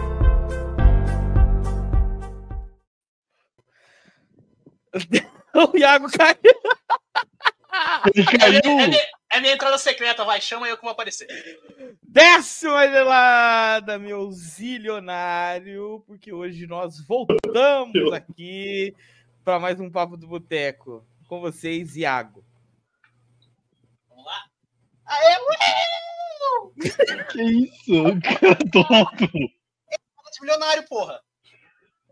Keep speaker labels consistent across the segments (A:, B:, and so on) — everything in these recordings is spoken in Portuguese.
A: O Iago caiu.
B: Ele caiu. É, minha, é minha entrada secreta, vai. Chama eu que vou aparecer.
A: Décima gelada, meu zilionário, porque hoje nós voltamos aqui para mais um Papo do Boteco. Com vocês, Iago.
B: Vamos lá. Aê, ué!
C: Que isso? O cara tá tonto.
B: De milionário, porra.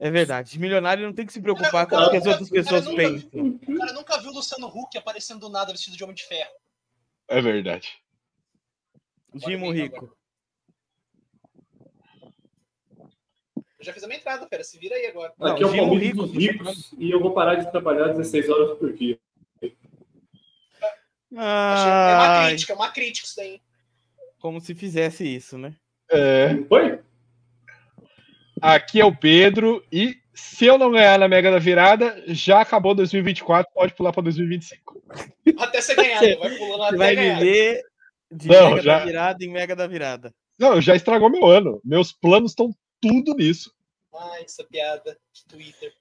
A: É verdade. Milionário não tem que se preocupar com o que as outras pessoas
B: nunca,
A: pensam.
B: O cara nunca viu o Luciano Huck aparecendo do nada vestido de homem de ferro.
C: É verdade.
A: Dimo Rico.
B: Eu já fiz a minha entrada, pera. Se vira aí agora.
D: Aqui é o
A: um
D: Palmeiras dos ricos e eu vou parar de trabalhar 16 horas por dia.
B: É uma
A: Ah,
B: crítica, é uma crítica isso daí.
A: como se fizesse isso, né?
C: É.
D: Oi?
C: Aqui é o Pedro e se eu não ganhar na Mega da Virada, já acabou 2024, pode pular para 2025.
B: Até você ganhar, né? vai pulando
A: Você
B: até
A: vai
B: ganhar.
A: viver de
C: Não,
A: mega da
C: já-
A: virada em mega da virada.
C: Não, já estragou meu ano. Meus planos estão tudo nisso.
B: Ai, essa piada de Twitter.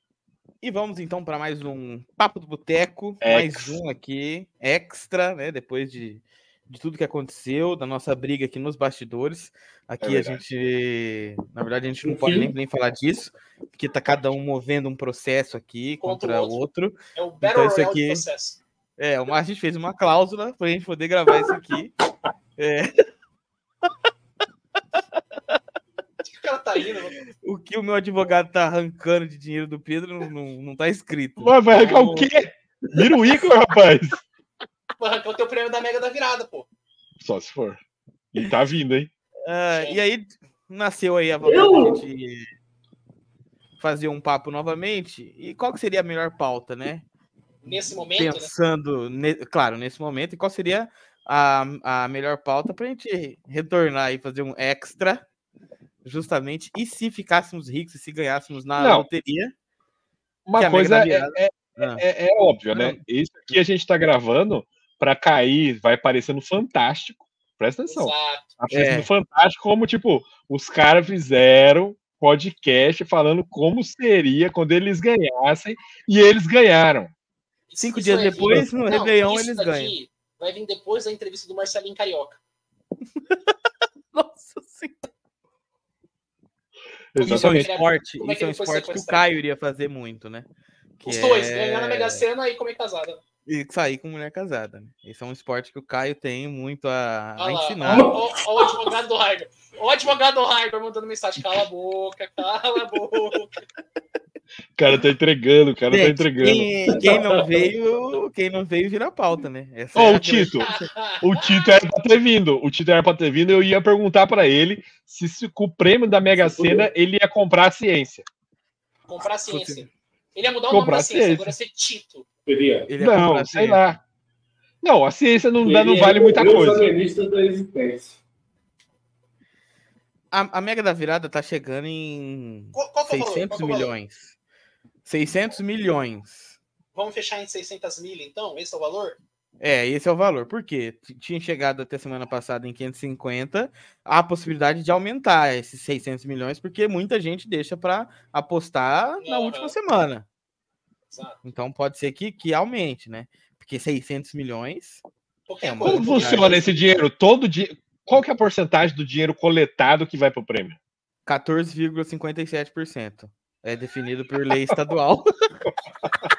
A: E vamos então para mais um Papo do Boteco, mais
C: Ex.
A: um aqui, extra, né? Depois de, de tudo que aconteceu, da nossa briga aqui nos bastidores. Aqui a
C: É verdade.
A: gente, na verdade, a gente não
D: Enfim.
A: pode nem, nem falar disso, porque tá cada um movendo um processo aqui
B: Contra o
A: contra o outro.
B: É o Battle
A: Então, isso
B: Royale
A: aqui-
B: do processo.
A: É, uma, a gente fez uma cláusula pra gente poder gravar isso aqui.
B: Por que o cara tá indo? mano?
A: O que o meu advogado tá arrancando de dinheiro do Pedro não, não, não tá escrito.
C: Mas vai arrancar o quê? Vira o Igor, rapaz.
B: Vai arrancar é o teu prêmio da Mega da Virada, pô.
C: Só se for. E tá vindo, hein?
A: Ah,
B: Sim.
A: e aí nasceu aí a vontade
D: Eu?
A: de gente fazer um papo novamente. E qual que seria a melhor pauta, né?
B: Nesse momento, né?
A: Pensando, ne- claro, nesse momento, e qual seria a, a melhor pauta para a gente retornar e fazer um extra, justamente. E se ficássemos ricos e se ganhássemos na
C: Não.
A: loteria? Que a
C: Uma
A: Mega
C: coisa
A: da
C: é,
A: Virada-
C: é,
A: Ah.
C: é- é óbvia, né? Isso aqui a gente tá gravando para cair, vai parecendo fantástico. Presta atenção.
B: Exato.
C: Tá parecendo
A: É.
C: fantástico como, tipo, os caras fizeram podcast falando como seria quando eles ganhassem e eles ganharam.
B: Isso-
A: Cinco
B: isso
A: dias
B: aí-
A: depois, no
B: Não,
A: Réveillon,
B: isso
A: eles
B: daqui
A: ganham.
B: Vai vir depois da entrevista do Marcelinho Carioca.
A: Nossa Senhora. Isso é um
C: Exatamente.
B: Como é que
A: esporte,
B: ele
A: isso é um
B: foi
A: esporte que o
B: sequestrado?
A: Caio iria fazer muito, né? Que
B: Os dois, né?
A: é-
B: ganhar na Mega Sena e comer casada.
A: E sair com mulher casada. Né? Esse é um esporte que o Caio tem muito a, a
B: Olha lá,
A: ensinar.
B: ó, ó, ó o advogado do Harbour. Ó o advogado do Harbour mandando mensagem. Cala a boca, cala a boca.
C: O cara tá entregando, o cara tá
A: Gente,
C: entregando.
A: quem, quem não veio, quem não veio vira pauta, né? Essa
C: Ó,
A: é a
C: o
A: grande-
C: Tito. O Tito era pra ter vindo. O Tito era pra ter vindo. Eu ia perguntar pra ele se, se com o prêmio da Mega Sena ele ia comprar a ciência.
B: Comprar a ciência. Ele ia mudar o
C: Comprar
B: nome da ciência,
C: ciência.
B: agora ia ser Tito.
D: Seria.
A: Ele é
C: Não,
A: comprar
C: sei
A: dinheiro.
C: lá. Não, a ciência não, dá- não
D: Ele é
C: vale
D: o
C: muita
D: Deus
C: coisa.
D: alienista da existência.
A: A, a Mega da Virada tá chegando em
B: Qual, qual que é o valor? Qual
A: 600
B: que é o valor?
A: milhões. 600 milhões.
B: Vamos fechar em 600 mil, então? Esse é o valor?
A: É, esse é o valor. Por quê? T- Tinha chegado até semana passada em 550, há a possibilidade de aumentar esses 600 milhões, porque muita gente deixa pra apostar na
B: Aham.
A: última semana.
B: Exato.
A: Então pode ser que, que aumente, né? Porque 600 milhões.
B: Qualquer
A: É, mas
B: coisa.
C: Como
A: Vamos
C: funciona esse dinheiro? Todo dia. Qual que é a porcentagem do dinheiro coletado que vai pro prêmio?
A: 14,57%. É definido por lei estadual.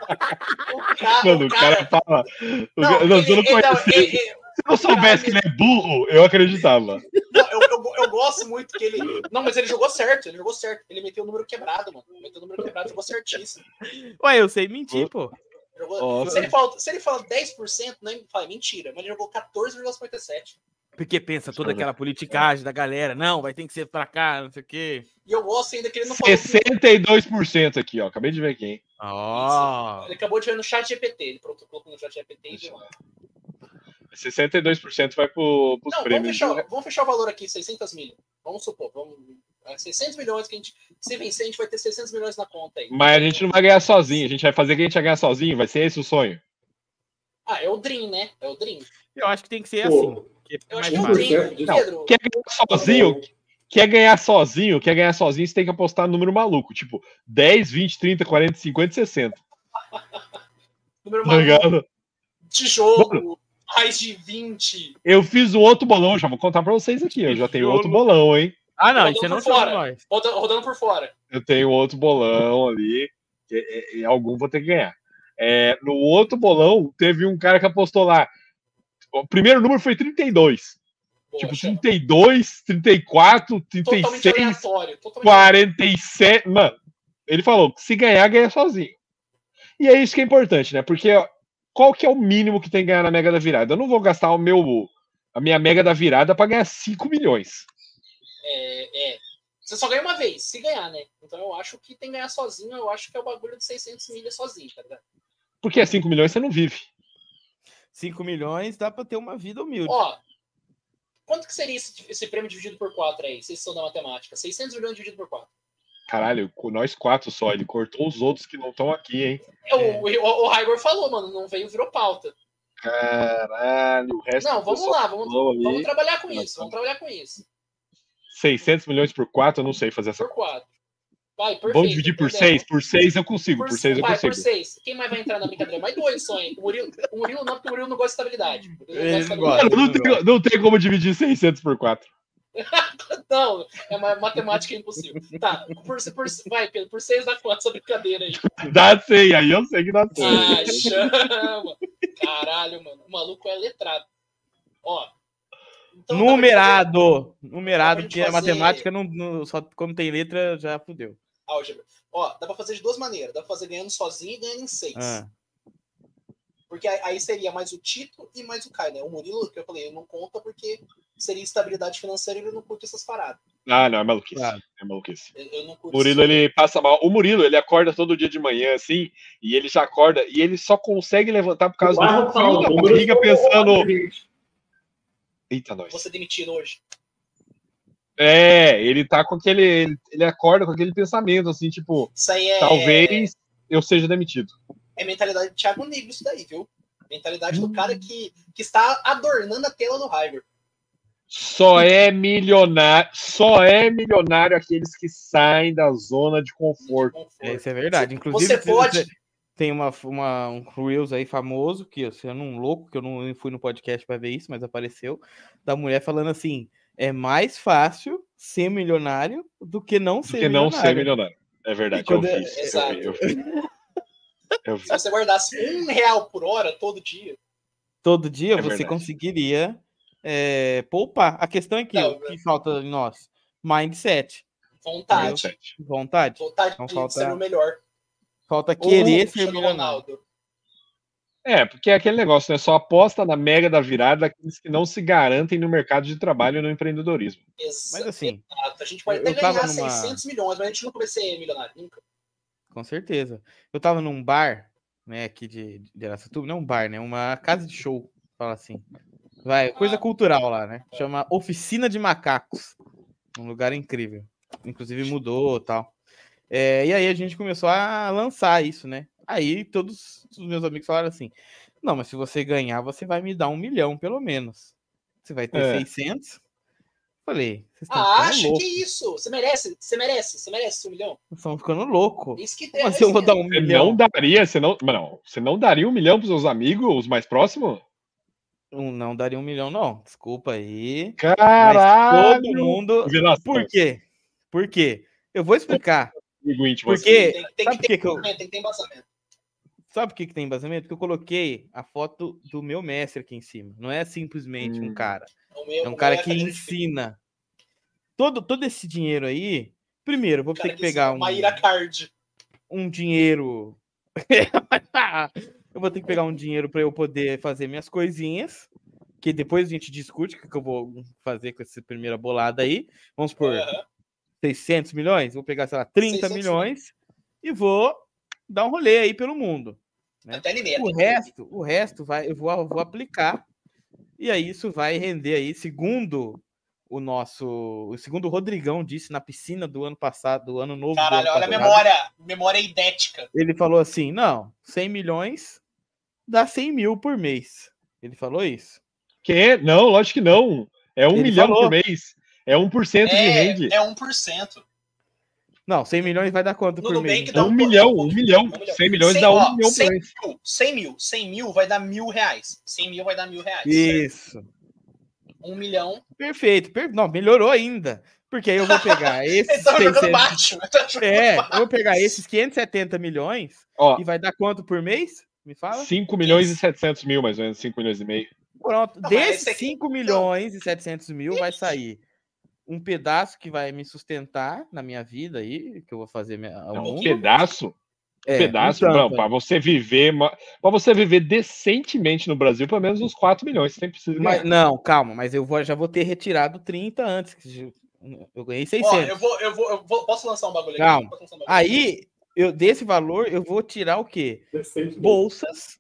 B: O cara,
C: Mano, o cara fala. o cara- não, se eu não
B: ele- ele- não,
C: conhecesse-
B: ele- ele-
C: se eu soubesse que ele é burro, eu acreditava.
B: não, eu, eu, eu gosto muito que ele. Não, mas ele jogou certo, ele jogou certo. Ele meteu o número quebrado, mano. Meteu o número quebrado, jogou certíssimo.
A: Ué, eu sei mentir, pô.
B: Jogou-
C: Ó,
B: se, ele fala, se ele fala 10%, nem fala mentira, mas ele jogou 14,57.
A: Porque pensa toda aquela politicagem da galera. Não, vai ter que ser pra cá, não sei o quê.
B: E eu gosto ainda que ele não falou. que-
C: 62% aqui, ó. Acabei de ver aqui, hein?
A: Ó.
B: Ele acabou de ver no chat GPT. Ele pronto, colocou no chat GPT e viu lá.
C: 62% vai pro, pros
B: Não, vamos
C: prêmios.
B: fechar, vamos fechar o valor aqui, 600 mil. Vamos supor, vamos. é, 600 milhões que a gente. Se vencer, a gente vai ter 600 milhões na conta aí.
C: Mas a gente não vai ganhar sozinho. A gente vai fazer quem a gente vai ganhar sozinho. Vai ser esse o sonho.
B: Ah, é o Dream, né? É o Dream.
A: Eu acho que tem que ser assim.
D: Pô,
A: porque é
B: Eu
A: mais
B: acho que é o
D: fácil.
A: fácil.
B: Dream.
D: Não,
B: Pedro,
C: Quer ganhar sozinho? Quer ganhar sozinho? Quer ganhar sozinho? Você tem que apostar no número maluco. Tipo, 10, 20, 30, 40, 50, 60.
B: Número
C: Tá
B: maluco
C: ligado?
B: de jogo. Mais de 20.
C: Eu fiz um outro bolão, já vou contar pra vocês aqui. Eu já tenho
A: Tijolo.
C: outro bolão, hein?
E: Ah, não,
B: Todo
A: é
E: isso você
B: mundo
E: não chama
B: fora.
E: nós.
B: Roda- rodando por fora.
C: Eu tenho outro bolão ali. que- é, E, e algum vou ter que ganhar. É, no outro bolão, teve um cara que apostou lá. O primeiro número foi 32.
B: Boa,
C: tipo,
B: chama.
C: 32, 34,
B: totalmente
C: 36,
B: aleatório. Totalmente aleatório.
C: 47. Mano, ele falou que se ganhar, ganha sozinho. E é isso que é importante, né? Porque ó, qual que é o mínimo que tem que ganhar na Mega da Virada? Eu não vou gastar o meu, a minha Mega da Virada pra ganhar 5 milhões.
B: É, é. Você só ganha uma vez, se ganhar, né? Então eu acho que tem que ganhar sozinho, eu acho que é o bagulho de 600 milhas sozinho, tá ligado?
C: Porque 5 milhões você não vive.
A: 5 milhões dá pra ter uma vida humilde.
B: Ó, quanto que seria esse, esse prêmio dividido por 4 aí? Vocês são da matemática. 600 milhões dividido por 4.
C: Caralho, com nós quatro só. Ele cortou os outros que não estão aqui, hein?
B: É, O,
C: É.
B: o, o Raigor falou, mano, não veio, virou pauta.
C: Caralho, o resto.
B: Não,
C: do
B: vamos
C: pessoal
B: lá, vamos,
C: é falou ali.
B: vamos trabalhar com
C: Mas
B: isso, vamos trabalhar com isso.
C: 600 milhões por 4, eu não sei fazer essa
B: Por
C: conta.
B: 4. Vai, perfeito.
C: Vamos dividir por
B: entendeu?
C: 6? Por 6 eu consigo, por 6 eu
B: vai,
C: consigo.
B: por seis. Quem mais vai entrar na brincadeira? Mais dois só, hein? O Murilo, o Murilo não, porque o Murilo não gosta de estabilidade. O Murilo não gosta de
A: Ele
B: estabilidade.
A: gosta.
C: Mano, não tem, não tem como dividir 600 por 4.
B: Não, é uma matemática impossível. Tá, por, por, vai, Pedro, por seis dá quanto essa brincadeira aí?
C: Dá 100, aí eu sei que dá 100.
B: Ah, chama! Caralho, mano. O maluco é letrado. Ó. então dá pra gente
A: numerado. Numerado,
B: dá pra gente
A: porque a
B: fazer-
A: matemática não, não- só quando tem letra já fudeu.
B: fazer Álgebra. Ó, dá pra fazer de duas maneiras. Dá pra fazer ganhando sozinho e ganhando em seis.
A: Ah,
B: Porque aí aí seria mais o Tito e mais o Caio, né? O Murilo, que eu falei, ele não conta porque seria estabilidade financeira e ele não curte essas paradas.
C: Ah, não, é maluquice.
A: Claro.
C: É maluquice.
B: Eu, eu não curto
C: Murilo,
B: isso.
C: ele passa mal. O Murilo, ele acorda todo dia de manhã, assim, e ele já acorda, e ele só consegue levantar por causa do
D: tá
C: frio da barriga, pensando... Eita, nós.
B: Você demitido hoje.
C: É, ele tá com aquele. Ele, ele acorda com aquele pensamento, assim, tipo,
B: Isso aí é.
C: talvez eu seja demitido.
B: É mentalidade do Thiago Negro isso daí, viu? Mentalidade
A: Hum.
B: do cara que, que está adornando a tela do Raigor.
C: Só é milionário, só é milionário aqueles que saem da zona de conforto.
A: é, isso é verdade. Inclusive,
B: Você
A: se-
B: pode-
A: se- tem uma, uma, um Reels aí famoso, que eu sendo um louco, que eu não fui no podcast pra ver isso, mas apareceu, da mulher falando assim: é mais fácil ser milionário do que não ser
C: Porque não
A: milionário.
C: ser milionário. É verdade,
A: E quando
C: eu
A: é-
C: vi isso, eu vi, eu vi. Eu vi.
B: Se você guardasse um real por hora todo dia,
A: Todo dia
C: É
A: você
C: verdade.
A: conseguiria é, poupar. A questão é que
B: Não,
A: o que falta em nós? Mindset,
B: vontade.
A: vontade.
B: Vontade
A: Não
B: de
A: falta-
B: ser o melhor.
A: Falta querer
B: Ou,
A: ser
B: Cristiano
A: milionário.
B: Ronaldo.
C: É, porque é aquele negócio, né? Só aposta na mega da virada aqueles que não se garantem no mercado de trabalho e no empreendedorismo.
A: Mas
B: Exato.
A: assim,
B: A gente pode
A: eu-
B: até
A: eu tava
B: ganhar
A: numa-
B: 600 milhões, mas a gente nunca vai ser milionário. Nunca.
A: com certeza. Eu tava num bar, né, aqui de, de Aracatuba, não um bar, né, uma casa de show, fala assim. Vai, coisa
B: Ah.
A: cultural lá, né? Chama Oficina de Macacos. Um lugar incrível. Inclusive mudou e tal. É, e aí a gente começou a lançar isso, né? Aí todos os meus amigos falaram assim: Não, mas se você ganhar, você vai me dar um milhão, pelo menos. Você vai ter
C: É.
A: 600. Falei, vocês estão
B: Ah,
A: ficando
B: acha que
A: Então, é louco.
B: isso? Você merece, você merece, você merece um milhão.
A: Vocês estão ficando louco.
B: Isso que tem.
A: Mas eu vou dar um
C: Você
A: milhão.
C: É não daria, você não. mas não, você não daria um milhão pros seus amigos, os mais próximos?
A: Um, não daria um milhão, não. Desculpa aí.
C: Caralho!
A: Mas todo mundo.
C: Vilação,
A: Por quê? Por quê? Eu vou explicar.
C: amigo íntimo,
A: Por
C: assim.
A: quê?
B: Tem, tem
A: Sabe
B: que
A: por
B: ter
A: que que eu-
B: embasamento, tem que ter embasamento.
A: Sabe por que, que tem embasamento? Porque eu coloquei a foto do meu mestre aqui em cima. Não é simplesmente um
C: Hum.
A: cara.
B: O meu-
A: É um
B: o
A: cara
B: meu
A: que
B: fazer diferença.
A: ensina. Todo, todo esse dinheiro aí. Primeiro, eu vou
B: O cara
A: ter que pegar um,
B: Uma ira card.
A: um dinheiro. eu vou ter que pegar um dinheiro para eu poder fazer minhas coisinhas. Que depois a gente discute o que que eu vou fazer com essa primeira bolada aí. Vamos por
B: Aham.
A: 600 milhões, vou pegar, sei lá, 30
B: 600
A: milhões e vou dar um rolê aí pelo mundo. né?
B: Até animei.
A: O resto, o resto vai, eu vou, eu vou aplicar. E aí isso vai render aí, segundo o nosso, o segundo o Rodrigão disse na piscina do ano passado, do ano novo. do
B: Caralho,
A: ano
B: olha a
A: passado,
B: memória. Memória idética.
A: Ele falou assim: "Não, 100 milhões dá 100 mil por mês". Ele falou isso.
C: Quê? Não, lógico que não. É um
A: Ele
C: milhão um
A: falou.
B: um
C: por mês. É 1% que rende.
B: É, é 1%.
A: Não, 100 milhões vai dar quanto
B: No
A: por
B: Nubank
A: mês?
B: dá
C: um milhão, um milhão.
B: Um milhão.
C: 100 milhões
B: Cem-
C: dá
B: ó,
C: um milhão
B: cem
C: por mês.
B: mil, 100 mil, 100 mil vai dar mil reais. 100 mil vai dar mil reais.
A: Isso.
B: Um milhão.
A: Perfeito. per- Não, melhorou ainda. Porque aí eu vou pegar
B: Ele
A: esses.
B: tava jogando
A: 600
B: baixo. ele tava jogando
A: É, eu
B: baixo.
A: vou pegar esses 570 milhões
C: Ó,
A: e vai dar quanto por mês? Me fala.
C: 5 milhões e 700 mil, mais ou menos, 5 milhões e meio.
A: Pronto.
B: Não, mas esse
A: Desses
B: aqui-
A: 5 milhões e 700 mil vai sair um pedaço que vai me sustentar na minha vida aí, que eu vou fazer minha, o
C: É um
A: mundo.
C: pedaço,
A: É, um
C: pedaço,
A: tanto,
C: não, para você viver, para você viver decentemente no Brasil, pelo menos uns 4 milhões, você tem precisa
A: Mas-
C: ganhar.
A: não, calma, mas eu vou, já vou ter retirado 30 antes. que eu- Eu ganhei
B: Ó,
A: 600.
B: eu vou, eu vou, eu vou- posso lançar um bagulho aqui?
A: Calma.
B: Posso lançar um bagulho?
A: Aí, eu, desse valor, eu vou tirar o quê?
D: Decente.
A: Bolsas,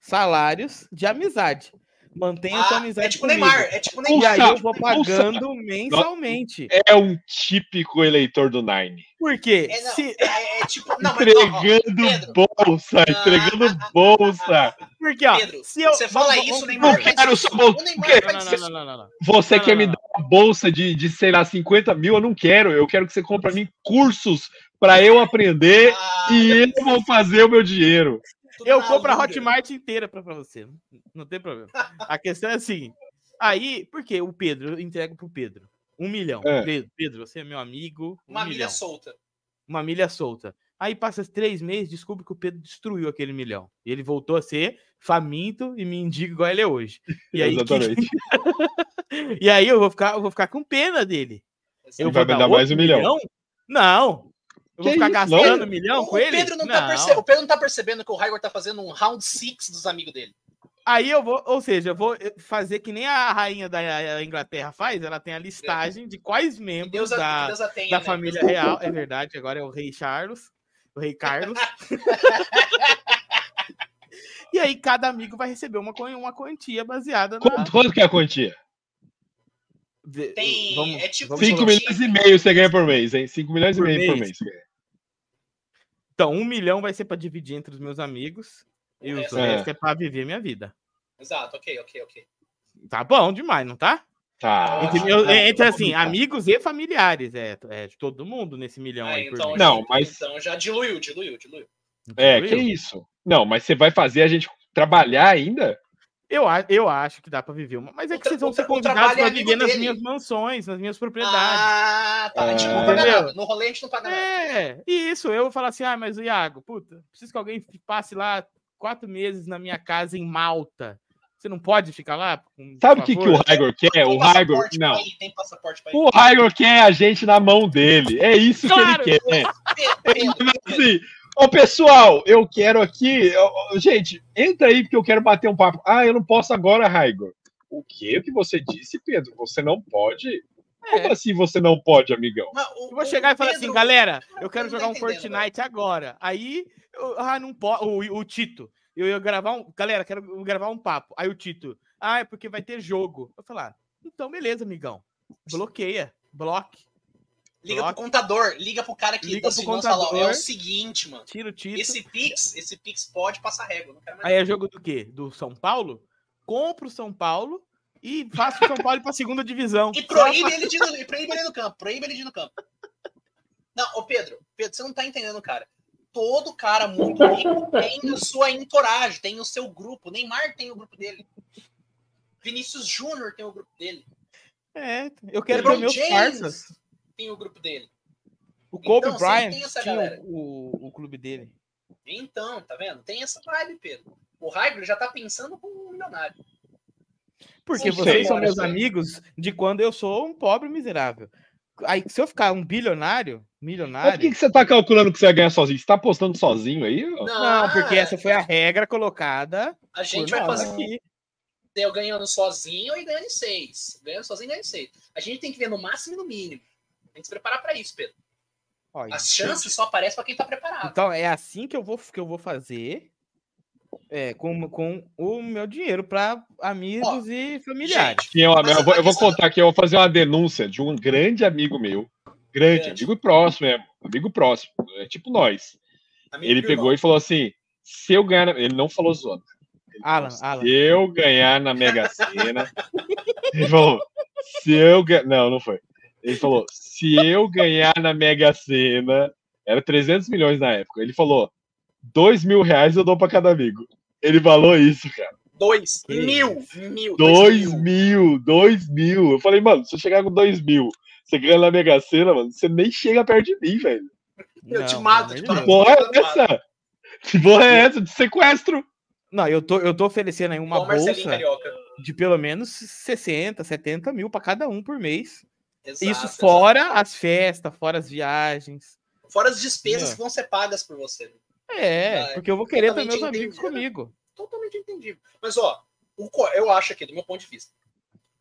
A: salários de amizade. Mantenha sua
B: Ah,
A: amizade.
B: é tipo
A: comigo.
B: Neymar, é tipo
A: E
B: Neymar.
A: aí eu vou
C: Bolsa.
A: pagando mensalmente.
C: É um típico eleitor do Nine.
A: Por quê?
B: É, não,
A: Se-
B: É, é tipo. Não, mas, ó, ó,
C: Entregando
B: Pedro.
C: bolsa, entregando bolsa.
A: porque, ó,
B: Pedro,
A: se eu.
B: você fala
A: vamos-
B: isso,
A: vamos-
B: Neymar.
C: Não quero
B: faz
C: sua
B: isso.
C: bolsa.
B: O
C: Por
B: Neymar
C: quê?
A: Não,
B: faz
A: não,
B: isso.
A: não, não, não, não.
C: Você
A: Não,
C: quer
A: não,
C: me
A: não.
C: dar uma bolsa de, de, sei lá, 50 mil? Eu não quero. Eu quero que você compre pra mim cursos para eu aprender
B: Ah,
C: e eu vou fazer o meu dinheiro.
B: tudo
A: Eu
B: na
A: compro a
B: Uber.
A: Hotmart inteira pra, pra você. Não tem problema. A questão é assim. Aí, por quê? O Pedro, eu entrego pro Pedro. Um milhão.
C: É.
A: Pedro, Pedro, você é meu amigo. Um
B: Uma milha
A: milhão.
B: solta.
A: uma milha solta. Aí passa três meses, descobre que o Pedro destruiu aquele milhão. E ele voltou a ser faminto e mendigo igual ele é hoje. E aí, que-
C: Exatamente.
A: e aí eu, vou ficar, eu vou ficar com pena dele.
B: Exato.
A: Eu
C: vai
A: vou
C: me dar mais
A: outro
C: um milhão?
A: Não. Eu vou
C: Que
A: ficar
C: isso, não?
A: gastando um milhão
B: O-
A: com
B: o,
A: ele?
B: Pedro não tá perce- o Pedro não tá percebendo que o Raigor tá fazendo um round six dos amigos dele.
A: Aí eu vou, ou seja, eu vou eh, fazer que nem a rainha da Inglaterra faz, ela
B: É.
A: tem a listagem de quais
B: Que
A: membros
B: Deus, a,
A: da,
B: que Deus a tenha,
A: da
B: né?
A: família
B: Deus a-
A: real, é verdade, agora é o rei Charles, o rei Carlos. e aí cada amigo vai receber uma, quan- uma quantia baseada na... eh,
C: Quanto, quanto que é a quantia?
A: de-
B: Tem- é tipo Vamos
C: 5
B: colocar.
C: milhões e meio você ganha por mês, hein? 5 milhões
A: Por
C: e meio por
A: mês.
C: mês. você ganha.
A: Então, um milhão vai ser para dividir entre os meus amigos e os
B: É.
A: restos é para viver minha vida.
B: Exato, ok, ok, ok.
A: Tá bom demais, não tá?
C: Tá.
A: Entre, meu-
B: é
C: tá,
A: entre,
C: tá
A: assim,
C: bom, tá.
A: amigos e familiares, é, é de todo mundo nesse milhão
B: Ah,
A: aí por
B: então,
A: mês.
C: Não, mas-
B: então já diluiu, diluiu, diluiu.
C: É,
A: Incluiu?
C: que isso? Não, mas você vai fazer a gente trabalhar ainda?
A: Eu, a- eu acho que dá pra viver uma. Mas é
B: O
A: que
B: tra-
A: vocês vão
B: o
A: ser
B: tra- o
A: convidados
B: trabalho é
A: pra
B: amigo
A: viver nas
B: dele.
A: minhas mansões, nas minhas propriedades.
B: Ah, tá. A gente não
C: Ah.
B: paga
A: Entendeu?
B: nada. No rolê a gente não paga nada.
A: é, e isso. Eu vou falar assim, ah, mas o Iago, puta, preciso que alguém fi- passe lá quatro meses na minha casa em Malta. Você não pode ficar lá? com-
C: Sabe o
A: por um
C: que, que
A: favor?"
C: o Raigor quer? É, O
B: passaporte
C: Raigor.
B: pra
C: Não.
B: ir, Tem passaporte pra ir.
C: O Raigor quer a gente na mão dele. É isso
A: Claro.
C: que ele quer.
B: Pedro,
C: Ele
B: Pedro,
C: vai assim, Ô pessoal, eu quero aqui. ó, ó, gente, entra aí porque eu quero bater um papo. Ah, eu não posso agora, Raigor. O que que você disse, Pedro? Você não pode?
B: É.
C: Como assim você não pode, amigão?
B: Mas o-
A: Eu vou
B: o
A: chegar e falar assim,
B: Pedro-
A: galera, eu
B: eu
A: quero
B: não tô
A: jogar um
B: entendendo, né?
A: Fortnite agora. Aí, eu- ah, não pode. O, o Tito, eu ia gravar um. Galera, quero gravar um papo. Aí o Tito, ah, é porque vai ter jogo. Eu falar, então beleza, amigão. Bloqueia, bloque,
B: Liga pro
A: Bloco.
B: contador, liga pro cara que
A: Liga
B: tá
A: pro
B: segurando e fala, ó, é
A: contador.
B: o seguinte, mano.
A: tira o Tito.
B: Esse Pix, esse Pix pode passar régua, não quero mais.
A: Aí é jogo do quê? Do São Paulo? Compro o São Paulo e faço o São Paulo ir pra segunda divisão.
B: E proíbe ele de e proíbe ele no campo, proíbe ele de ir no campo. Não, ô Pedro, Pedro, você não tá entendendo, cara. Todo cara muito rico tem a sua entourage, tem o seu grupo. Neymar tem o grupo dele. Vinícius Júnior tem o grupo dele.
A: É, eu quero ver
B: LeBron
A: meus
B: James.
A: parças.
B: Tem o grupo dele.
A: O Kobe
B: Então, sempre
A: Bryant
B: tem essa
A: tinha
B: galera.
A: o, o clube dele.
B: Então, tá vendo? Tem essa vibe, Pedro. O Raigor já tá pensando como um milionário.
A: Porque
B: Sim,
A: vocês
B: sim.
A: são meus
B: Sim.
A: amigos de quando eu sou um pobre miserável. Aí, se eu ficar um bilionário,
C: Mas por que,
A: milionário.
C: que você tá calculando que você vai ganhar sozinho? Você tá apostando sozinho aí? ó?
A: Não, porque essa né? foi a regra colocada.
B: A Ah. gente
A: por
B: vai
A: nós
B: fazer
A: aqui.
B: eu ganhando sozinho e ganhando em seis. Ganhando sozinho e ganhando em seis. A gente tem que ver no máximo e no mínimo. Tem que se preparar pra isso, Pedro.
A: Ó,
B: As
A: gente.
B: chances só aparecem pra quem tá preparado.
A: Então, é assim que eu vou, que eu vou fazer é, com, com o meu dinheiro para amigos e familiares.
C: Sim, eu,
B: Mas
C: é eu vou, eu
B: a
C: vou
B: questão-
C: contar aqui, eu vou fazer uma denúncia de um grande amigo meu. Grande,
B: Grande.
C: amigo próximo mesmo. Amigo próximo. É tipo nós.
B: Amigo
C: Ele
B: do
C: pegou
B: irmão.
C: e falou assim: se eu ganhar. na- Ele não falou zoando. Ele falou,
A: Alan, Alan.
C: Se eu ganhar na Mega Sena. ele falou: se eu ganhar. Não, não foi. Ele falou: se eu ganhar na Mega Sena, era 300 milhões na época. Ele falou: 2 mil reais eu dou pra cada amigo. Ele falou isso, cara.
B: Dois mil, mil.
C: 2 mil, 2 mil. Eu falei, mano, se eu chegar com 2 mil, você ganha na Mega Sena, mano, você nem chega perto de mim, velho.
B: Eu te mato,
A: mas
B: te mato.
A: não.
C: Porra é essa? Que porra é essa de sequestro?
A: Não, eu tô, eu tô oferecendo aí uma
B: Igual Marcelinho
A: bolsa
B: Carioca.
A: de pelo menos 60, 70 mil pra cada um por mês.
B: Exato,
A: Isso
B: exato.
A: fora as festas, fora as viagens.
B: Fora as despesas
A: É.
B: que vão ser pagas por você.
A: É,
B: Ah,
A: porque eu vou querer também os
B: totalmente
A: amigos
B: entendido.
A: comigo.
B: Totalmente entendível. Mas, ó, o co- eu acho aqui, do meu ponto de vista,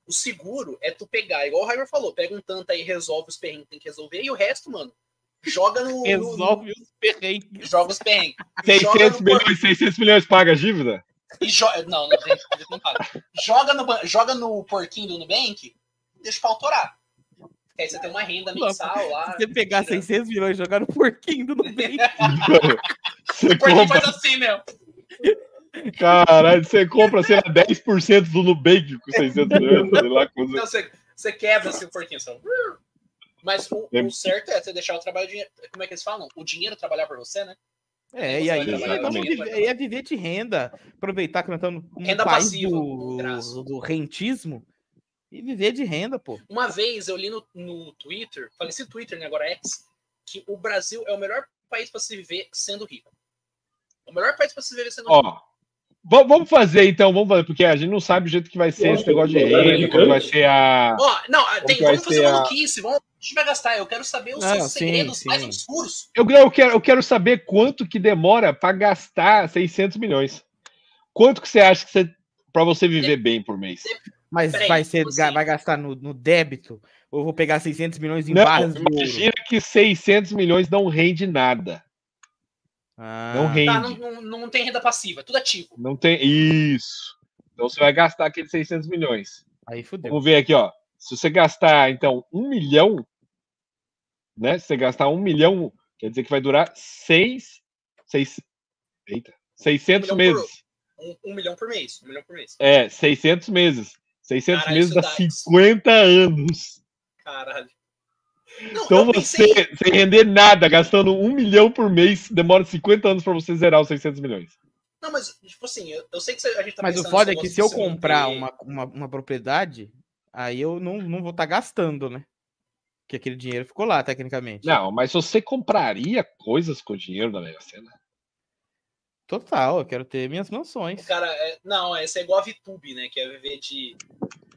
B: o seguro é tu pegar, igual o Heimer falou, pega um tanto aí, resolve os perrengues que tem que resolver, e o resto, mano, joga no... no-
A: Resolve os perrengues.
B: no- joga os perrengues. Joga
C: 600
B: no
C: milhões, 600 milhões paga a dívida?
B: E jo... Não, não, gente, eles não pagam. Joga no, ban- joga no porquinho do Nubank, deixa pra autorar. Aí você tem uma renda
A: Não,
B: mensal lá.
A: Se você pegar 600 milhões e jogar no porquinho do Nubank,
C: Você
B: O porquinho
C: compra,
B: faz assim, meu.
C: caralho, você compra, sei lá, 10% do Nubank com 600 milhões, sei lá, coisa.
B: Não, você, você quebra assim o porquinho. Só. Mas o, o certo é você deixar o trabalho. de- Como é que eles falam? O dinheiro trabalhar pra você, né?
A: É, e aí
C: Exatamente.
A: vamos viver, aí é viver de renda, aproveitar que nós estamos no
B: Renda
A: país
B: passiva,
A: do,
B: graça.
A: do rentismo e viver de renda, pô.
B: Uma vez eu li no, no Twitter, falei esse Twitter, né? Agora X, que o Brasil é o melhor país pra se viver sendo rico. O melhor país pra se viver sendo rico.
C: Ó, va- vamos fazer então, vamos fazer, porque a gente não sabe o jeito que vai ser
D: Eu
C: esse
D: acho que
C: negócio de
D: o problema é
C: renda, como vai
D: gigante.
C: ser a.
B: Ó, não, ah, tem,
C: que vai
B: vamos fazer
C: ser a-
B: maluquice, vamos, a gente vai gastar. Eu quero saber os
A: Não,
B: seus
A: Ah, sim,
B: segredos mais
A: sim.
B: obscuros.
C: Eu, eu, quero, eu quero saber quanto que demora pra gastar 600 milhões. Quanto que você acha que você. Pra você viver bem por mês.
A: Mas
B: Peraí,
A: vai, ser,
B: tipo
A: ga-
B: assim-
A: vai gastar no, no débito ou eu vou pegar 600 milhões em
C: Não, é
A: barras de ouro?
C: imagina que 600 milhões não rende nada.
A: Ah,
C: Não rende.
B: Tá, não, não, não tem renda passiva, tudo ativo.
C: Não tem. Isso. Então você vai gastar aqueles 600 milhões.
A: Aí fudeu.
C: Vamos ver aqui, ó. Se você gastar, então, um milhão, né? Se você gastar um milhão, quer dizer que vai durar seis. seis eita, 600
B: Um milhão por-
C: meses.
B: Um, um milhão por mês, um milhão por mês.
C: É, 600 meses. 600
B: Caralho,
C: meses
B: isso
C: dá
B: dá isso.
C: 50 anos.
B: Caralho. Não,
C: Então
B: eu
C: você,
B: pensei,
C: sem render nada, gastando um milhão por mês, demora 50 anos para você zerar os 600 milhões.
B: Não, mas, tipo assim, eu, eu sei que você- a gente tá
A: Mas o
B: pensando
A: foda é
B: nesse
A: que
B: negócio
A: se eu
B: de um você
A: comprar
B: manter-
A: uma, uma, uma propriedade, aí eu não, não vou estar gastando, né? Porque aquele dinheiro ficou lá, tecnicamente.
C: Não, mas você compraria coisas com o dinheiro da Mega Sena?
A: Total, eu quero ter minhas
B: O
A: mansões.
B: Cara, é- não, essa é igual a VTube, né? Que é viver de,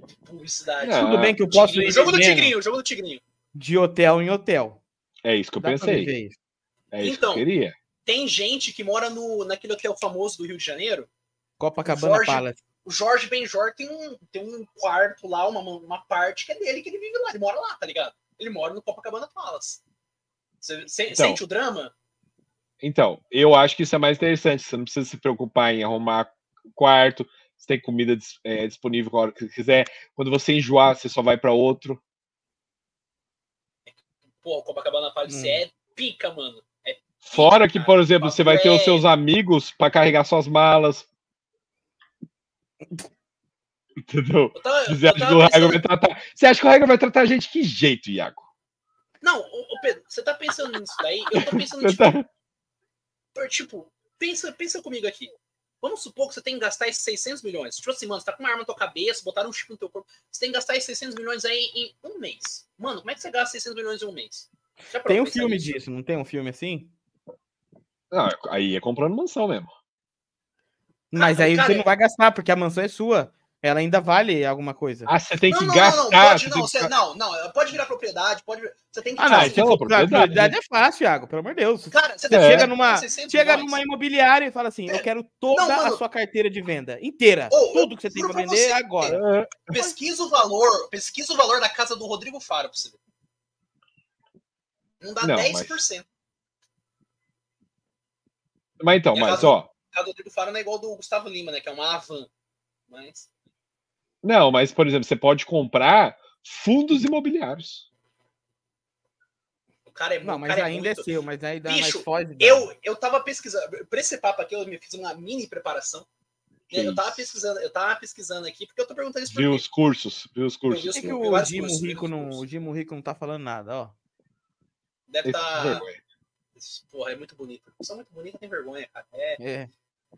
B: de publicidade.
C: Não,
A: Tudo bem que eu posso
B: Tigrinho,
A: ir
B: jogo do
A: vivendo
B: Tigrinho, jogo do Tigrinho.
A: de hotel em hotel.
C: É isso que eu
A: Dá pra
C: pensei.
A: viver isso.
C: É isso
B: Então,
C: que eu queria.
B: Tem gente que mora no, naquele hotel famoso do Rio de Janeiro.
A: Copacabana
B: Jorge-
A: Palace.
B: O Jorge Benjor tem um, tem um quarto lá, uma, uma parte que é dele, que ele vive lá. Ele mora lá, tá ligado? Ele mora no Copacabana Palace. Você se-
C: Então.
B: sente o drama?
C: Então, eu acho que isso é mais interessante. Você não precisa se preocupar em arrumar quarto. Você tem comida dis- eh, disponível a hora que você quiser. Quando você enjoar, você só vai para outro.
B: Pô, o Copacabana Palace
A: Hum.
B: é pica, mano.
C: Fora que, por exemplo,
B: papo
C: você vai ter os
B: é-
C: seus amigos para carregar suas malas. Entendeu?
B: Eu tava,
C: Você acha,
B: eu tava
C: que o Heiger
B: pensando-
C: vai tratar... você acha que o Heiger vai tratar a gente que jeito, Iago?
B: Não, ô, ô, Pedro, você tá pensando nisso daí? Eu tô pensando,
C: Você
B: tipo,
C: tá-
B: Por- tipo, pensa, pensa comigo aqui. Vamos supor que você tem que gastar esses 600 milhões. Tipo assim, mano, você tá com uma arma na tua cabeça, botaram um chip no teu corpo. Você tem que gastar esses 600 milhões aí em um mês. Mano, como é que você gasta 600 milhões em um mês? Já parou
A: Tem um
B: pra pensar
A: filme
B: nisso?
A: disso, não tem um filme assim?
C: Não, aí é comprando mansão mesmo.
A: Mas
B: Ah,
A: aí
B: cara,
A: você
B: é-
A: não vai gastar, porque a mansão é sua. Ela ainda vale alguma coisa.
C: Ah, você tem
B: Não,
C: que
B: não,
C: gastar.
B: não, não, pode
C: você
B: não,
C: tem que
B: você- não, não, pode virar propriedade, pode. Você tem que.
A: Ah,
C: não,
A: não,
B: Cara,
A: se
C: então é
A: for
C: propriedade,
A: propriedade é fácil, Iago, pelo amor de Deus.
B: Cara, você
C: Você
B: tem que
C: chega
B: gastar
A: numa-
B: 600
A: Chega
B: milhões.
A: numa imobiliária e fala assim: eu quero toda
B: É, mano.
A: a sua carteira de venda inteira.
B: Ô, eu
A: tudo que você tem
B: juro
A: pra
B: pra
A: vender
B: você,
A: agora.
C: É,
B: Pesquisa o valor, pesquisa o valor da casa do Rodrigo Faro pra você ver. Não dá
C: Não,
B: 10% da
C: Mas então,
B: É
C: mas
B: razão.
C: ó.
B: casa do Rodrigo Faro não é igual do Gustavo Lima, né? Que é uma Avan. Mas.
C: Não, mas, por exemplo, você pode comprar
B: Uhum.
C: fundos imobiliários.
B: O cara é
A: Não,
B: mu- o
A: mas
B: cara é
A: ainda é,
B: muito.
A: seu, mas aí dá
B: Bicho,
A: mais foge. dá.
B: Eu, eu tava pesquisando. Pra esse papo aqui, eu me fiz uma mini preparação. né, eu tava pesquisando, eu tava pesquisando aqui, porque eu tô perguntando isso pra
C: Viu os cursos, viu os
A: Por
C: cursos.
A: que,
B: Isso,
A: que
B: eu
A: o
B: acho
A: Dimo
B: isso,
A: Rico
B: eu
A: não,
B: acho
A: o Dimo Rico não tá falando nada, ó.
B: Deve tá.
C: Vergonha.
B: Porra, é muito bonito. São muito bonita, tem vergonha, cara. É,
A: É,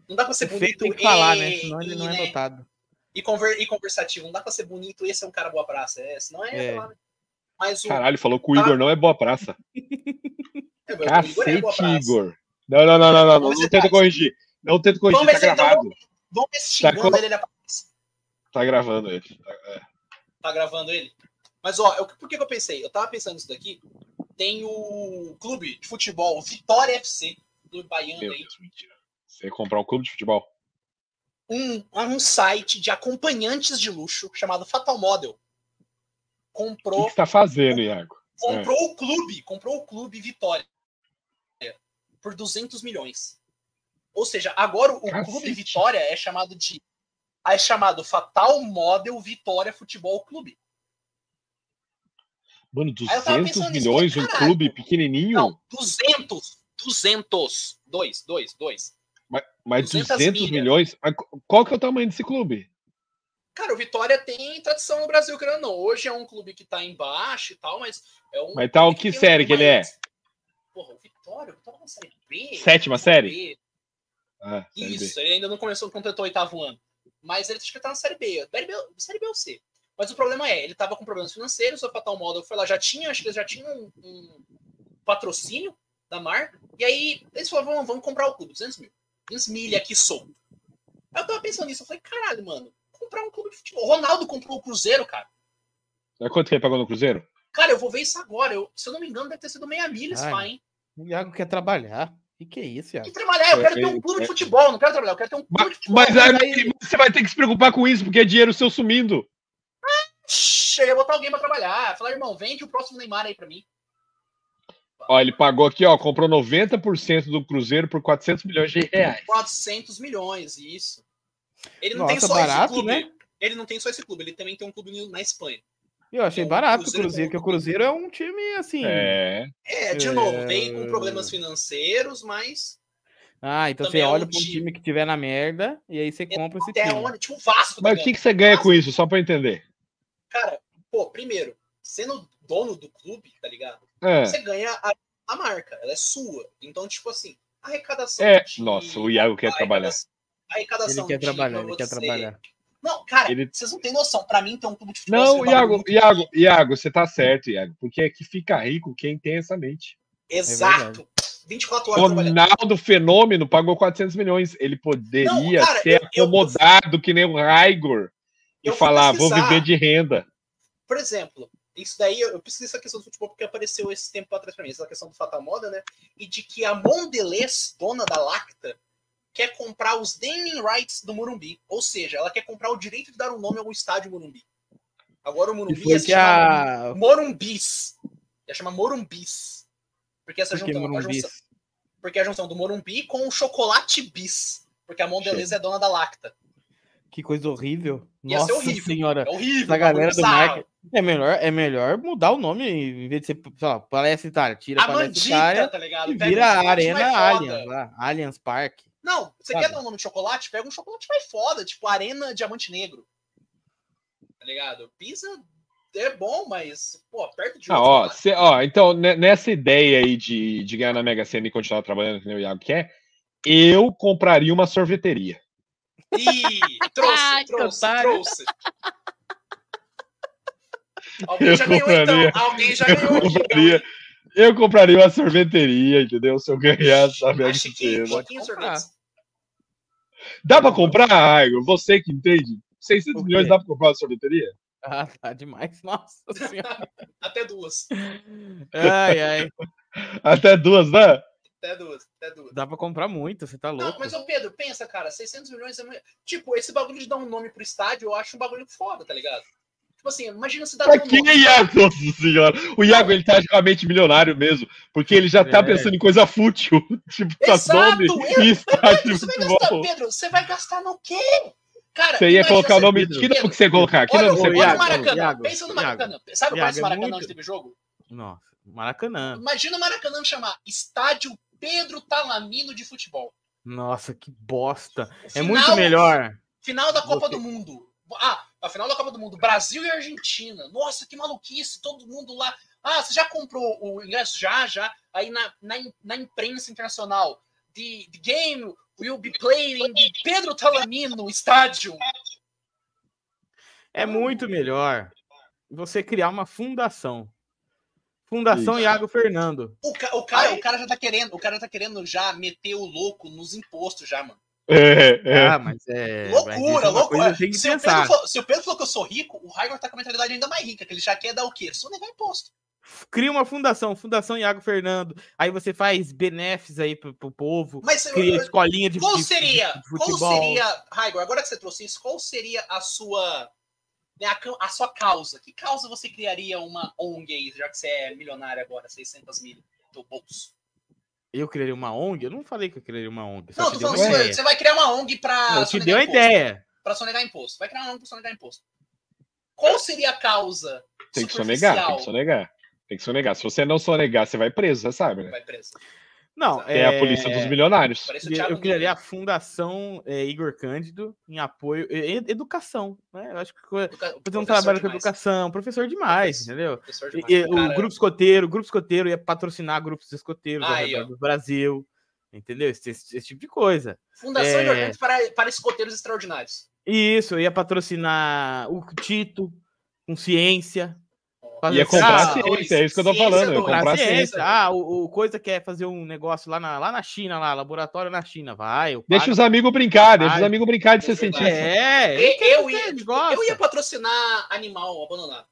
B: não dá pra ser
A: o feio
B: bonito
A: tem que falar, né?
B: e-
A: Senão ele
B: e,
A: não
B: né,
A: é notado.
B: e, conver- e conversativo. Não dá pra ser bonito e ser um cara boa praça. É, senão é.
A: É.
B: sei lá, né? Mas o.
C: Caralho, falou que o Igor não é boa praça.
B: é, Tá o Igor é boa
C: Cacete,
B: praça.
C: Igor. Não, não, não, não, não, não, não
B: Você
C: tenta
B: faz.
C: corrigir. Não tenta corrigir,
B: Vamos
C: tá
B: ver se ele tá
C: gravado.
B: Vamos ver se
C: Tá
B: xingando
C: com-
B: ele, ele aparece.
C: Tá gravando ele.
B: Tá gravando ele. Mas, ó, eu, por que, que eu pensei? Eu tava pensando nisso daqui. Tem o clube de futebol Vitória FC, do Baiano
C: Meu
B: aí,
C: Deus, mentira. Você ia comprar um clube de futebol?
B: um, um site de acompanhantes de luxo chamado Fatal Model.
C: O que
B: Comprou,
C: que você tá fazendo, Iago? É.
B: comprou o clube, comprou o clube Vitória por 200 milhões. Ou seja, agora o
C: Cacete.
B: clube Vitória é chamado de é chamado Fatal Model Vitória Futebol Clube.
C: Mano,
B: Aí eu tava
C: 200
B: pensando nisso,
C: milhões, um
B: falei, caralho.
C: clube pequenininho?
B: Não, 200, 200, 2, 2, 2.
C: mas
B: 200
C: 200
B: milha.
C: milhões? Mas qu- Qual que é o tamanho desse clube?
B: Cara, o Vitória tem tradição no Brasil, querendo ou não. Hoje é um clube que tá embaixo e tal, mas é um.
C: Mas tá o
B: é
C: que
B: tem
C: série
B: um-
C: que ele é?
B: Porra, o Vitória, o Vitória é uma série B.
C: Sétima série?
B: B.
C: Ah, série B.
B: Isso, ele ainda não começou, completou o oitavo ano. Mas ele acho que tá na série B. Série B, série B ou C. Mas o problema é, ele tava com problemas financeiros, o Fatal Model foi lá, já tinha, acho que eles já tinham um, um patrocínio da marca. E aí eles falaram, vamos, vamos comprar o clube, 200 mil. 200 milha aqui solto. Aí eu tava pensando nisso, eu falei, caralho, mano, comprar um clube de futebol. O Ronaldo comprou o Cruzeiro, cara.
C: Sabe quanto que ele pagou no Cruzeiro?
B: Cara, eu vou ver isso agora. Eu, se eu não me engano, deve ter sido meia milha esse
A: Ai,
B: pai, hein?
A: O Iago quer trabalhar. O que, que é isso, Iago?
B: E trabalhar, eu
C: é,
B: quero ter um
C: é,
B: clube de
C: é.
B: futebol, não quero trabalhar, eu quero ter um clube de
C: Mas,
B: futebol.
C: aí você vai ter que se preocupar com isso, porque é dinheiro seu sumindo.
B: Shhh, Eu ia botar alguém pra trabalhar. Falar, irmão, vende o próximo Neymar aí pra mim.
C: Ó, ele pagou aqui, ó, comprou 90% do Cruzeiro por 400 milhões de reais.
B: 400 milhões, isso. Ele não tem
A: Nossa,
B: só esse
A: barato,
B: clube.
A: né?
B: Ele não tem só esse clube, ele também tem um clube no- na Espanha.
A: Eu achei
B: Não, o
A: barato o
B: Cruzeiro é
A: Cruzeiro,
B: bom.
A: porque o Cruzeiro é um time assim.
C: É.
B: É, de
A: É.
B: novo, veio com problemas financeiros, mas
A: Ah, então
B: Também
A: você
B: é um
A: olha pra um
B: time. É,
A: time que tiver na merda e aí você compra esse
B: até
A: time.
B: onde? Tipo, o Vasco
C: é? Mas o
B: também.
C: que, que você ganha com isso, só pra eu entender?
B: Cara, pô, primeiro, sendo dono do clube, tá ligado?
C: É.
B: Você ganha a, a marca, ela é sua. Então, tipo assim, a arrecadação.
C: É,
B: de-
C: nossa, o Iago quer
B: a
C: trabalhar.
B: arrecadação- A arrecadação
A: Ele quer
B: de-
A: trabalhar,
B: pra
A: ele quer
B: você-
A: trabalhar.
B: Não, cara,
C: Ele-
B: vocês não têm noção. Pra mim, tem um clube de futebol.
C: Não,
B: seria um bagulho
C: Iago,
B: muito
C: Iago, Iago, você tá certo, Iago, porque é que fica rico quem tem essa mente.
B: Exato. 24 horas trabalhando.
C: Ronaldo Fenômeno pagou 400 milhões. Ele poderia
B: Não, cara,
C: ter
B: eu- eu-
C: acomodado que nem o Raigor e
B: Eu fui
C: falar, vou
B: pesquisar.
C: viver de renda.
B: Por exemplo, isso daí, eu eu pesquisei essa questão do futebol porque apareceu esse tempo atrás pra mim, essa questão do Fatal Moda, né? E de que a Mondelez, dona da Lacta, quer comprar os naming rights do Morumbi. Ou seja, ela quer comprar o direito de dar um nome ao estádio Morumbi. Agora o
A: E
B: Morumbi
A: foi
B: ia se
A: que
B: chamar
A: a.
B: Morumbis. Ia chamar Morumbis. Porque essa
A: Porque
B: junção, a
A: Morumbi.
B: junção- porque a junção do Morumbi com o chocolate bis. Porque a Mondelez é dona da Lacta.
A: Que coisa horrível.
B: Ia ser
A: Nossa
B: horrível.
A: senhora.
B: É horrível.
A: Essa galera do
B: bizarro.
A: marketing. É melhor, é melhor mudar o nome em vez de ser, sei lá, Palestra Itália. Tira
B: A
A: a Palestra
B: mandita,
A: Itália
B: tá ligado?
A: e
B: Pega
A: vira
B: um
A: a
B: chocolate mais
A: Arena
B: foda.
A: Allianz lá. Allianz Park.
B: Não, você
A: Sabe?
B: quer dar um nome de chocolate? Pega um chocolate mais foda, tipo Arena Diamante Negro. Tá ligado? Pisa é bom, mas, pô, perto de
C: Ah,
B: outro,
C: ó,
B: cara.
C: cê- ó, então, ne- nessa ideia aí de, de ganhar na Mega Sena e continuar trabalhando, que nem o Iago quer, eu compraria uma sorveteria.
B: Ih, trouxe,
A: Ai, que
B: trouxe,
A: otário.
B: trouxe. Alguém
C: Eu
B: já ganhou,
C: compraria.
B: então. Alguém já
C: Eu
B: ganhou. Então, aqui,
C: compraria. Eu compraria uma sorveteria, entendeu? Se eu ganhar essa
B: então. Ah,
C: Mega
B: Chiquinho,
C: Sena.
A: Pode
B: Chiquinho sorvete.
C: Dá pra comprar, Raigor? Você que entende. 600
A: O quê?
C: milhões dá pra comprar uma sorveteria?
A: Ah, tá demais. Nossa senhora.
B: Até duas.
A: Ai, ai.
C: Até duas, né?
B: Até duas, até duas.
A: Dá pra comprar muito, você tá
B: Não,
A: louco.
B: mas, ô Pedro, pensa, cara, 600 milhões é muito... Tipo, esse bagulho de dar um nome pro estádio, eu acho um bagulho foda, tá ligado? Tipo assim, imagina se dá
C: Pra
B: um
C: quem,
B: nome-
C: Iago? Nossa senhora. O Iago, ele tá realmente milionário mesmo, porque ele já tá
A: É.
C: pensando em coisa fútil. Tipo, tá
B: Exato,
C: nome
B: é.
C: e estádio de
B: Pedro, você vai gastar,
C: futebol.
B: Pedro, você vai gastar no quê? Cara,
C: Você ia
B: imagina
C: colocar o
B: é você-
C: nome.
A: Pedro.
C: Que nome que você ia colocar? é Que
B: Olha,
C: nome
B: o-
C: você ia
A: Iago,
B: olha o
A: Iago,
C: colocar?
B: Maracanã,
A: Iago,
B: pensa no
A: Iago.
B: Maracanã. Sabe o
A: Iago,
B: Parque
A: é
B: Maracanã
A: muito.
B: onde teve jogo?
A: Nossa, Maracanã.
B: Imagina o Maracanã chamar Estádio Pedro Talamino de Futebol.
A: Nossa, que bosta. É
B: Final-
A: muito melhor.
B: Final da Copa
A: Você.
B: do Mundo. Ah, a final da Copa do Mundo, Brasil e Argentina. Nossa, que maluquice, todo mundo lá. Ah, você já comprou o ingresso? Já, já. Aí na, na, im- na imprensa internacional. The, the game will be played in the Pedro Talamino Stadium.
A: É muito melhor você criar uma fundação. Fundação
C: Isso.
A: Iago Fernando.
B: O, ca- o cara, o cara já tá querendo, o cara tá querendo já meter o louco nos impostos já, mano.
C: É, é.
A: Ah, mas é. mas isso é
B: loucura,
A: uma coisa
B: loucura.
A: que Tem que
B: Se o, Pedro
A: pensar.
B: falou, se o Pedro falou que eu sou rico, o Raigor tá com a mentalidade ainda mais rica, que ele já quer dar o quê? Só negar imposto.
A: Cria uma fundação, Fundação Iago Fernando. Aí você faz benefícios aí pro, pro povo.
B: Mas
A: Cria escolinha de
B: Qual
A: de-
B: seria,
A: de futebol.
B: qual seria, Raigor, agora que você trouxe isso, qual seria a sua, né, a, ca- a sua causa? Que causa você criaria uma ONG aí, já que você é milionário agora, 600 mil do bolso?
A: Eu criaria uma ONG? Eu não falei que eu criaria uma ONG. Só te
B: Não, tô
A: dei
B: falando,
A: uma
B: você,
A: ideia.
B: você vai criar uma ONG pra
A: Eu te dei uma
B: imposto,
A: ideia.
B: Pra sonegar imposto. Vai criar uma ONG pra sonegar imposto. Qual seria a causa
C: Tem que sonegar, tem
B: superficial?
C: que sonegar. Tem que sonegar. Se você não sonegar, você vai preso, você sabe, né?
B: Vai preso.
A: Não,
B: Tem
C: Tem
A: é...
C: a polícia dos milionários.
B: Parece o Thiago
A: Eu criaria a
B: Nunes.
A: Fundação é, Igor Cândido em apoio. e- e- Educação, né? Eu acho que co-
B: Educa-
A: fazer um
B: professor
A: trabalho com
B: demais.
A: educação, professor demais,
B: Professor.
A: entendeu?
B: Professor
A: E-
B: demais.
A: e o
B: Cara,
A: grupo escoteiro, o grupo escoteiro ia patrocinar grupos de escoteiros ao
B: Aí,
A: redor
B: ó.
A: do Brasil, entendeu? Esse, esse- esse tipo de coisa.
B: Fundação
A: é-
B: de Orgânicos para, para escoteiros extraordinários.
A: E isso, ia patrocinar o Tito, com ciência. fazer-
C: Ia comprar
A: ah,
C: a ciência, é isso que eu tô
B: Ciência
C: falando. Ia
B: dois.
A: comprar
C: comprar
A: ciência.
C: ciência.
A: Ah, o, o Coisa quer fazer um negócio lá na, lá na China, lá, laboratório na China. Vai, eu
C: Deixa
A: pago.
C: os amigos brincar, deixa os
A: Vai.
C: amigos brincar de assim. ser
B: Verdade.
C: cientista.
A: É,
B: Eu,
A: ele quer
B: eu
A: fazer,
B: ia,
A: ele
B: tipo,
A: gosta.
B: eu ia patrocinar animal abandonado.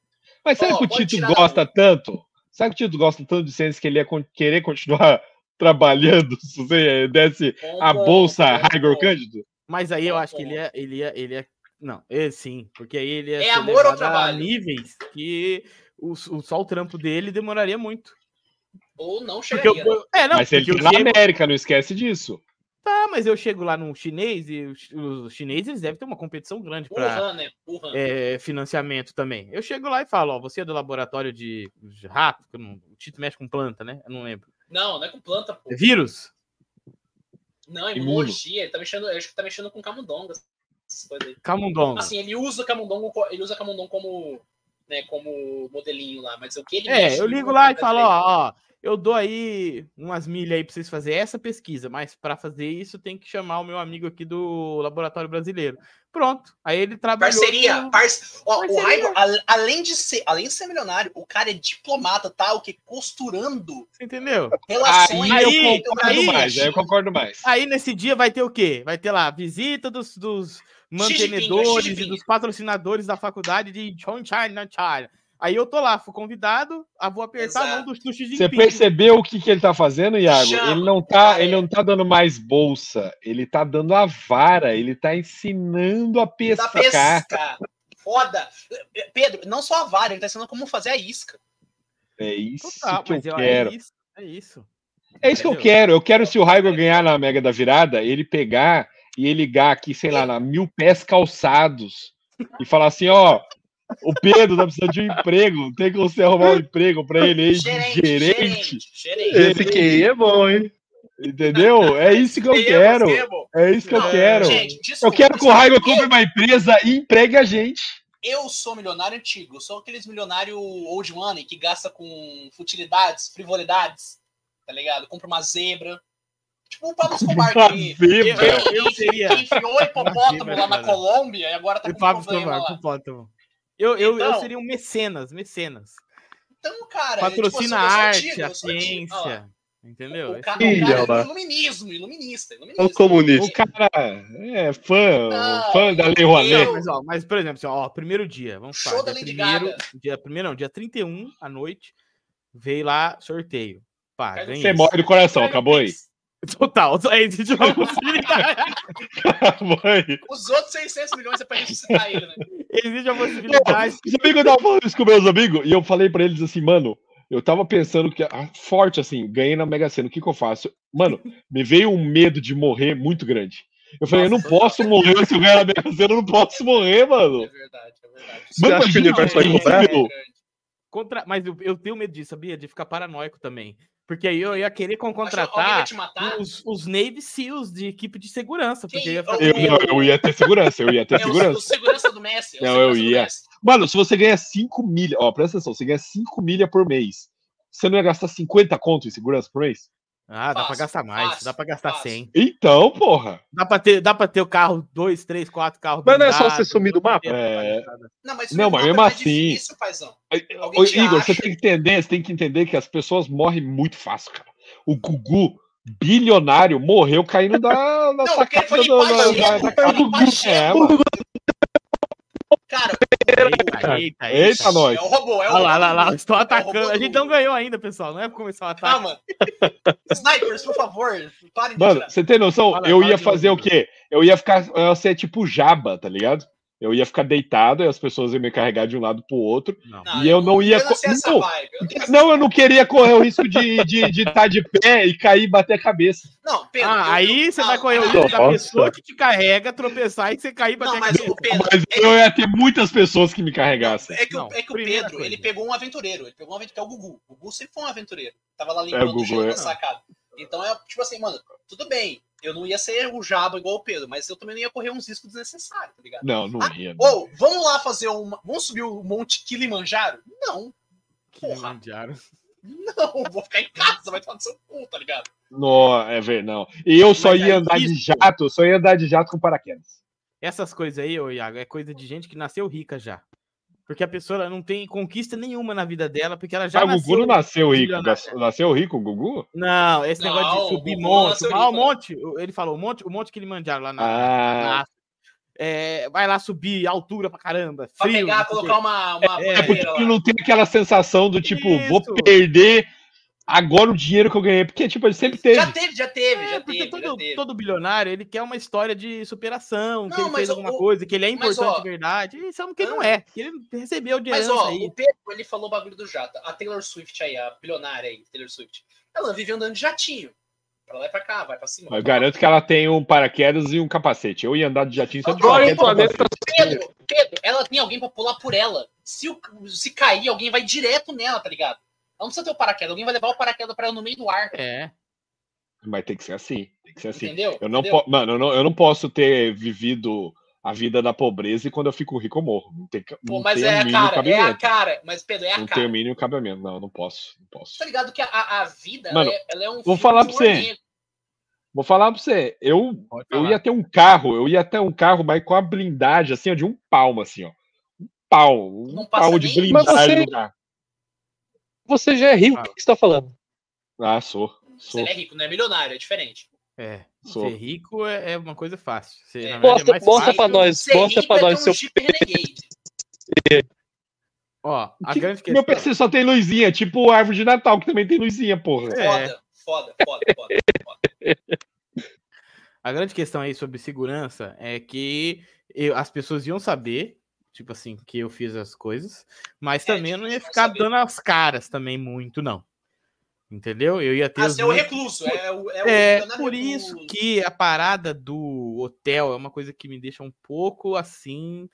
C: Mas sabe
B: Ó,
C: que o
B: pode
C: Tito
B: tirar da
A: um.
C: gosta tanto? Sabe que o Tito gosta tanto de ciência que ele ia con- querer continuar trabalhando se você desse
B: Bom,
C: a
B: bom,
C: bolsa
B: bom,
C: Raigor
B: bom.
C: Cândido?
A: Mas aí eu
B: Bom,
A: acho que ele ia, ele ia, ele ia, não, ele sim, porque aí ele ia
B: É
A: ser
B: amor ao
A: levado a
B: trabalho.
A: níveis que o, o- só o trampo dele demoraria muito.
B: Ou não
A: Porque
B: chegaria.
A: eu,
B: né?
A: é, não,
C: Mas se ele
A: porque
C: tá
A: eu
C: na
A: chego,
C: América, não esquece disso.
A: tá, mas eu chego lá num chinês e os, os chineses eles devem ter uma competição grande para
B: Wuhan, né? Wuhan.
A: É. financiamento também. Eu chego lá e falo, ó, você é do laboratório de, de rato, que eu não- o Tito mexe com planta, né? Eu não lembro.
B: Não, não é com planta, pô.
A: É vírus?
B: Não,
C: Imuno.
B: imunologia. Ele tá mexendo, eu acho que tá mexendo com camundonga. essas coisas aí.
A: Camundongo.
B: Assim, ele usa camundongo, co- ele usa camundongo como, né, como modelinho lá, mas o que ele
A: É,
B: mexe
A: eu
B: no
A: ligo
B: mundo
A: lá e
B: tá
A: falo,
B: direito.
A: ó, ó, eu dou aí umas milhas aí pra vocês fazer essa pesquisa, mas pra fazer isso tem que chamar o meu amigo aqui do Laboratório Brasileiro. Pronto. Aí ele trabalhou.
B: Parceria,
A: no-
B: parce... Ó,
A: Parceria.
B: o Raigor, al- além de ser, além de ser milionário, o cara é diplomata, tá? O que costurando
A: Você entendeu?
B: relações.
A: Aí-
B: com
A: aí-
C: Concordo
B: o mercado
A: aí-
C: mais, aí eu
B: chinês.
C: concordo mais.
A: Aí nesse dia vai ter o quê? Vai ter lá a visita dos, dos
B: Jinping, é
A: mantenedores
B: Xi Jinping.
A: e dos patrocinadores da faculdade de Chongqing, na China. Aí eu tô lá, fui convidado, ah, vou apertar a mão do, do Xi
C: Você
A: Jinping.
C: percebeu o que, que ele tá fazendo, Iago?
B: Chama,
C: ele não tá,
B: cara.
C: ele não tá dando mais bolsa, ele tá dando a vara, ele tá ensinando a
B: da
C: pescar.
B: pesca. Foda. Pedro, não só a vara, ele tá ensinando como fazer a isca.
C: É isso
A: Então tá,
C: que eu
A: mas eu-
C: quero.
A: É isso. É isso.
C: É isso que eu
A: Entendeu?
C: quero. Eu quero, se o Raigo ganhar na Mega da Virada, ele pegar e ele ligar aqui, sei lá, na mil pés calçados e falar assim: ó, o Pedro tá precisando de um emprego, tem como você arrumar um emprego pra ele aí, de gerente.
B: gerente. gerente.
E: Esse QI é bom, hein?
C: Entendeu? É isso que eu quero. É isso que eu
A: Não,
C: quero.
B: Gente,
C: Eu
B: desculpa,
C: quero que o
B: desculpa.
C: Raigo compre uma empresa e empregue a gente.
B: Eu sou milionário antigo, eu sou aqueles milionário old money que gasta com futilidades, frivolidades, tá ligado? Compra uma zebra. Tipo o Pablo Escobar
C: Uma
B: que,
A: Eu,
C: zebra.
A: eu, eu seria.
B: que enfiou hipopótamo
A: Zebra,
B: lá na
A: cara.
B: Colômbia e agora tá
A: E
B: com
A: Pablo
B: problema
A: Escobar,
B: lá.
A: hipopótamo. Eu, eu, eu
B: Então-
A: seria um mecenas, mecenas.
B: Então, cara,
A: Patrocina
B: eu
A: a
B: sou
A: arte,
B: antigo,
A: a
B: eu sou antigo. Olha lá.
A: ciência. Entendeu? tipo
B: O cara,
E: Ih,
B: o cara
E: olha lá.
B: é iluminismo, iluminista, iluminista.
E: Olha o comunista.
C: O cara é fã,
B: Não,
C: fã da Lei Rouanet.
B: eu-
A: Não, mas, ó, mas, por exemplo, assim, ó, primeiro dia, vamos
B: Show
A: falar.
B: da
A: dia
B: Lady
A: primeiro,
B: Gaga.
A: Dia, primeiro não, dia 31 à noite, veio lá sorteio. Pá,
B: Cara,
A: ganhei.
C: Você morre do coração, acabou aí.
A: Total, só existe uma possibilidade.
C: Acabou aí.
B: Os outros 600 milhões é pra ressuscitar ele, né?
A: Existe uma possibilidade.
C: Os amigos estavam falando isso com meus amigos, e eu falei pra eles assim, mano, eu tava pensando que, ah, forte assim, ganhei na Mega Sena, o que que eu faço? Mano, me veio um medo de morrer muito grande. Eu falei, eu não posso morrer se eu ganhar na Mega Sena, eu não posso morrer,
B: É
C: mano.
B: verdade, é verdade.
E: Você acha que
C: imagina,
E: o universo vai
C: é
E: comprar?
C: incrível.
A: Contra... Mas eu, eu tenho medo disso, sabia? De ficar paranoico também. Porque aí eu ia querer con-
B: Alguém vai
A: contratar
B: te matar?
A: os, os Navy SEALs de equipe de segurança. Porque
B: Sim,
A: eu ia
B: eu-
A: fazer... um
C: Eu, não, eu ia ter segurança, eu
A: Tá
C: ia ter
B: É o, o
C: segurança.
B: segurança do Messi. é o
C: Não,
B: segurança
C: eu
B: do
C: ia.
B: Messi.
C: Mano, se você ganha 5 milha, ó, presta atenção, você ganha 5 milha por mês. Você não ia gastar 50 conto em segurança por mês?
A: Ah, dá pra
B: Fácil,
A: gastar mais,
B: fácil,
A: dá pra gastar
B: fácil.
A: 100.
C: Então, porra.
A: Dá pra, ter, dá pra ter o carro, dois, três, quatro carros.
E: Mas não é só
A: blindados,
E: você sumir do
A: dá pra
E: mapa?
A: ter a
C: É.
A: palhaçada.
B: Não, mas,
C: Não, mas
B: Fernando,
C: mesmo
B: é
C: assim-
B: difícil, paizão. Alguém
C: Ô,
B: te
C: Igor,
B: acha.
C: você tem que entender, você tem que entender que as pessoas morrem muito fácil, cara. O Gugu, bilionário, morreu caindo da, da
B: Não, porque ele foi de
C: do- da-
B: Pacheco,
C: da- da
B: foi de
C: casa do Gugu. É,
B: Pacheco.
C: mano.
B: Cara,
A: Eita, eita,
C: Eita,
A: eita.
C: nós.
B: é o robô, é o
A: Olha lá,
B: robô.
A: lá, lá, estão atacando.
B: robô
A: A
B: do-
A: gente não ganhou ainda, pessoal. Não é pra começar o ataque.
B: Calma. Tá, Snipers, por favor, parem de
C: Mano,
B: tirar.
C: você tem noção?
A: Fala,
C: eu
A: fala
C: ia
A: de
C: fazer o
A: novo.
C: quê? Eu ia ficar, eu ia ser tipo jaba, tá ligado? Eu ia ficar deitado e as pessoas iam me carregar de um lado pro outro. e eu não ia
B: Eu
C: co-
B: sei essa
C: Não.
B: vibe. eu não sei-
C: Não, eu não queria correr o risco de estar de, de, tá de pé e cair e bater a cabeça.
B: Não, Pedro. eu-
A: Ah, aí você
B: não,
A: vai correr o
B: não,
A: risco da
E: Nossa.
A: pessoa que te carrega tropeçar e você cair pra
B: Não,
A: ter
B: mas o Pedro.
C: Mas eu ia ter muitas pessoas que me carregassem.
B: É que, o-
A: Não,
B: é que o
A: primeira
B: Pedro,
A: coisa.
B: ele pegou um aventureiro. Ele pegou um aventureiro, que é o Gugu. O Gugu sempre foi um aventureiro. Tava lá limpando
C: o Gugu,
B: o gelo
C: é.
B: na sacada. Então é tipo assim, mano, tudo bem. Eu não ia ser o jabo igual o Pedro, mas eu também não ia correr uns riscos desnecessários, tá ligado?
C: Não, não
A: Ah,
C: ia. não.
B: Ou, vamos lá fazer uma. Vamos subir o Monte Kilimanjaro? Não, porra. não, vou ficar em casa, vai tomar no seu cu, tá ligado?
C: Não, é ver, não. E eu só
A: Mas
C: ia
A: é
C: andar de
A: isso.
C: jato, eu só ia andar de jato com paraquedas.
A: Essas coisas aí, ô Iago, é coisa de gente que nasceu rica já. Porque a pessoa ela não tem conquista nenhuma na vida dela, porque ela já um
C: Mas o Gugu não nasceu rico.
A: milionário.
C: nas- Nasceu rico o Gugu?
A: Não, esse
B: Não,
A: negócio
B: o
A: de subir
B: Gugu
A: monte, ah,
B: nasceu
A: o
B: rico, né?
A: monte, o- ele falou, o monte, o monte que ele mandaram lá na, na
C: Ah,
A: África. É, vai lá subir, altura pra caramba,
B: Pra
A: frio. não
B: pegar,
A: sei o quê.
B: colocar uma, uma
A: É,
C: é porque
B: bandeira lá.
C: ele não tem aquela sensação do tipo, vou
A: Isso.
C: perder agora o dinheiro que eu ganhei. Porque, tipo, ele sempre teve.
B: Já teve, já teve,
A: É,
B: um já
A: porque
B: teve.
A: todo,
B: já teve.
A: todo bilionário ele quer uma história de superação,
B: Não,
A: que ele
B: mas
A: fez
B: o-
A: alguma coisa, que ele é
B: mas,
A: importante
B: ó,
A: de verdade. Isso é um que ele não
B: ah.
A: é. que Ele recebeu de
B: Mas,
A: herança
B: ó,
A: aí.
B: o Pedro, ele falou o bagulho do jato. A Taylor Swift aí, a bilionária aí, Taylor Swift, ela vive andando de jatinho. Pra lá e pra cá, vai pra cima.
C: Eu garanto que ela tem um paraquedas e um capacete. Eu ia andar de jatinho só de
E: Dói o
C: paraquedas.
A: tá
C: e
E: planeta.
C: capacete.
B: Pedro, Pedro, ela tem alguém pra pular por ela. Se, o- se cair, alguém vai direto nela, tá ligado? Ela não precisa ter o paraquedas. Alguém vai levar o paraquedas pra ela no meio do ar,
A: É.
C: Mas tem que ser assim. Tem que ser assim.
B: entendeu?
C: Eu não,
B: Entendeu?
C: po- mano, eu, não, eu não posso ter vivido a vida da pobreza e quando eu fico rico eu morro. Não tem, ca-
B: Pô,
C: não
B: mas
C: tem
B: é
C: o
B: a
C: mínimo
B: cara, é a
C: cabimento.
B: cara. Mas, Pedro, é a
C: Não tem
B: cara.
C: o mínimo cabimento. Não, não posso. Não posso.
B: Tá ligado que a, a- a vida,
C: Mano,
B: ela, é, ela é um
C: vou
B: filme
C: falar
B: de
C: pra você.
B: ordenho.
C: Vou falar pra você. Eu,
A: Pode
C: eu
A: falar.
C: ia ter um carro. Eu ia ter um carro, mas com a blindagem, assim, ó, de um palmo, assim, ó. Um palmo. Um
B: Não passa
C: pau de
B: nem-
E: Mas
C: blindagem
E: você-
C: no carro.
E: Você já é rico, o que você
C: tá
E: está falando?
C: Ah, sou.
B: Você
C: Sou.
B: não é rico, não é milionário, é diferente.
A: É.
C: Sou.
A: Ser rico é, é uma coisa fácil. Ser, na
B: É.
A: verdade, é
E: Mostra-
A: mais
E: mostra
A: fácil.
E: pra nós,
B: Ser
E: mostra
B: rico
E: pra
B: é ter
E: nós, seu
B: Jeep Renegade.
A: Ó, a
C: Que-
A: grande questão.
C: Meu PC só tem luzinha, tipo árvore de Natal, que também tem luzinha, porra.
A: É.
B: Foda, foda, foda, foda. Ah, foda.
A: A grande questão aí sobre segurança é que eu- as pessoas iam saber, tipo assim, que eu fiz as coisas, mas
B: É,
A: também eu
B: tipo,
A: não ia
B: eles vão
A: ficar
B: saber.
A: dando as caras também muito, não. Entendeu? Eu ia ter.
B: Ah,
A: os
B: você é o
A: meus-
B: recluso. É, o- é, o-
A: É,
B: não
A: por
B: recluso.
A: isso que a parada do hotel é uma coisa que me deixa um pouco assim.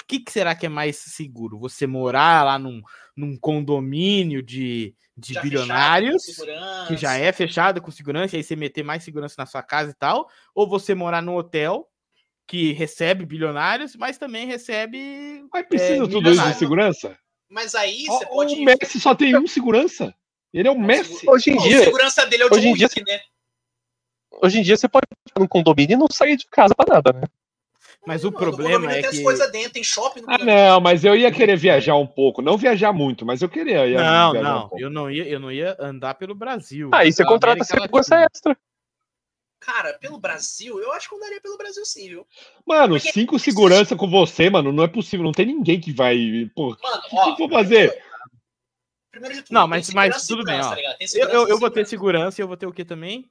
A: O que, que será que é mais seguro? Você morar lá num, num condomínio de, de
B: Já assim,
A: bilionários,
B: fechado, segurança.
A: que já é fechado com segurança, e aí você meter mais segurança na sua casa e tal, ou você morar num hotel que recebe bilionários, mas também recebe.
C: Mas precisa
A: É,
C: tudo isso de
B: milionário.
C: segurança?
B: Mas aí
C: Ó,
B: você pode.
C: O Messi só tem um segurança. Ele é o Messi.
E: Hoje em
B: Bom,
E: dia,
B: a segurança dele é o
E: hoje
B: John
E: em dia-
B: Wick, né?
E: hoje em dia você pode ficar num condomínio e não sair de casa pra nada, né?
A: Mas o
B: Mano,
A: problema
B: condomínio
A: é
B: tem as
A: que.
B: coisas dentro, tem shopping no
C: Ah,
B: condomínio.
C: não, mas eu ia querer viajar um pouco. Não viajar muito, mas eu queria. ia
A: Não,
C: viajar um
A: não,
C: pouco.
A: eu não ia, eu não ia andar pelo Brasil.
C: Ah,
E: Aí você
A: pela
E: contrata
A: Ah, América é
E: segurança
A: Latina.
E: extra.
B: Cara, pelo Brasil, eu acho que eu andaria pelo Brasil sim, viu?
C: Mano,
B: Porque-
C: cinco segurança com você, mano, não é possível. Não tem ninguém que vai. Pô,
B: Mano,
C: que
B: ó.
C: eu vou fazer?
B: Primeiro de tudo.
A: Não,
B: tem
A: mas-
B: segurança,
A: mas tudo
B: segurança,
A: bem, ó.
B: tá ligado? Tem
A: Eu,
B: segurança,
A: eu, eu vou ter
B: segurança.
A: segurança e eu vou ter o que também?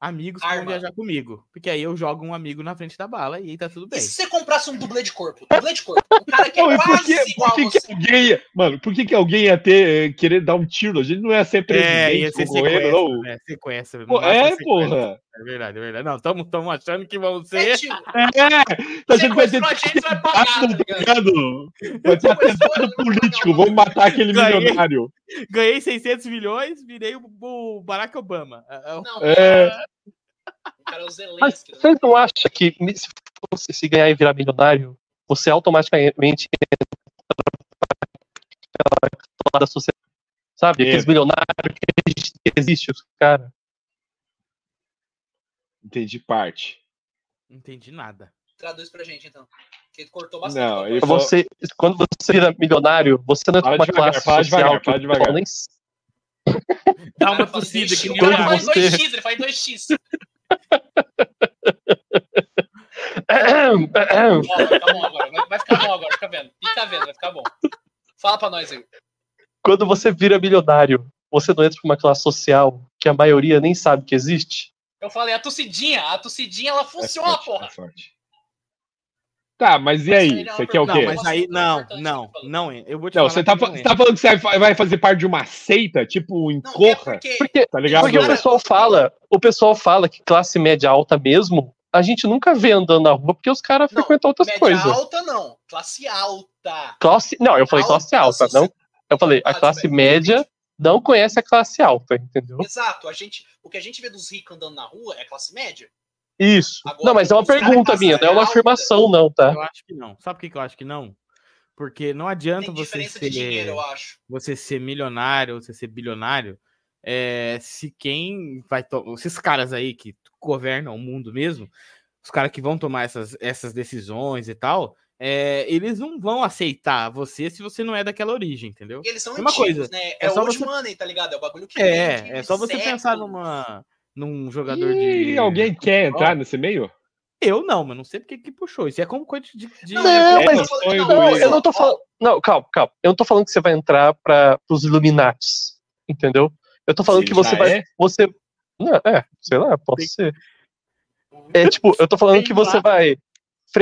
A: Amigos que vão
B: Arma.
A: viajar comigo. Porque aí eu jogo um amigo na frente da bala e aí tá tudo
B: E
A: bem.
B: se você comprasse um dublê de corpo? Dublê de corpo. Um cara que é
C: Não, e por
B: quase
C: que,
B: igual
C: por
B: a
C: que,
B: você.
C: que alguém ia. Mano, por que, que alguém ia ter, eh, querer dar um tiro? A gente não ia ser
A: É,
C: presidente,
A: ia ser
C: governo,
A: sequência,
C: não.
A: né? Sequência. no
C: Pô,
A: máximo
C: é,
A: sequência.
C: porra.
A: É verdade, é verdade. Não, estamos tamo achando que vão
B: É,
A: ser.
B: tipo,
C: É, tá
B: você
C: achando que vai ter
B: sequestrou a gente, você vai pagar, tá
C: atentado,
B: ligado?
C: tá ligado? Vai ter
B: Sequestrou,
C: atentado político. Vamos matar aquele
A: Ganhei.
C: milionário.
A: Ganhei 600 milhões, virei o, o Barack Obama. Ah, ah,
B: Não,
E: É.
B: cara, o cara é o
E: Mas
B: Zelensky. né?
E: vocês não acham que me- se você se ganhar e virar milionário, você automaticamente entra pra aquela da sociedade? Sabe? Aqueles milionários que existe- que existe, os cara.
C: Entendi parte.
A: Não entendi nada.
B: Traduz pra gente, então. Porque ele cortou bastante.
C: Não,
B: Então,
C: ele
B: cortou.
C: falou-
E: Você, quando você vira milionário, você não é
C: Fala
E: uma
C: devagar,
E: classe
C: fala
E: social
C: devagar,
E: que
C: fala
E: o pessoal
C: devagar.
E: nem s-
A: Dá uma
B: Cara, fala
A: tossida
B: assim,
A: que nem
B: o
E: Quando
B: cara faz
E: você-
B: 2x, ele faz Tá 2x.
E: Ahem, ahem.
B: Ó, vai ficar bom agora. Vai, vai ficar bom agora, fica vendo. Fica vendo, vai ficar bom. Fala pra nós aí.
E: Quando você vira milionário, você não entra pra uma classe social que a maioria nem sabe que existe?
B: Eu falei, a tossidinha, a tossidinha, ela funciona,
C: forte,
B: porra.
C: é forte. Tá, mas e aí?
B: Essa
C: Você
B: é a
C: quer o
A: Não,
C: quê?
B: melhor
A: mas aí.
B: Nossa,
A: Não,
B: importante
A: não,
B: que falou.
A: não. é. Eu vou te falar
C: Não, você
A: que
C: tá,
A: não
C: fa-
A: é.
C: você tá falando que você vai vai fazer parte de uma seita, tipo em
B: Não, é
C: Corra,
B: porque
E: Porque,
C: tá ligado?
E: porque o
B: Cara,
E: pessoal fala, o pessoal fala que classe média alta mesmo, a gente nunca vê andando na rua porque os caras
B: Não,
E: frequentam outras
B: média
E: coisas.
B: alta não, classe alta.
E: Classe, não, eu falei
B: Alta,
E: classe alta,
B: classe- Ah,
E: não. Eu falei, a
B: classe
E: classe
B: média.
E: média não conhece a classe alta, entendeu?
B: Exato, a gente, o que a gente vê dos ricos andando na rua é classe média.
E: Isso.
B: Agora,
E: Não, mas é uma
B: os caras
E: pergunta
B: passam
E: minha, não é uma
B: alta.
E: afirmação, não, tá?
A: Eu acho que não. Sabe por que que eu acho que não? Porque não adianta
B: Tem
A: você
B: diferença de dinheiro,
A: ser,
B: eu acho.
A: você ser milionário, você ser bilionário, é, se quem vai tomar. Esses caras aí que governam o mundo mesmo, os caras que vão tomar essas, essas decisões e tal, é, eles não vão aceitar você se você não é daquela origem, entendeu?
B: E eles são
A: Uma
B: antigos,
A: coisa,
B: né? É,
A: é
B: o
A: só
B: old
A: você-
B: money, tá ligado? É o bagulho que vem de
A: É, é só você
B: século.
A: pensar numa, num jogador
C: E
A: de.
C: alguém quer entrar nesse meio?
A: Eu não, mas não sei porque que puxou. Isso é como coisa de. de-
B: Não,
E: Não,
B: é,
E: mas-
B: eu falei-
C: Não,
E: Não,
C: Pois é.
E: eu não tô falando. Não, calma, calma. Eu não tô falando que você vai entrar para os Illuminates, entendeu? Eu tô falando
C: Sim,
E: que você
C: já
E: vai.
C: é.
E: Você. Não, é, sei lá, pode ser. É tipo, eu tô falando
A: Sei
E: que você
A: lá.
E: vai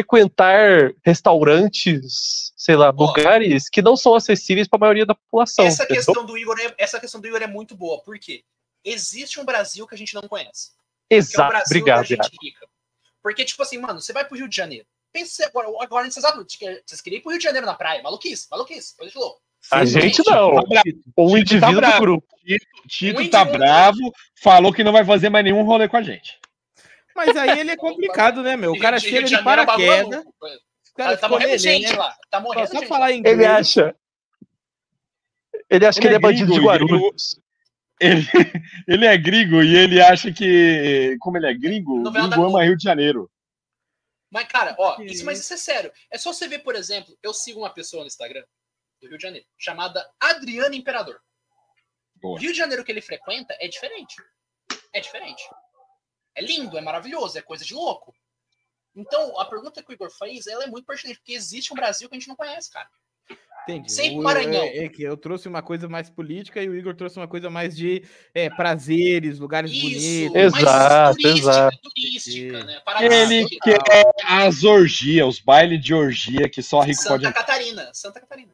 E: frequentar restaurantes, sei lá, lugares que não são acessíveis para a maioria da população.
B: Essa
E: entendeu?
B: questão, do Igor é, essa questão do Igor é muito boa, por quê? Existe um Brasil que a gente não conhece. que é o
E: Exato,
B: Brasil da
E: obrigado,
B: gente
E: Iago.
B: rica. Porque, tipo assim, mano, você vai pro Rio de Janeiro. Pensa agora, agora vocês, sabem, é, vocês queriam ir pro Rio de Janeiro na praia. Maluquice, maluquice, coisa de louco.
E: A
B: Sim,
E: gente
B: gente,
E: não, um
C: Tito tá
E: indivíduo do
C: bravo.
E: grupo.
C: Tito
B: Muito
C: tá
B: bom.
C: bravo, falou que não vai fazer mais nenhum rolê com a gente.
A: Mas aí ele é complicado, né, meu? O cara
B: Rio
A: chega de
B: Janeiro é um bagulho
A: paraquedas.
B: maluco, velho.
A: O cara
B: tá, tá
A: ficou
B: morrendo
A: neném,
B: gente
A: né?
B: lá. Tá morrendo
A: Só
B: gente.
A: falar inglês.
E: Ele acha. Ele acha que
C: Ele é
E: ele é bandido de
C: gringo, ele-
E: Guarulhos.
C: Ele, ele é gringo e ele acha que. Como ele é gringo,
B: Novela da
C: gringo ama
B: Globo.
C: Rio de Janeiro.
B: Mas, cara, ó, isso, mas isso é sério. É só você ver, por exemplo, eu sigo uma pessoa no Instagram do Rio de Janeiro, chamada Adriano Imperador.
C: Boa.
B: O Rio de Janeiro que ele frequenta é diferente. É diferente. É lindo, é maravilhoso, é coisa de louco. Então, a pergunta que o Igor fez, ela é muito pertinente, porque existe um Brasil que a gente não conhece, cara.
A: Entendi.
B: Sem
A: O-
B: Maranhão.
A: É, é que eu trouxe uma coisa mais política e o Igor trouxe uma coisa mais de é, prazeres, lugares
B: Isso,
A: bonitos.
E: mas- Exato,
B: turística,
E: exato.
B: turística, né?
C: Ele
B: Paradisíaca.
C: quer as orgias, os bailes de orgia que só rico pode
B: Santa
C: entrar,
B: Catarina, Santa Catarina.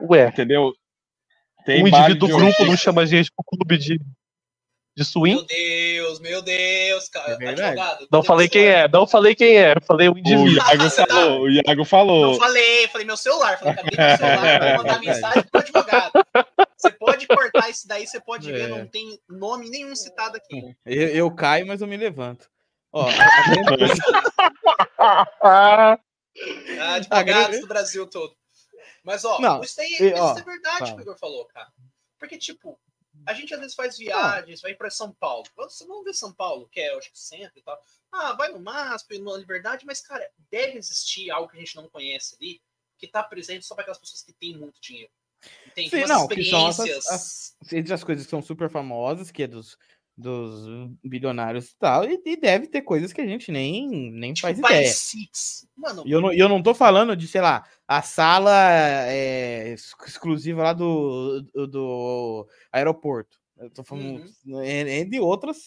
E: Ué,
C: entendeu?
E: um
C: baile
E: indivíduo do
C: de
E: grupo
C: orgia.
E: não chama a gente pro clube de, de swing.
B: Meu Deus, meu Deus, cara. tá
A: É verdade.
B: Advogado,
E: Não falei quem é, não falei quem é, falei o
C: O
E: indivíduo.
C: Iago falou, o Iago falou.
B: Ah, tá, Não falei, falei meu celular. Falei, acabei meu celular, vou mandar mensagem pro advogado. Você pode cortar isso daí, você pode ver,
A: É. Hum.
B: não tem nome nenhum citado aqui.
A: Eu, eu caio, mas eu me levanto. Ó, a grande coisa-
E: Ah,
B: Advogados
A: grande-
B: do Brasil todo. Mas, ó,
A: Não,
B: isso, daí,
A: e,
B: isso
A: ó,
B: é verdade que
A: fala.
B: o Igor falou, cara. Porque, tipo, a gente às vezes faz viagens, vai pra São Paulo. Você não vê São Paulo, que é, eu acho que centro e tal. Ah, vai no MASP, na Liberdade, mas, cara, deve existir algo que a gente não conhece ali, que tá presente só pra aquelas pessoas que têm muito dinheiro. Tem
A: Sim,
B: umas
A: não, que são essas-
B: experiências...
A: entre as coisas que são super famosas, que é dos, dos bilionários e tal, e, e deve ter coisas que a gente nem, nem faz
B: Tipo, Paris
A: ideia.
B: Six. Mano,
A: E eu não, e eu não tô falando de, sei lá, a sala é, ex- exclusiva lá do, do, do aeroporto. Eu tô falando é, é de outras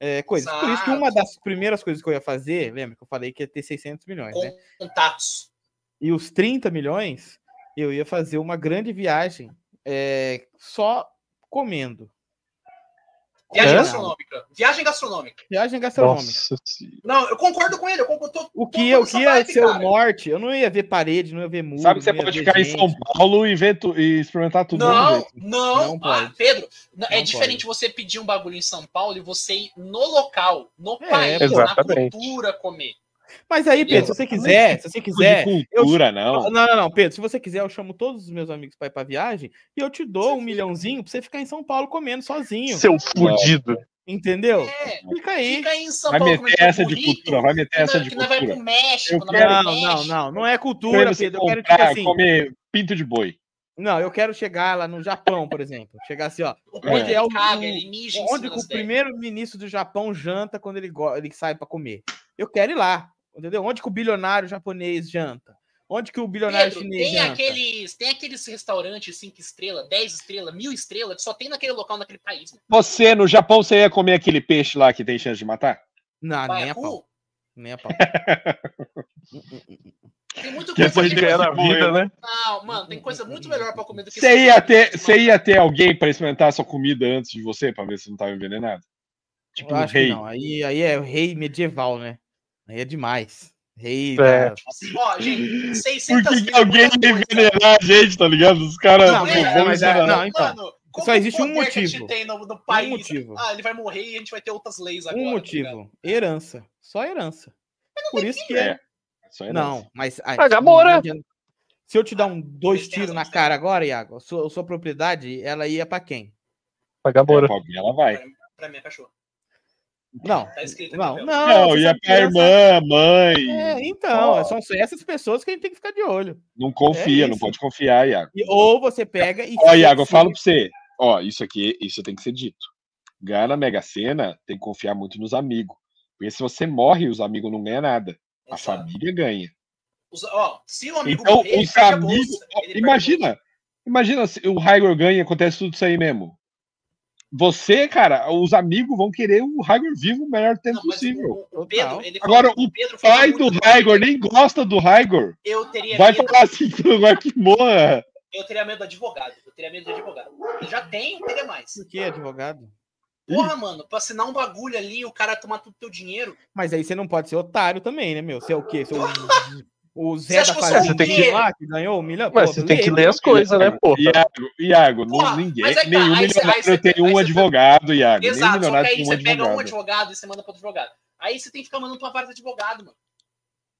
A: é, coisas. Por isso que uma
B: Uhum. Exato.
A: das primeiras coisas que eu ia fazer, lembra que eu falei que ia ter 600 milhões, né?
B: contatos.
A: E os 30 milhões, eu ia fazer uma grande viagem é, só comendo.
B: Viagem
E: É?
B: gastronômica. Viagem gastronômica.
A: Viagem gastronômica.
E: Nossa senhora.
B: Não, eu concordo com ele. Eu concordo, tô-
A: O
B: tô-
A: que, o
B: tô-
A: que
B: essa
A: ia
B: vibe,
A: ser o
B: cara.
A: norte? Eu não ia ver parede, não ia ver muro.
C: Sabe que você
A: não ia
C: pode
A: ver
C: ficar em
A: gente.
C: São Paulo e, ver tu- e experimentar tudo. do mesmo
B: Não,
C: jeito.
B: não,
A: Não pode.
B: ah, Pedro, não- é
A: Não
B: diferente você pedir um bagulho em São Paulo e você ir no local, no
A: É,
B: país, na
E: exatamente.
B: cultura comer.
A: Mas aí, Pedro, se você quiser, se você quiser.
C: Tipo de cultura, não.
A: Não, não, não, Pedro, se você quiser, eu chamo todos os meus amigos pra ir pra viagem e eu te dou um milhãozinho pra você ficar em São Paulo comendo sozinho.
E: Seu fudido.
A: Entendeu?
B: É,
A: Fica Então, aí.
B: fica aí em São
C: Vai
B: Paulo comendo
C: meter essa de
B: bonito,
C: cultura, vai meter
B: que
C: essa
B: não- é,
C: de
B: que não vai
C: é cultura.
B: pro México,
C: Eu
B: não vai
A: Não,
B: pro
A: não,
B: México.
A: não. Não é cultura,
C: Quero você
A: Pedro. Eu quero, tipo
C: comprar,
A: assim.
C: comer pinto de boi.
A: Não, eu quero chegar lá no Japão, por exemplo. Chegar assim, ó.
B: O
C: É.
B: Pedro
A: É o-
B: caga, ele mija em
A: Onde que
B: cima das
A: o
B: ideias.
A: primeiro-ministro do Japão janta quando ele, go- ele sai pra comer? Eu quero ir lá, entendeu? Onde que o bilionário japonês janta? Onde que o bilionário
B: Pedro,
A: chinês né,
B: tem
A: janta?
B: aqueles, tem aqueles restaurantes 5 estrelas, 10 estrelas, 1000 estrelas, que só tem naquele local, naquele país. mano.
C: Você, no Japão, você ia comer aquele peixe lá que tem chance de matar?
A: Não, Ah, nem a pau,
B: Baiacu,
A: nem a pau.
C: É
B: tem muito
C: Que
B: coisa
C: depois
B: que-
C: ganha na vida,
E: né?
B: Não, mano, tem coisa muito melhor pra comer do que
C: Você ia ter, você ia ter alguém pra experimentar a sua comida antes de você, pra ver se não tava envenenado? Tipo
A: eu
C: um
A: acho que
C: rei.
A: não. Aí, aí é rei medieval, né? Aí é demais. Rei.
E: É.
A: da-
B: Ó, gente, 600
C: Por que, que
B: mil
C: alguém
B: coisas.
C: ia envenenar a gente, tá ligado? Os caras né?
A: Não,
C: roubou
B: mas é,
A: mas
C: e
A: é-
C: envenenaram.
A: não, então,
B: Mano, como
A: só existe
B: o
A: um
B: poder Que a gente
A: motivo. Um
B: tem no, no país.
A: motivo.
B: Ah, ele vai morrer e a gente vai ter outras leis agora.
A: Um
B: tá ligado?
A: motivo. Herança. Só herança. Por isso que é.
C: É, só é
A: Não, mas. ai,
E: Paga
A: não
E: bora.
A: adianta. Se eu te dar um dois
B: Vocês têm
A: tiros na
B: razão.
A: cara agora, Iago, a sua, a sua propriedade, ela ia pra quem?
E: Pagar
C: nóis. É,
E: bora.
C: pra alguém ela vai.
B: Pra minha cachorra.
A: Não.
B: Tá escrito aqui,
A: Não,
B: Bel.
A: não.
C: Não, é
A: você
C: ia
A: sabe que
C: pra
A: herança-
C: irmã, mãe.
A: É, então,
C: Ó.
A: são essas pessoas que a gente tem que ficar de olho.
C: Não confia,
A: É
C: não
A: isso.
C: pode confiar, Iago.
A: E- ou você pega e. assim,
C: Ó, Iago, eu falo pra você. Ó, isso aqui, isso tem que ser dito. Ganhar na Mega Sena tem que confiar muito nos amigos. Porque se você morre, os amigos não ganham nada. A
B: Exato.
C: família ganha.
B: Os- ó, se o amigo
C: Então,
B: morrer, ele
C: os
B: perde a
C: amigos-
B: bolsa,
C: ó,
B: ele perde a
C: Imagina, é imagina se o Raigor ganha, e acontece tudo isso aí mesmo. Você, cara, os amigos vão querer o Raigor vivo o melhor tempo
B: bolsa. Não, mas
C: possível.
B: o- o Pedro, ele fala-
C: Agora, o
B: Pedro fala
C: Pai do
B: muito
C: Raigor nem gosta do Raigor.
B: Eu teria,
C: Vai
B: medo,
C: falar assim pro lugar que morra.
B: eu teria medo do advogado. Eu teria medo do advogado. Eu já tem, eu teria mais.
A: Por que, advogado?
B: Porra, mano, pra assinar um bagulho ali, o cara tomar todo o teu dinheiro.
A: Mas aí você não pode ser otário também, né, meu? Você é o quê? Você é o, o
B: Você é
A: Zé
B: acha
A: da
B: que eu sou
A: Fazenda
E: um
A: que...
B: quê?
A: lá que ganhou um milhão?
E: Mas
A: Pô,
E: você tem que
A: lê.
E: ler as coisas, né, pô?
C: É, Iago, Iago não-
B: Porra,
C: ninguém,
B: mas aí tá,
C: nenhum
B: aí cê- aí
C: milionário
B: cê-
C: tem
B: aí
C: um
B: cê-
C: advogado,
A: Ah,
C: Iago. nem
B: Exato, só que
C: milionário
B: aí
C: tem um
B: você pega um
C: advogado.
B: advogado e você manda pro advogado. Aí você tem que ficar mandando pra vara do advogado, mano.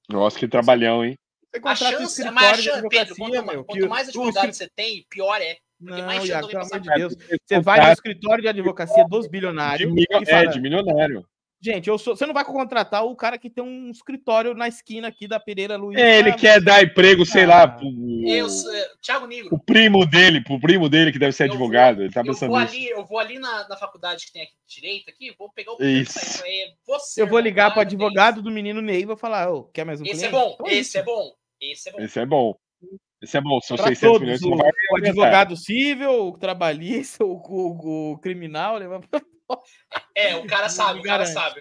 C: Nossa, que trabalhão, hein?
A: Você
B: A
A: contrata um
B: chance,
A: escritório
B: mas a
A: de
B: chance, Pedro,
A: advocacia,
B: quanto,
A: meu.
B: quanto mais
A: o
B: advogado
A: escri-
B: você tem, pior é. porque
A: Não,
B: mais chance
A: Iago,
B: de alguém
A: pelo amor de
B: passar.
A: Deus. Você vai no escritório de advocacia dos
C: É um de,
A: bilionários
C: milio-
A: e
C: é,
A: fala,
C: de milionário.
A: gente, eu sou... você não vai contratar o cara que tem um escritório na esquina aqui da Pereira Luiz.
C: É, ele
A: sabe?
C: quer dar emprego, sei lá, pro,
B: Eu, sou- eh, Thiago Negro,
C: o primo dele, pro primo dele que deve ser
B: Eu vou-
C: advogado. ele tá
B: eu
C: pensando
B: vou
C: nisso.
B: ali, eu vou ali na, na faculdade que tem aqui de direito aqui, vou pegar o
C: Isso.
B: professor e falar, é, você,
A: Eu vou ligar
B: irmão,
A: pro
B: vai,
A: advogado do menino Ney e vou falar, ô, quer mais um
B: tem isso. Esse é
A: cliente?
B: bom,
A: Então é isso.
B: esse é bom, esse é bom.
C: Esse é bom. Esse é bom. São
A: Pra
C: 600
A: todos,
C: milhões.
A: o,
C: Não vai
A: o advogado civil, o trabalhista, o, o- o criminal, ele vai-
B: É, o cara sabe, o cara
A: Garante.
B: sabe.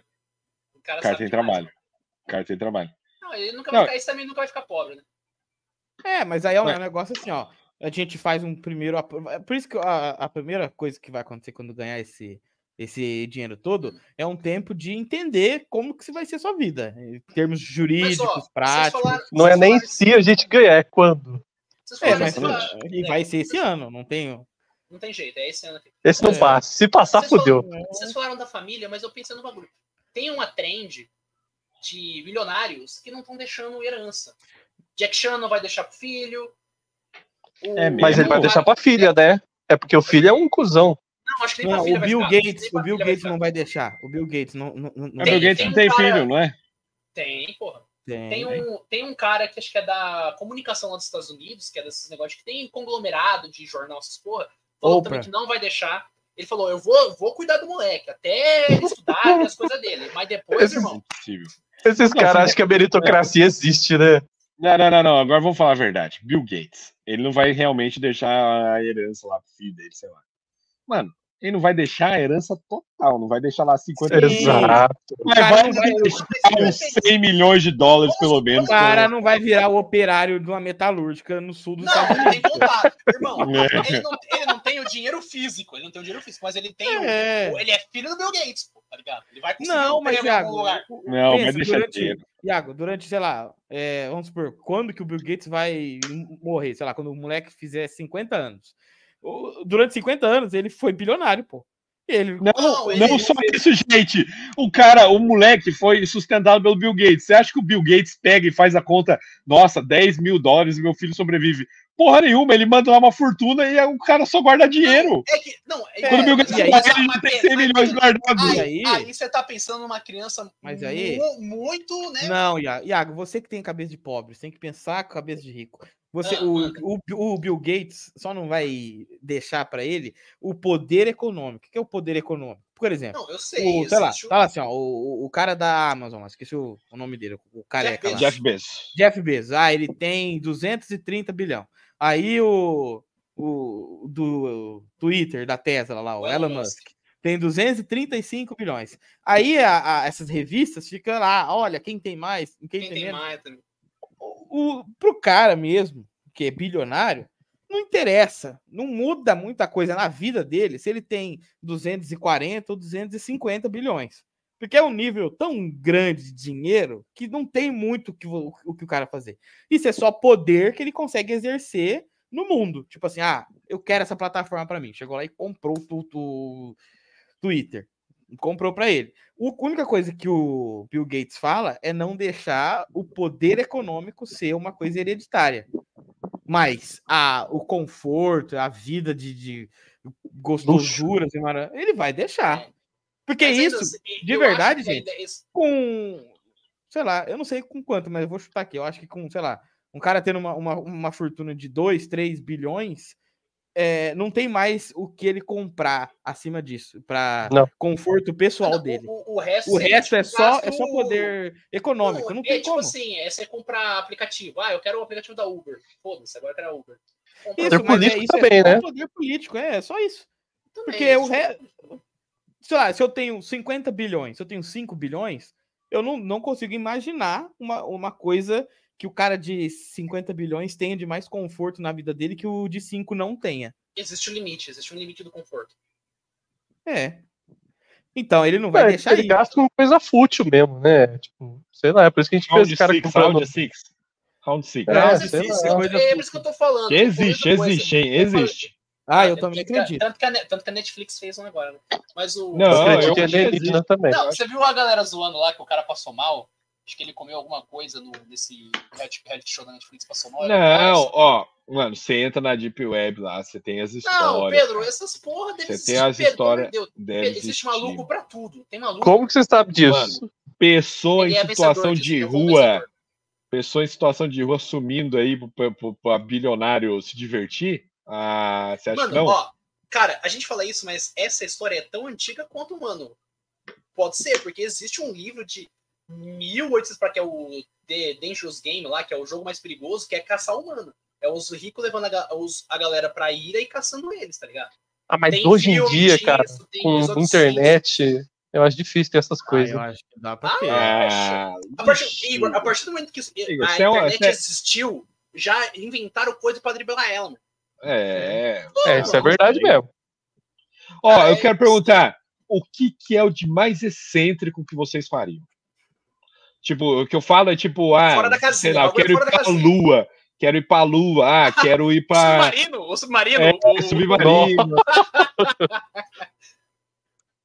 B: O cara,
C: O cara
B: sabe
C: tem
B: demais.
C: trabalho. O cara tem trabalho.
B: Não, ele nunca
C: Não.
B: vai ficar, esse também nunca vai ficar pobre, né?
A: É, mas aí é um
C: É.
A: negócio assim, ó. A gente faz um primeiro. apro- é Por isso que a, a primeira coisa que vai acontecer quando ganhar esse, esse dinheiro todo é um tempo de entender como que se vai ser sua vida. Em termos
B: Mas, ó,
A: jurídicos,
B: vocês
A: práticos.
B: falaram-
E: Não é
B: vocês
E: nem
B: falaram-
E: se a gente ganhar, é quando.
B: vocês
A: É,
B: falaram-
A: mas
B: vocês falaram-
A: e vai ser esse ano, não tenho.
B: Não tem jeito, é esse ano aqui.
E: Esse não
A: É.
E: passa. Se passar,
B: Vocês falam-
E: fodeu.
B: Vocês falaram da família, mas eu pensei no bagulho. Tem uma trend de milionários que não estão deixando herança. Jack Chan não vai deixar pro filho. O-
C: É mesmo?
E: Mas ele vai
C: Não,
E: deixar pra filha, né? É porque o filho é um cuzão.
B: Não, acho que nem
A: Não,
B: pra filha
A: o
B: vai
A: Bill
B: ficar,
A: Gates,
B: nem pra
A: o Bill
B: filha
A: Gates
B: vai
A: não vai deixar. O Bill Gates não, não, não,
C: O
A: não
C: Bill
B: Tem-
C: Gates
B: tem
C: não
B: um
C: tem
B: cara-
C: filho, não é?
B: ficar. Tem, porra.
A: tem.
B: Tem um, tem um cara que acho que é da comunicação lá dos Estados Unidos, que é desses negócios que tem conglomerado de jornal, essas porra. Falou
A: Oprah.
B: também que não vai deixar. Ele falou: eu vou, vou cuidar do moleque, até ele estudar e as coisas dele. Mas depois,
E: Esse-
B: irmão,
C: Impossível.
E: Esses
C: Não,
E: caras
C: se-
E: acham que a meritocracia existe, né?
C: Não, não, não, não. Agora vamos falar a verdade. Bill Gates. Ele não vai realmente deixar a herança lá pro filho dele, sei lá. Mano, ele não vai deixar a herança total. Não vai deixar lá 50 milhões.
E: Exato.
C: Mas
A: cara
C: vai
A: não vai-
C: deixar uns 100 milhões de dólares, pelo menos.
A: O cara não vai virar o operário de uma metalúrgica no sul do
B: Não,
A: Estados
B: ele tem contato, irmão.
C: É.
B: Ele não, ele não tem o dinheiro físico, ele não tem o dinheiro físico, mas ele tem. o-
A: É.
B: o- Ele é filho do Bill Gates, pô, tá ligado? Ele vai conseguir
A: Não,
B: um
A: mas
B: prêmio em algum
A: Iago,
B: lugar.
C: Não,
A: Pensa,
C: mas deixa
A: durante- um
C: quieto.
A: Iago, durante, sei lá, é, vamos supor, quando que o Bill Gates vai morrer? Sei lá, quando o moleque fizer 50 anos. O- Durante 50 anos ele foi bilionário, pô. Ele
C: Não,
B: Não,
C: não,
B: ele-
C: só isso, gente. O cara, o moleque foi sustentado pelo Bill Gates. Você acha que o Bill Gates pega e faz a conta, nossa, 10 mil dólares e meu filho sobrevive? Porra nenhuma, ele manda lá uma fortuna e o cara só guarda dinheiro.
B: É que. Não, é,
C: Quando o Bill
B: mas-
C: Gates
A: e aí-
C: morre, ele
B: mas-
C: já tem 100
B: mas-
C: milhões guardados.
A: Ai,
B: Aí,
A: aí-
B: aí você tá pensando numa criança
A: Mas aí-
B: mu- muito, né?
A: Não, Ia- Iago, você que tem cabeça de pobre, você tem que pensar com a cabeça de rico. Você,
B: Ah, ah.
A: o, o, o Bill Gates só não vai deixar para ele o poder econômico. O que é o poder econômico? Por exemplo,
B: Não, eu sei.
A: o,
B: eu
A: sei
B: sei,
A: lá,
B: deixa eu-
A: tá lá assim, ó, o, o- o cara da Amazon, lá, esqueci o, o nome dele, o careca lá.
B: Bezos.
C: Jeff Bezos.
A: Jeff Bezos, ah, ele tem 230 bilhão. Aí o, o do Twitter, da Tesla lá, o Elon Musk, tem 235 bilhões. Aí a- a- essas revistas ficam lá, olha, quem tem mais, quem,
B: Quem
A: tem,
B: tem
A: menos.
B: mais tá também.
A: O, pro cara mesmo, que é bilionário, não interessa, não muda muita coisa na vida dele se ele tem 240 ou 250 bilhões. Porque é um nível tão grande de dinheiro que não tem muito o que vo- o, que o cara fazer. Isso é só poder que ele consegue exercer no mundo. Tipo assim, ah, eu quero essa plataforma para mim. Chegou lá e comprou o tu- tu- Twitter. Comprou para ele. O- A única coisa que o Bill Gates fala é não deixar o poder econômico ser uma coisa hereditária. Mas a, o conforto, a vida de, de gostosuras, e mara- ele vai deixar. Porque
B: É.
A: é
B: Mas ainda
A: isso,
B: assim,
A: de
B: eu
A: verdade,
B: acho que
A: gente.
B: ainda esse-
A: com. Sei lá, eu não sei com quanto, mas eu vou chutar aqui. Eu acho que com, sei lá, um cara tendo uma, uma, uma fortuna de 2, 3 bilhões, é, não tem mais o que ele comprar acima disso, para
E: Não.
A: conforto
B: Ah,
A: pessoal
B: não,
A: dele.
B: O, o resto,
A: O resto é
B: tipo,
A: só,
B: gasto-
A: é só poder econômico, não,
B: é
A: tem
B: tipo
A: como.
B: assim, é você comprar aplicativo. Ah, eu quero o aplicativo da Uber. Foda-se, agora eu quero a Uber. Comprar
A: Isso,
E: Poder
A: mas é,
E: político
A: isso
E: também,
A: é só
E: né?
A: poder político, é, é só É isso.
B: também,
A: Porque o
B: tipo,
A: re... Sei lá, se eu tenho 50 bilhões, se eu tenho 5 bilhões, eu não, não consigo imaginar uma, uma coisa que o cara de 50 bilhões tenha de mais conforto na vida dele que o de 5 não tenha.
B: Existe um limite, existe um limite do conforto.
A: É. Então, ele não vai
E: É,
A: deixar
E: ele
A: ir.
E: gasta com coisa fútil mesmo, né? Tipo, sei lá, é por isso que a gente vê
C: Round
E: esse cara
C: 6,
E: comprando.
C: round 6. Round 6.
E: É,
B: Mas
E: sei
B: existe,
A: lá.
B: é por- é por isso que eu tô falando.
C: Que assim. existe,
B: muita coisa.
C: existe, hein? Existe.
A: Ah, eu também
B: Tanto que a-
A: acredito.
B: Tanto que, a, Ne- tanto que a Netflix fez um agora, né? Mas o.
C: Não,
E: Eu
C: eu
E: acredito que é
C: acho que
E: alienígena
C: existe.
E: também.
B: Não, você viu a galera zoando lá que o cara passou mal? Acho que ele comeu alguma coisa no, nesse reality reality show da Netflix, passou mal. ele
C: Não,
B: passou.
C: ó, mano, você entra na Deep Web lá, você tem as
B: Não,
C: histórias.
B: Pedro, essas porra deve
C: Você
B: existir.
C: tem as
B: Pedro,
C: histórias-
B: pelo amor de Deus.
C: deve
B: Pedro, existe
C: existir.
B: maluco pra tudo. Tem maluco.
E: Como que você sabe disso?
C: Pessoa
B: Ele
C: em
B: é vencedor
C: situação
B: disso,
C: de
B: ele é um bom
C: rua.
B: vencedor.
C: pessoa em situação de rua sumindo aí para bilionário se divertir? Ah, você acha
B: Mano,
C: que não?
B: ó, cara, a gente fala isso, mas essa história é tão antiga quanto, mano. Pode ser, porque existe um livro de 1800 para que é o The Dangerous Game lá, que é o jogo mais perigoso, que é caçar humano. É os ricos levando a, ga- os- a galera pra ira e caçando eles, tá ligado?
E: Ah, mas
B: Tem
E: hoje em
B: filme
E: dia,
B: disso,
E: cara,
B: tem
E: com
B: episódio
E: internet, eu acho difícil ter essas
A: Ah, é.
E: coisas.
A: eu acho que dá pra
B: Ah,
A: ter.
C: Ah,
B: A partir,
C: ixi.
B: Igor, a partir do momento que isso-
C: Igor,
B: a
C: você é um-
B: internet
C: você é-
B: existiu, já inventaram coisa pra driblar ela, mano.
C: É.
E: É, isso é
B: Mano,
E: verdade
C: sei.
E: mesmo.
C: Ó, eu
B: Mas-
C: quero perguntar, o que que é o de mais excêntrico que vocês fariam? Tipo, o que eu falo é tipo, ah,
B: Fora da
C: sei
B: casinha,
C: lá, eu
B: bagulho
C: quero ir
B: fora da
C: pra
B: casinha.
C: lua, quero ir pra lua, ah, quero ir
B: O
C: pra
B: submarino, o submarino,
C: é,
B: o-
C: submarino.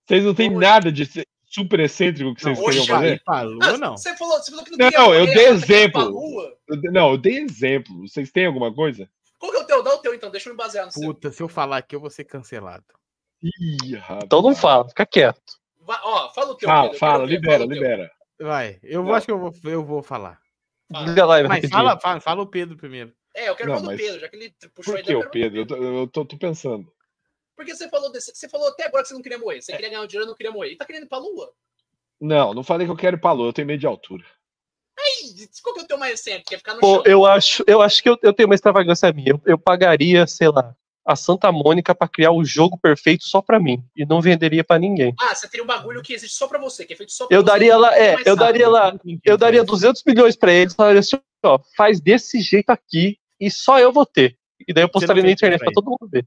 C: Vocês não têm
B: Ui.
C: nada de super excêntrico que vocês
A: não,
C: queriam
B: oxe,
C: fazer?
A: aí pra lua, não.
B: Ah, Você falou, você falou que
C: Não,
B: queria
C: eu
B: morrer,
C: dei
B: agora você quer ir
C: exemplo.
B: pra lua.
C: Eu dei- Não, eu dei exemplo. Vocês têm alguma coisa?
B: Qual que é o teu? Dá o teu então, deixa eu me basear no seu.
A: Puta, se eu falar aqui, eu vou ser cancelado.
C: Ih, rapaz.
E: Então não fala, fica quieto.
B: Vai- ó, fala o teu.
C: Fala,
B: Pedro, eu
C: fala,
B: quero ver,
C: libera,
B: fala o teu.
C: libera.
A: Vai, eu
C: Não.
A: acho que eu vou, eu vou falar.
B: Fala.
E: Liga a live
A: Mas
E: rapidinho.
A: fala, fala, fala o Pedro primeiro.
B: É, eu quero
C: Não,
B: falar do
C: mas-
B: Pedro, já que ele puxou
C: Por
B: aí
C: que,
B: da
C: ô
B: pergunta.
C: Pedro? Eu, tô, eu tô- tô pensando.
B: Porque você falou desse, você falou até agora que você não queria morrer, você queria ganhar um dinheiro e não queria morrer. E tá querendo ir pra lua?
C: Não, não falei que eu quero ir pra lua, eu tenho medo de altura.
B: Ih, qual que é o teu mais sempre? Quer ficar no
E: Pô,
B: chão?
E: eu acho, eu acho que eu, eu tenho uma extravagância minha. Eu, eu pagaria, sei lá, a Santa Mônica pra criar o jogo perfeito só pra mim e não venderia pra ninguém.
B: Ah, você teria um bagulho que existe só pra você, que é feito só pra
E: Eu
B: você.
E: daria lá, é,
B: Mas
E: eu
B: sabe.
E: daria lá, eu daria 200 milhões pra eles, falaria assim, ó, faz desse jeito aqui e só eu vou ter. E daí eu
A: Você não
E: postaria na
A: tem
E: internet
A: pra
E: pra todo mundo ver.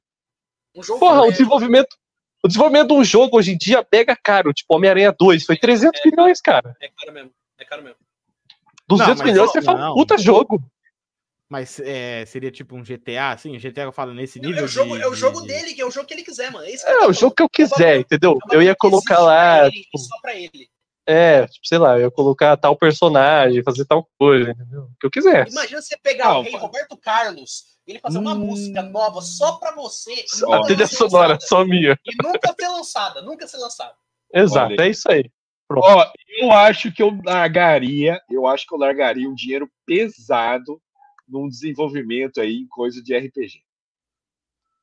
B: Um jogo
E: Porra, o
B: leve.
E: desenvolvimento, o desenvolvimento de um jogo hoje em dia pega caro. Tipo, Homem-Aranha 2 foi 300 milhões, cara.
B: É caro mesmo. É caro mesmo.
E: 200
A: mas
E: milhões
B: não,
E: você fala,
A: não.
E: puta jogo.
A: Mas é, seria tipo um GTA, assim? GTA eu falo nesse nível.
B: É o jogo,
A: de-
B: é o jogo
A: de-
B: dele, que é o jogo que ele quiser, mano. É, isso que eu
E: É,
B: tô
E: o jogo
B: falando.
E: que eu quiser, entendeu?
B: É uma
E: Eu ia
B: coisa que existe pra
E: colocar lá,
B: ele,
E: tipo,
B: só pra ele.
E: é, tipo, sei lá, eu ia colocar tal personagem, fazer tal coisa, entendeu? O que eu quiser.
B: Imagina você pegar o
C: Ah,
B: rei
C: mano.
B: Roberto Carlos, ele fazer uma
A: Hum.
B: música nova só pra você. e
E: A
B: nunca
E: trilha
B: ser
E: sonora,
B: lançada.
E: só minha.
B: E nunca ser lançada, nunca ser lançada.
E: Exato,
C: Olha
E: é isso aí.
C: Ó, eu acho que eu largaria, eu acho que eu largaria um dinheiro pesado num desenvolvimento aí em coisa de RPG.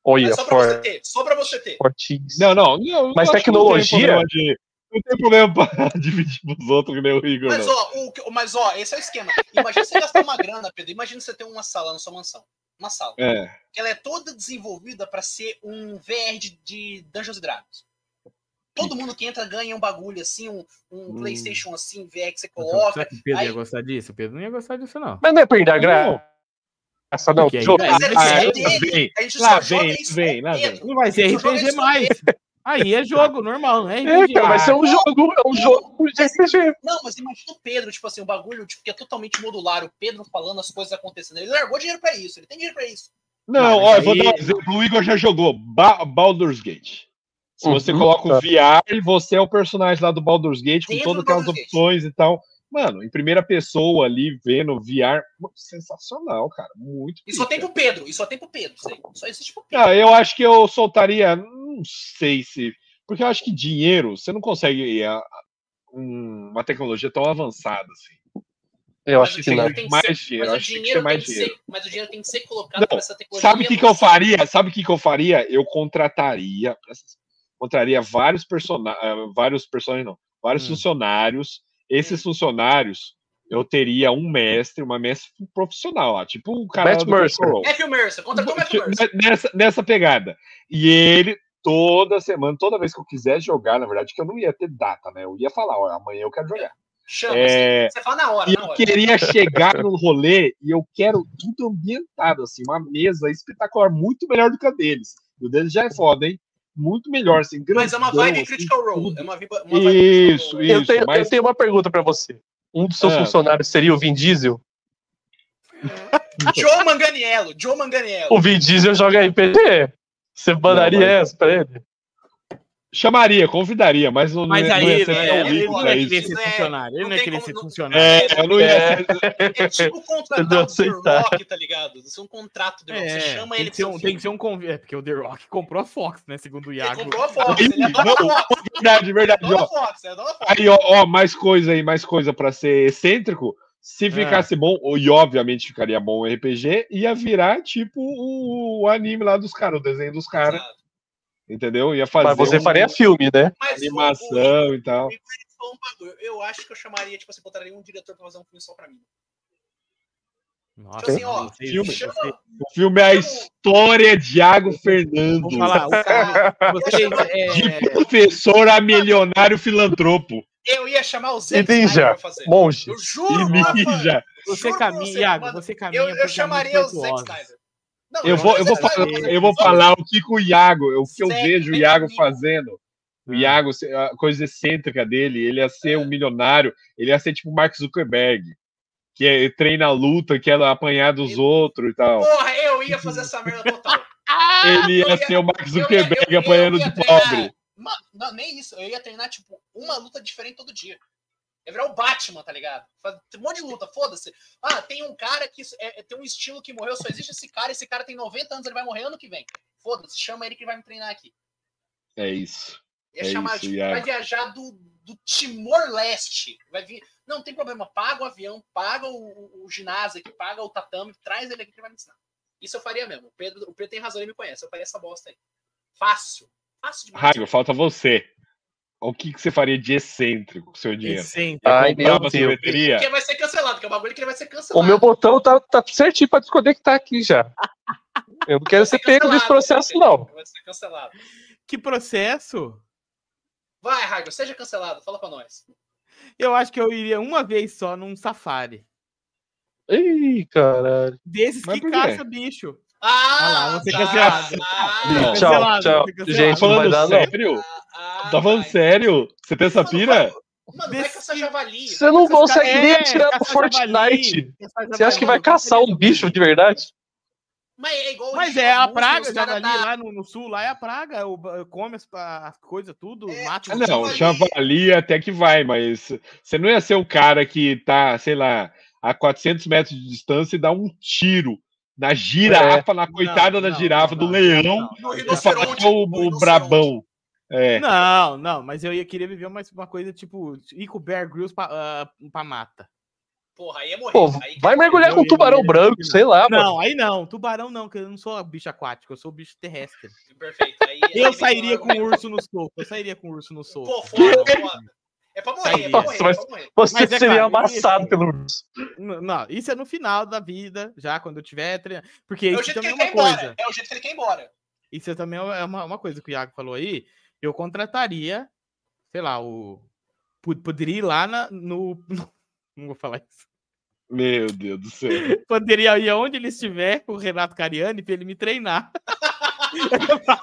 E: Olha,
B: Mas É só pra você
E: for,
B: ter, só pra você ter.
E: fortíssimo.
C: Não, não, não. eu
E: Mas
C: acho que
E: tecnologia?
C: Não tem problema, de, não tem problema pra dividir pros outros que nem o Igor,
B: Mas
C: não.
B: ó, o que- mas ó, esse é o esquema. Imagina você gastar uma grana, Pedro. Imagina você ter uma sala na sua mansão. Uma sala.
C: É.
B: Que ela é toda desenvolvida pra ser um VR de, de Dungeons and Dragons. Todo mundo que entra ganha um bagulho assim, um,
C: Hum.
B: um PlayStation assim, VR que você coloca.
A: Será que o Pedro ia
B: aí-
A: gostar disso? O Pedro não ia gostar disso, não.
E: Mas não é perder a
C: Não.
E: graça, não.
A: Porque aí-
E: Jogo.
B: Mas é
C: Ah,
B: isso
C: lá
B: dele.
C: vem,
B: A gente
C: lá
B: só joga
C: vem,
B: isso
C: vem, lá
B: com Pedro.
A: Não vai ser
B: Isso, joga
A: RPG
B: isso
A: mais. Aí é jogo, normal, né?
E: É, cara, vai ser um jogo, é um jogo de RPG.
B: Não, mas imagina o Pedro, tipo assim, o bagulho tipo, que é totalmente modular. O Pedro falando as coisas acontecendo. Ele largou dinheiro pra isso, ele tem dinheiro pra isso.
C: Não,
A: Mas
C: ó, eu vou
A: aí-
C: dar um exemplo. O Igor já jogou ba Baldur's Gate. Se você
E: Uhum,
C: coloca
E: tá.
C: o VR e você é o personagem lá do Baldur's Gate, com
B: Dentro
C: todas
B: do
C: aquelas
B: Baldur's Gate.
C: opções e tal. Mano, em primeira pessoa ali, vendo VR, mano, sensacional, cara. Muito
B: E só tem
C: pica.
B: pro Pedro, e só tem pro Pedro. isso aí. Só existe pro Pedro.
C: Ah, eu acho que eu soltaria, não sei se. Porque eu acho que dinheiro, você não consegue ah, um- uma tecnologia tão avançada assim.
E: Eu
B: Mas é
E: acho
B: o
E: que não.
B: dinheiro tem que ser-
C: Mais dinheiro,
B: Mas o
C: acho que tem que ser
B: dinheiro tem
C: mais
B: que
C: dinheiro.
B: ser, mas o dinheiro tem que ser colocado
C: Não,
B: pra essa tecnologia.
C: Sabe o que, que eu faria? Sabe o que, que eu faria? Eu contrataria, contrataria vários personagens, vários personagens não, vários
A: Hum.
C: funcionários. Esses
B: Hum.
C: funcionários, eu teria um mestre, uma mestre profissional lá, tipo o cara
E: Matt
C: do
E: Mercer.
C: Control.
B: Matthew Mercer, contra como Matthew Mercer.
C: Nessa, nessa pegada. E ele, toda semana, toda vez que eu quiser jogar, na verdade, que eu não ia ter data, né? Eu ia falar, ó, amanhã eu quero jogar.
B: Chama, assim.
C: É,
B: você, você fala na hora,
C: E
B: na
C: eu
B: hora.
C: queria chegar no rolê e eu quero tudo ambientado, assim, uma mesa espetacular, muito melhor do que a deles. E o deles já é foda, hein? Muito melhor, assim, grandão,
B: Mas é uma vibe
C: assim,
B: Critical Role.
C: tudo.
B: É uma, vibe- uma vibe
C: Isso,
B: Critical Role.
E: Eu
C: Isso,
E: tenho,
C: mas-
E: eu tenho uma pergunta pra você. Um dos seus
C: Ah.
E: funcionários seria o Vin Diesel?
B: Joe Manganiello, Joe Manganiello.
E: O Vin Diesel joga RPG. Você mandaria
C: mas-
E: essa pra ele?
C: Chamaria, convidaria, mas não,
A: Mas
C: não,
A: aí,
C: não
A: né,
C: ia ser tão
B: é,
A: ele
C: rico
A: não
C: pra
A: ia
C: isso.
A: querer ser
B: Não é-
A: funcionário. Ele
B: não
A: não ia
B: tem
A: querer
B: como-
A: ser
B: não-
A: funcionário.
C: É, eu não ia
E: É.
C: ser.
B: É tipo
E: Não
B: contratar o The
E: aceitar.
B: Rock, tá ligado? Isso é um contrato do The Rock.
A: É,
B: Você chama
A: tem,
B: ele
A: que ser
B: pro
A: um,
B: seu
A: tem
B: filme.
A: que ser um convite. É, porque o The Rock comprou a Fox, né? Segundo o
B: Ele
C: um
A: Iago.
B: comprou a Fox, ele é dono da
C: Não,
B: Fox,
C: Verdade,
B: ele é
C: verdade.
B: dono da
C: Ó.
B: Fox, ele é dono da Fox.
C: Aí, ó, ó, mais coisa aí, mais coisa pra ser excêntrico.
E: Ah.
C: Se ficasse bom, ou- e obviamente ficaria bom o RPG, ia virar tipo o, o anime lá dos caras, o desenho dos caras,
B: Exato.
C: entendeu? Ia fazer.
E: Mas você
C: um-
E: faria filme, né?
B: Mas o- o-
C: animação e tal.
B: só um bagulho. Eu acho que eu chamaria, tipo assim, botaria um diretor pra fazer um filme só pra mim.
A: Nossa,
B: Tipo assim, ó,
A: não sei,
C: filme.
A: vocês-
B: Chama-
C: O filme é a história de Iago Fernando.
A: Vamos falar, o cara. Vocês, é,
C: De professor a milionário filantropo.
B: Eu ia chamar o Zé
E: E ninja.
B: pra fazer.
E: Monge.
B: Eu
C: E
B: juro, Rafa,
C: ninja.
A: você
B: juro pra
A: caminha,
B: você,
A: Iago,
B: mano.
A: você caminha.
B: Eu,
A: por
B: eu
A: caminhos
B: chamaria o Zack
A: tortuosos.
B: Snyder. Não,
C: Eu vou, eu vou,
B: Zack
C: falar,
B: Snyder,
C: eu vou falar o que que o Iago, o que eu
B: Segue
C: vejo o
B: bem
C: Iago
B: comigo.
C: fazendo. O
E: É.
C: Iago, a coisa excêntrica dele, ele ia ser um
B: É.
C: milionário, ele ia ser tipo o Mark Zuckerberg, que é- treina a luta, que é apanhar dos outros e tal.
B: Porra, eu ia fazer essa merda total.
C: Ele
B: Ah, eu
C: ia
B: ia-
C: ser o Mark
B: Eu ia-
C: Zuckerberg
B: eu- eu
C: apanhando
B: ia
C: de
B: treinar-
C: pobre.
B: Mano, não, nem isso. Eu ia treinar, tipo, uma luta diferente todo dia. Eu ia virar o Batman, tá ligado? Faz- Tem um monte de luta, foda-se. Ah, tem um cara que é- é- tem um estilo que morreu, só existe esse cara, esse cara tem 90 anos, ele vai morrer ano que vem. Foda-se, chama ele que ele vai me treinar aqui.
C: É isso.
B: É,
C: É
B: chamar,
C: isso,
B: tipo,
C: Iago.
B: vai viajar do, do Timor-Leste. Vai vir. Não, tem problema. Paga o avião, paga o, o- o ginásio aqui, paga o tatame, traz ele aqui que ele vai me ensinar. Isso eu faria mesmo. O Pedro, o Pedro tem razão, ele me conhece. Eu faria essa bosta aí. Fácil. Fácil demais.
C: Raigo, falta você. O que, que você faria de excêntrico com o seu dinheiro?
A: Sim,
E: Ai,
C: Comprar
E: meu
C: uma
E: Deus.
C: sorveteria?
B: Porque vai ser cancelado, porque é o bagulho que ele vai ser
E: O
B: cancelado.
E: meu botão tá, tá certinho pra desconectar aqui já. Eu não quero ser pego nesse processo, não.
B: Vai ser cancelado.
A: Que processo?
B: Vai, Raigo, seja cancelado. Fala pra nós.
A: Eu acho que eu iria uma vez só num safari.
E: Ih, caralho.
A: Desses
C: Mas
A: que
C: por quê?
A: caça bicho. Ah lá,
B: Ah,
A: vou ser
B: tá,
A: cancelado.
B: tá.
A: Foi
E: Tchau,
A: cancelado,
E: tchau.
A: foi cancelado.
E: Gente,
C: Tá
E: não vai
C: falando
E: dar, não.
C: sério?
B: Ah,
C: Tá falando
B: vai.
C: sério? Você tem essa pira?
B: Mano, vai caçar javali.
E: Você não consegue
A: É,
E: nem atirar no
A: caça javali,
E: Fortnite.
A: caça
E: Você acha que vai
A: javali,
E: caçar um
A: caça
E: bicho de verdade?
B: Mas é igual.
A: Mas
B: gente,
A: é a
B: música,
A: praga,
B: os
A: já
B: cara tá
A: ali
B: da-
A: lá no, no sul, lá é a praga. O, come as, pa- as coisas, tudo,
B: É,
A: mata
C: Ah,
A: os
C: Não,
B: Javali.
C: javali até que vai, mas você não ia ser um cara que tá, sei lá, a 400 metros de distância e dá um tiro na girafa, na coitada da
A: É. não,
C: girafa,
A: não,
C: do
A: não,
C: leão,
A: não,
B: do
C: e falar
B: rinoceronte.
C: que é o,
B: do
C: o
B: rinoceronte.
C: brabão. É,
A: Não, não, mas eu ia querer viver uma, uma coisa tipo ir com o Bear Grylls pra, ah, pra mata.
B: Porra, aí é morrer.
E: Pô,
B: aí que
E: vai
B: é morrer.
E: mergulhar com um tubarão branco, sei lá, mano.
A: Não, aí não, tubarão não, que eu não sou bicho aquático, eu sou bicho terrestre.
B: Perfeito. Aí, aí
A: Eu
B: vem
A: sairia
B: um
A: com o urso no soco, eu sairia com o urso no soco.
B: Pô, foda, foda. É pra morrer, é pra
A: Nossa,
B: morrer.
E: mas-
B: é pra morrer.
E: Você
A: Mas é
E: seria
A: claro,
E: amassado
A: isso.
E: pelo urso.
A: Não, não, isso é no final da vida, já quando eu tiver treinando. Porque
B: É o
A: isso
B: jeito que
A: também é
B: ele
A: uma
B: quer ir
A: coisa.
B: embora. É o jeito que ele quer ir embora.
A: Isso também é uma, uma coisa que o Iago falou aí. Eu contrataria, sei lá, o. po- Poderia ir lá na- no. Não vou falar isso.
C: meu Deus do céu.
A: Poderia ir aonde ele estiver com o Renato Cariani pra ele me treinar.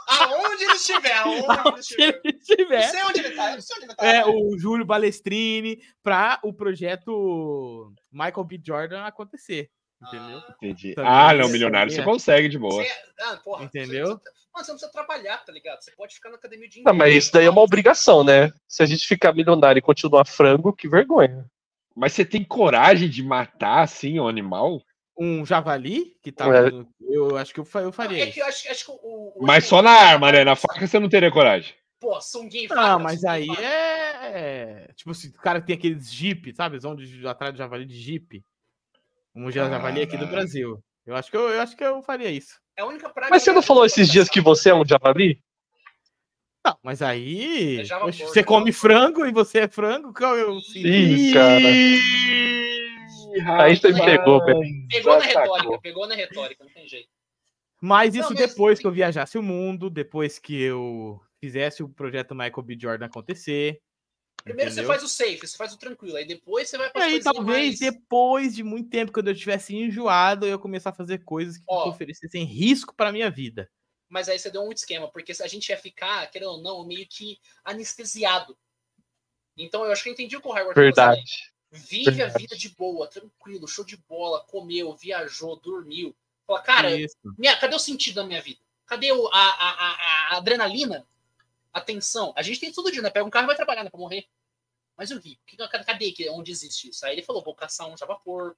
B: Aonde ele estiver, aonde ele
A: Aonde
B: estiver.
A: ele
B: Eu
A: estiver.
B: Não sei onde ele tá, eu não sei onde ele tá.
A: É, o Júlio Balestrini para o projeto Michael B. Jordan acontecer. Entendeu?
B: Ah,
C: Entendi.
A: Também é.
C: Ah, não,
A: isso,
C: milionário, você
A: sabia?
C: consegue de boa.
B: você- ah, porra,
A: Entendeu?
B: você não precisa- Mano, você não precisa trabalhar, tá ligado? Você pode ficar na academia o dia
E: Não,
B: inteiro.
E: mas isso daí é uma obrigação, né? Se a gente ficar milionário e continuar frango, que vergonha.
C: Mas você tem coragem de matar, assim, um animal?
A: Um javali que tá.
E: É.
A: no- Eu acho que eu, fa- eu
B: Não,
A: faria.
B: É que eu acho, acho que o, o-
C: Mas só na arma, né? Na faca você não teria coragem.
B: Pô, sunguinho e
A: Ah,
B: faca,
A: mas aí
B: sunguinho e faca.
A: é. Tipo, se o cara tem aqueles jeep, sabe? Eles vão de- atrás do javali de jeep. Um ja- javali aqui do
B: Ah.
C: Caralho.
A: Brasil. Eu acho que eu, eu acho que eu faria isso.
B: É a única praga
E: Mas você não
B: que-
E: falou esses dias que você é um javali?
A: Não, mas aí.
B: É java
A: oxe,
B: porco,
A: você
B: java
A: come frango e você é frango? Qual eu
E: Ih, cara. Aí você me
B: rapaz.
E: pegou, é velho.
B: Pegou na
C: Já sacou.
B: retórica, pegou na retórica, não tem jeito.
A: Mas
B: Não,
A: isso
B: mas-
A: depois que eu viajasse o mundo, depois que eu fizesse o projeto Michael B. Jordan acontecer.
B: Primeiro
A: entendeu? É,
B: você faz o safe, você faz o tranquilo, aí depois você vai
A: E
B: pra
A: aí, talvez depois de muito tempo, quando eu tivesse enjoado, eu ia começar a fazer coisas que
B: Ó.
A: oferecessem risco para minha vida.
B: Mas aí você deu um esquema, porque se a gente ia ficar, querendo ou não, meio que anestesiado. Então eu acho que eu entendi o que o Harvard falou, sabe?
E: Verdade.
B: Vive a
E: verdade.
B: vida de boa, tranquilo, show de bola, comeu, viajou, dormiu. Fala, cara,
A: Isso.
B: minha, cadê o sentido da minha vida? Cadê o- a, a- a- a adrenalina? A tensão? A gente tem tudo dia, né? Pega um carro e vai trabalhar, né? Pra morrer. Mas eu vi. Que, cadê que, onde existe isso? Aí ele falou: vou caçar um javapor,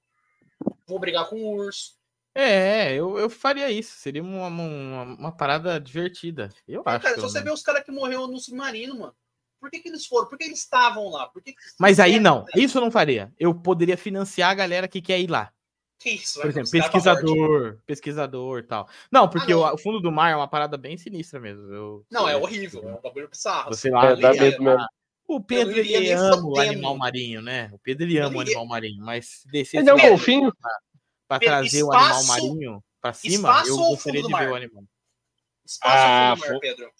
B: vou brigar com um urso.
A: É, eu, eu faria isso. Seria uma, uma- uma, uma parada divertida. Eu
B: Aí,
A: Ah, acho.
B: É, cara, se
A: pelo
B: você
A: menos.
B: vê os caras que morreram no submarino, mano. Por que, que eles foram? Por que eles estavam lá? Por que que-
A: Mas aí não, isso eu não faria. Eu poderia financiar a galera que quer ir lá.
B: Que isso,
A: Por
B: vai
A: exemplo,
B: buscar pra morte.
A: pesquisador, pesquisador e tal. Não, porque
B: Ah, não.
A: o- o fundo do mar é uma parada bem sinistra mesmo. Eu-
B: Não, é
A: eu-
B: horrível. É um bagulho bizarro.
A: Você
B: assim.
A: lá-
E: É,
B: Eu
E: dá
B: iria-
E: medo mesmo.
A: O
B: Eu
A: Pedro
B: não iria
A: ele
B: nem
A: ama o
B: fudendo.
A: animal marinho, né? O Pedro ele
B: Eu
A: ama o
B: iria-
A: animal marinho, mas se descer
E: Ele é um
A: esse-
E: golfinho?
A: pra
B: Pedro,
A: trazer o animal
B: espaço-
A: marinho pra cima,
B: espaço
A: eu
B: ou fundo
A: gostaria
B: do
A: de ver
B: mar?
A: o animal.
B: Espaço
C: Ah,
B: ao fundo do mar,
C: fo-
B: Pedro.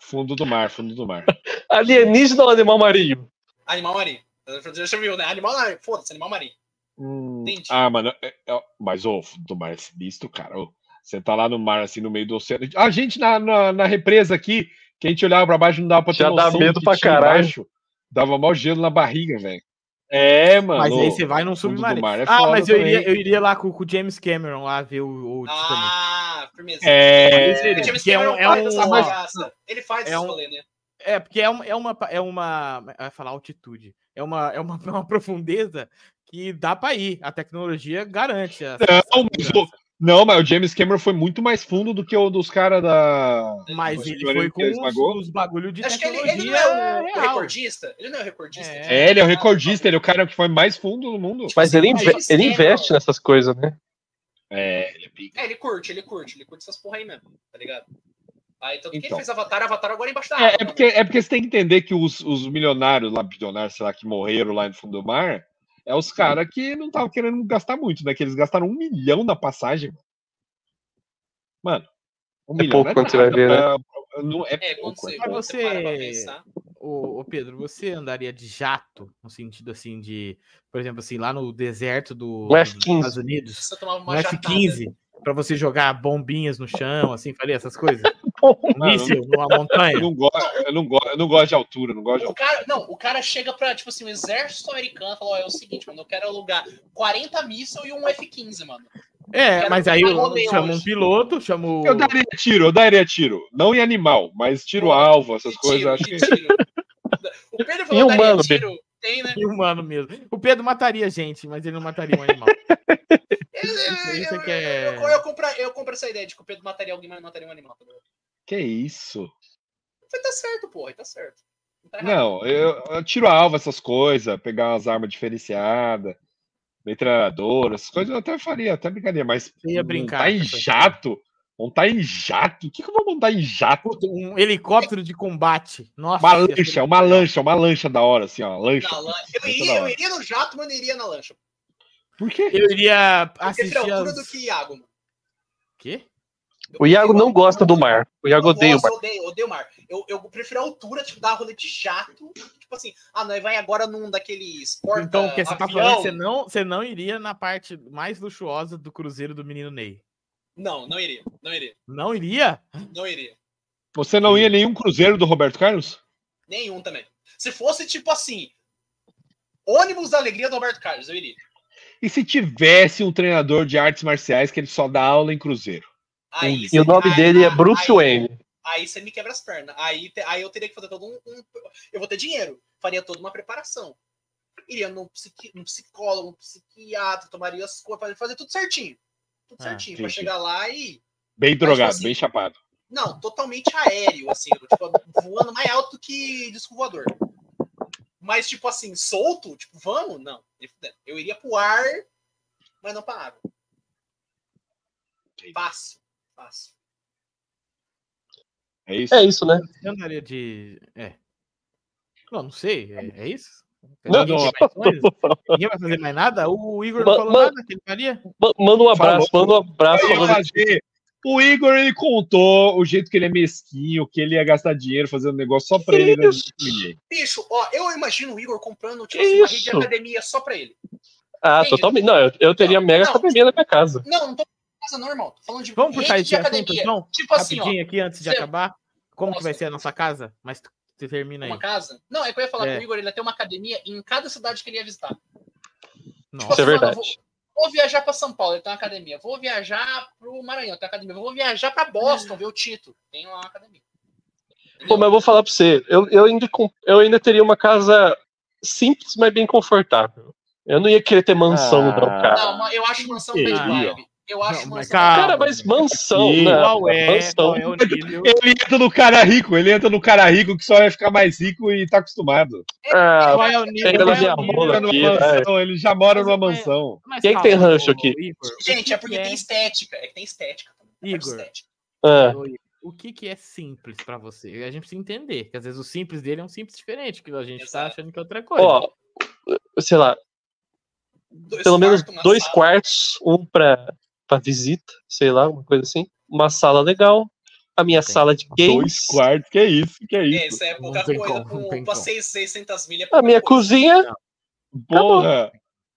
C: Fundo do mar, fundo do mar.
E: Alienígena ou animal marinho?
B: Animal marinho. Você já viu, né? Animal marinho. Foda-se, animal marinho.
C: Hum,
B: Entendi.
C: Ah, mano, é- é- mas ô, fundo do mar é sinistro, cara. ô. você tá lá no mar, assim, no meio do oceano. A gente na, na, na represa aqui, que a gente olhava pra baixo não dava pra ter
E: Já dá
C: noção do
E: medo
C: que
E: pra
C: tinha
E: caralho.
C: embaixo. Dava mau gelo na barriga, velho. É, mano.
A: Mas aí
C: ô,
A: você vai num
C: fundo do
A: submarino.
C: mar é
A: ah,
C: foda
A: mas eu iria,
C: também.
A: eu iria lá com com o James Cameron lá ver o, o Titanic.
B: Ah, firmeza.
C: É,
A: Mas ele-
B: O James
A: que é um-
B: Cameron
A: é
B: faz
A: um-
B: essa
A: ó,
B: bagaça. Ele faz
A: é
B: esse
A: um-
B: rolê, né?
A: É, porque é uma. É uma, pa- é uma eu ia falar altitude. É uma, é uma, é uma profundeza que dá pra ir. A tecnologia garante. essa-
C: Não,
A: essa
C: mas
A: segurança.
C: não, mas o James Cameron foi muito mais fundo do que o dos caras da.
A: mas
C: Acho que
A: ele
C: o
A: foi
C: Oriente
A: com
C: Express pagou.
A: os, os bagulho de
B: Então, Acho que ele,
A: tecnologia
B: ele não é o
A: real.
B: recordista. Ele não é o recordista.
A: É.
C: É, ele é o recordista, ele é o cara que foi mais fundo do mundo.
E: Mas ele, inve-
B: James
E: ele
B: Cameron.
E: investe nessas coisas, né?
C: É, ele é pica.
B: É, ele curte, ele curte, ele curte essas porra aí mesmo, tá ligado? Aí tanto que ele
C: Então.
B: fez Avatar, Avatar agora é embaixo da água.
C: É, é, porque, é porque você tem que entender que os, os milionários lá, bilionários, sei lá, que morreram lá no fundo do mar, é os caras que não estavam querendo gastar muito, né? Que eles gastaram um milhão na passagem. Mano, Mano, um
E: É pouco quando você vai ver, né?
C: pra- não é,
B: É, quando
C: pouco.
B: você,
A: Mas
C: É
B: quando
C: pouco.
B: você
A: você-
B: para pra pensar.
A: Ô, ô, Pedro, você andaria de jato, no sentido assim de, por exemplo, assim, lá no deserto do,
E: Um
A: dos
E: F-15.
A: Estados Unidos,
B: Você tomava
A: um
B: uma jatada.
A: F-15, Pra você jogar bombinhas no chão, assim, falei essas coisas. Um
C: Não, eu
A: Míssil numa montanha.
C: não- eu não go- eu não go- eu não gosto de altura, eu não gosto de
B: O
C: altura.
B: cara, não, o cara chega pra, tipo assim, o exército americano e fala, ó, é o seguinte, mano, eu quero alugar 40 mísseis e um F-15, mano.
A: É, mas aí
B: Quero
A: eu
B: ver
A: chamo um
B: hoje.
A: piloto, chamo.
C: Eu daria tiro, eu daria tiro. Não em animal, mas tiro alvo, essas
B: Que
C: coisas.
B: tiro,
C: eu Acho
B: que
C: que...
B: tiro. O Pedro falou daria
E: E humano,
B: tiro. Tem, né?
A: E um humano mesmo. O Pedro mataria gente, mas ele não mataria um animal.
B: Eu,
A: aí você
B: eu,
A: quer-
B: eu, eu compro, eu compro essa ideia de que o Pedro mataria alguém, mas não mataria um animal. tá ligado?
C: que é isso?
B: Mas tá certo, porra, tá certo. Não tá errado.
C: Não, eu, eu tiro alvo, essas coisas, pegar umas armas diferenciadas, metralhadoras, essas coisas eu até faria, até brincaria, mas
A: Você ia brincar
C: montar
A: com
C: em
A: essas
C: jato, montar em jato, o que, que eu vou montar em jato?
A: Puta, Um helicóptero de combate. Nossa.
C: Uma
A: ia ser-
C: lancha, uma lancha, uma lancha da hora, assim, ó, lancha.
B: Na lan- eu,
C: Muito
B: iria,
C: da
B: eu
C: hora.
B: iria no jato, mas não iria na lancha.
C: Por quê?
A: Eu iria
B: Eu prefiro a
A: assistir.
B: é altura
A: As...
B: do que Iago, mano.
A: Quê?
E: O Iago não gosta do mar. O Iago
B: Eu
E: odeia o
B: gosto,
E: mar.
B: eu odeio, eu odeio o mar. Eu, eu prefiro a altura, tipo, dar rolê de jato. Tipo assim, ah, nós vai agora num daqueles porta
A: Então, porque você tá
B: avião.
A: falando que você não, você não iria na parte mais luxuosa do Cruzeiro do Menino Ney.
B: Não, não iria, não iria,
A: Não iria?
B: não iria.
C: Você não ia em nenhum cruzeiro do Roberto Carlos?
B: Nenhum também. Se fosse, tipo assim, ônibus da alegria do Alberto Carlos, eu iria.
C: E se tivesse um treinador de artes marciais que ele só dá aula em cruzeiro?
B: Aí,
E: E o nome
B: aí-
E: dele é
B: aí-
E: Bruce
B: aí-
E: Wayne.
B: Aí você me quebra as pernas. Aí, te- aí eu teria que fazer todo um, um- Eu vou ter dinheiro. Faria toda uma preparação. Iria num, psiqui... num psicólogo, um psiquiatra, tomaria as coisas, fazer- fazer tudo certinho. Tudo
A: Ah,
B: certinho. pra
C: entendi.
B: chegar lá e.
C: Bem drogado,
B: assim-
C: bem chapado.
B: Não, totalmente aéreo, assim, tipo, voando mais alto que disco voador. Mas, tipo assim, solto, tipo, vamos? Não. nem fudendo. Eu iria pro ar, mas não pra água. Fácil, fácil.
C: É isso?
E: É isso, né?
A: Eu andaria de. É. Não, não sei. É, é isso?
E: Não,
A: Ninguém
C: não.
A: tem mais coisa? Ninguém vai fazer mais nada? O Igor não
E: Ma-
A: falou
E: ma-
A: nada que ele faria?
E: Ma- Manda um abraço,
C: Falou.
E: manda um abraço.
C: Eu ia
E: falando-
C: fazer. assim, O Igor ele contou o jeito que ele é mesquinho, que ele ia gastar dinheiro fazendo negócio só pra ele. né?
E: Isso.
C: Ninguém.
B: Bicho, ó, eu imagino o Igor comprando, tipo,
E: Que
B: assim, uma rede de
E: isso?
B: academia só pra ele.
E: Ah,
B: Entendi.
E: totalmente. Não, eu, eu teria
B: Não,
E: mega
B: não.
E: academia na minha casa.
B: Não, não tô falando casa, não, irmão. Tô falando de
A: Vamos
B: rede
A: puxar
B: de
A: esse assunto,
B: academia.
A: então?
B: Tipo assim, ó,
A: Rapidinho aqui antes de
B: Você-
A: acabar. Como que
B: Nossa.
A: vai ser a nossa casa? Mas tu, tu termina aí.
B: uma casa. Não, é que eu ia falar
A: né? É.
B: que o Igor, ele ia ter uma academia em cada cidade que ele ia visitar.
A: Nossa.
E: Isso
B: Nossa, mano,
E: é verdade.
B: Vou viajar pra São Paulo, ele tem uma academia. Vou viajar pro Maranhão, tem uma academia. Vou viajar pra Boston, ver o Tito. Tem lá uma academia.
E: Pô, mas eu vou falar pra você, eu, eu, ainda, com- eu ainda teria uma casa simples, mas bem confortável. Eu não ia querer ter mansão,
C: Ah.
E: não, cara.
B: Não, mas eu acho mansão
C: Ih,
B: bad
C: ó.
B: vibe. Eu acho
A: Não, mas
B: mansão
A: calma.
E: Cara,
C: Ah.
E: mas mansão, né?
C: Ih,
E: não,
A: Qual é,
E: mansão.
A: qual é o nível?
C: Ele entra no cara rico, ele entra no cara rico que só vai ficar mais rico e tá acostumado.
E: Ah,
A: Qual é o nível?
E: pega
A: Qual
E: na
A: é
E: minha
A: o nível?
E: rola.
C: Ele,
E: aqui,
C: numa mansão, ele já mora numa mansão.
A: Mas
E: Quem que tem
A: calma,
E: rancho
A: ô,
E: aqui?
A: Igor, o
B: Gente,
A: que
B: é porque
A: que
B: tem estética. É que tem estética. também. É parte de
A: Igor.
B: estética.
E: ah,
A: Ô, Igor, O que, que é simples pra você? A gente precisa entender que às vezes o simples dele é um simples diferente, que a gente tá
B: Exato.
A: achando que é outra coisa.
E: ó, sei lá,
B: Dois
E: pelo menos
B: quartos, uma
E: dois
B: sala.
E: quartos, um pra, pra visita, sei lá, uma coisa assim. Uma sala legal, a minha
A: Tem.
E: sala de
C: Dois
E: games,
C: quartos, que isso, que
B: É,
C: isso.
B: isso é
A: Não
B: pouca
A: tem
B: coisa.
A: como, não
B: com-
A: tem
B: Pra
A: como.
B: 6, 600 milhas é
E: a
B: pouca
E: minha
B: coisa.
E: cozinha.
C: Porra.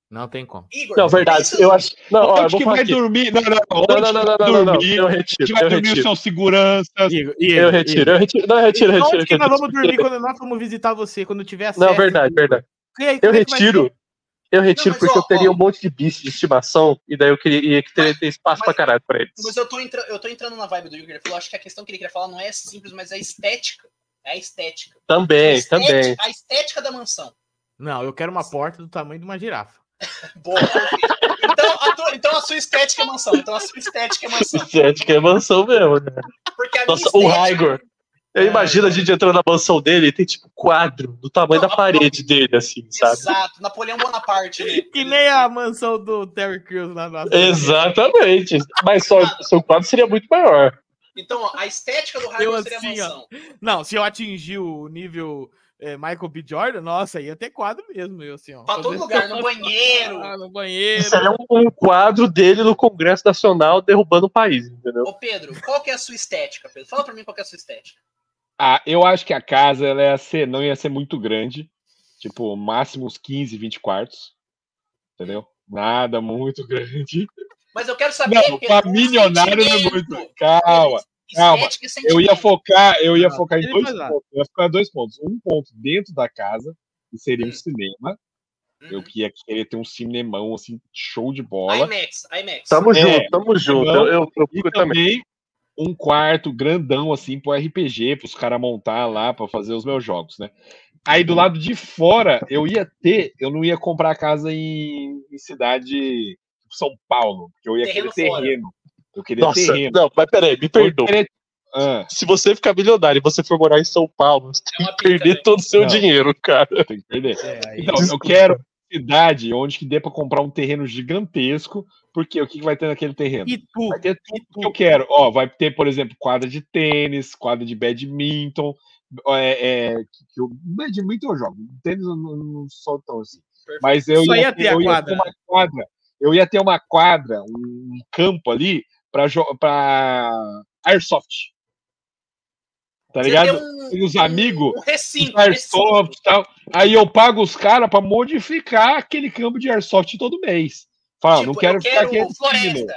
A: Não tem como.
B: Igor,
E: Não, verdade,
B: pensa-
E: eu acho. Não, ó, eu
C: Onde
E: vou
C: que
E: falar
C: vai
E: aqui.
C: dormir? Não, não,
E: Não,
C: onde
E: não,
C: que
E: não, não,
C: vai
E: não, não, não,
C: dormir?
E: eu
C: A gente
E: retiro,
C: vai
E: eu
C: dormir o
E: retiro.
C: seu segurança.
A: Igor,
E: Eu retiro, eu retiro, não, eu retiro, eu retiro.
A: Onde que
E: eu
A: nós vamos
E: retiro.
A: dormir quando nós vamos visitar você? Quando tiver acesso?
E: Não, verdade, verdade.
A: E aí,
E: Eu
A: como é que vai
E: retiro. Eu retiro
B: mas,
E: porque
B: ó,
E: eu teria
B: ó.
E: um monte de bicho de estimação e daí eu queria ia ter, ter espaço
B: mas-
E: pra caralho pra eles.
B: Mas eu tô, entra... eu tô entrando na vibe do Igor. Eu acho que a questão que ele queria falar não é simples, mas é estética. É a estética. a
E: Também,
B: estética,
E: É, também.
B: A estética da mansão.
A: ser? Não, eu quero uma porta do tamanho de uma girafa.
B: Boa, perfeito. então, a tua- então a sua estética é mansão. Então a sua estética é mansão.
E: Gente, que é mansão mesmo. cara.
B: Porque a minha
E: Nossa, o
B: estética-
E: Raigor. Eu
A: É,
E: imagino a
A: cara.
E: gente entrando na mansão dele e tem tipo quadro do tamanho
B: Não, é
E: da
B: a-
E: parede dele, assim, sabe?
B: Exato, Napoleão Bonaparte. né?
A: Que nem a mansão do Terry Crews lá na
E: Exatamente. Mas só
B: Mano.
E: seu quadro seria muito maior.
B: Então, ó, a estética do
A: Eu
B: Raigor seria
A: assim, ó.
B: mansão.
A: Não, se eu atingir o nível eh, Michael B. Jordan, nossa, ia ter quadro mesmo. Eu, assim, ó,
B: Pra todo
A: fazer-
B: lugar, no banheiro.
A: Ah, no banheiro.
E: Seria um, um quadro dele no Congresso Nacional derrubando o país, entendeu?
B: Ô, Pedro, qual que é a sua estética, Pedro? Fala pra mim qual que é a sua estética.
C: Ah, eu acho que a casa ela ia ser, não ia ser muito grande. Tipo, máximo uns 15, 20 quartos. Entendeu? Nada muito grande.
B: Mas eu quero saber. é
C: Não, pra
A: um
C: milionário não é muito. Calma. calma. Eu ia focar, eu ia focar em
A: um Ah, Ele
C: dois
A: vai lá.
C: pontos. Eu ia focar em dois pontos. Um ponto dentro da casa, que seria um cinema.
B: Uhum.
C: Eu que ia querer ter um cinemão, assim, show de bola.
B: IMAX, IMAX.
E: Tamo
C: É.
E: junto, tamo junto. Eu, eu, eu
C: E
E: procuro também.
C: também um quarto grandão, assim, pro RPG, pros caras montar lá pra fazer os meus jogos, né? Aí
E: Uhum.
C: do lado de fora, eu ia ter, eu não ia comprar casa em, em cidade tipo São Paulo, porque eu ia
B: Terreno
C: querer
B: fora.
C: terreno. Eu
B: é
C: queria
E: Nossa,
C: terreno. Então,
E: não, mas peraí, me
C: Eu ia
E: perdoa.
C: querer- Ah,
E: Se você ficar milionário e você for morar em São Paulo, você
B: É
E: tem
B: uma
E: que perder
B: pica,
E: todo o seu
C: Não.
E: dinheiro, cara.
C: tem que perder.
A: É, aí-
C: Então, eu
E: Desculpa.
C: quero cidade onde que dê pra comprar um terreno gigantesco, porque o que, que vai ter naquele terreno?
A: E tu?
C: Vai ter tudo
A: E
C: que eu
A: tu?
C: quero. Ó, vai ter, por exemplo, quadra de tênis, quadra de badminton. ó, É, é, que- que eu, badminton eu jogo. Tênis eu não, não sou tão assim.
B: Perfeito.
C: Mas eu
A: Só
C: ia,
A: ia ter a
C: eu
A: quadra.
C: uma quadra. Eu ia ter uma quadra, um campo ali pra, jo- pra airsoft. Tá ligado?
B: Você tem
C: E os amigos,
B: Um recinto.
C: os airsoft e tal. Aí eu pago os caras pra modificar aquele campo de airsoft todo mês. Fala,
B: Tipo,
C: Ah, não quero,
B: eu
C: ficar aqui.
B: quero
C: assistindo.
B: floresta.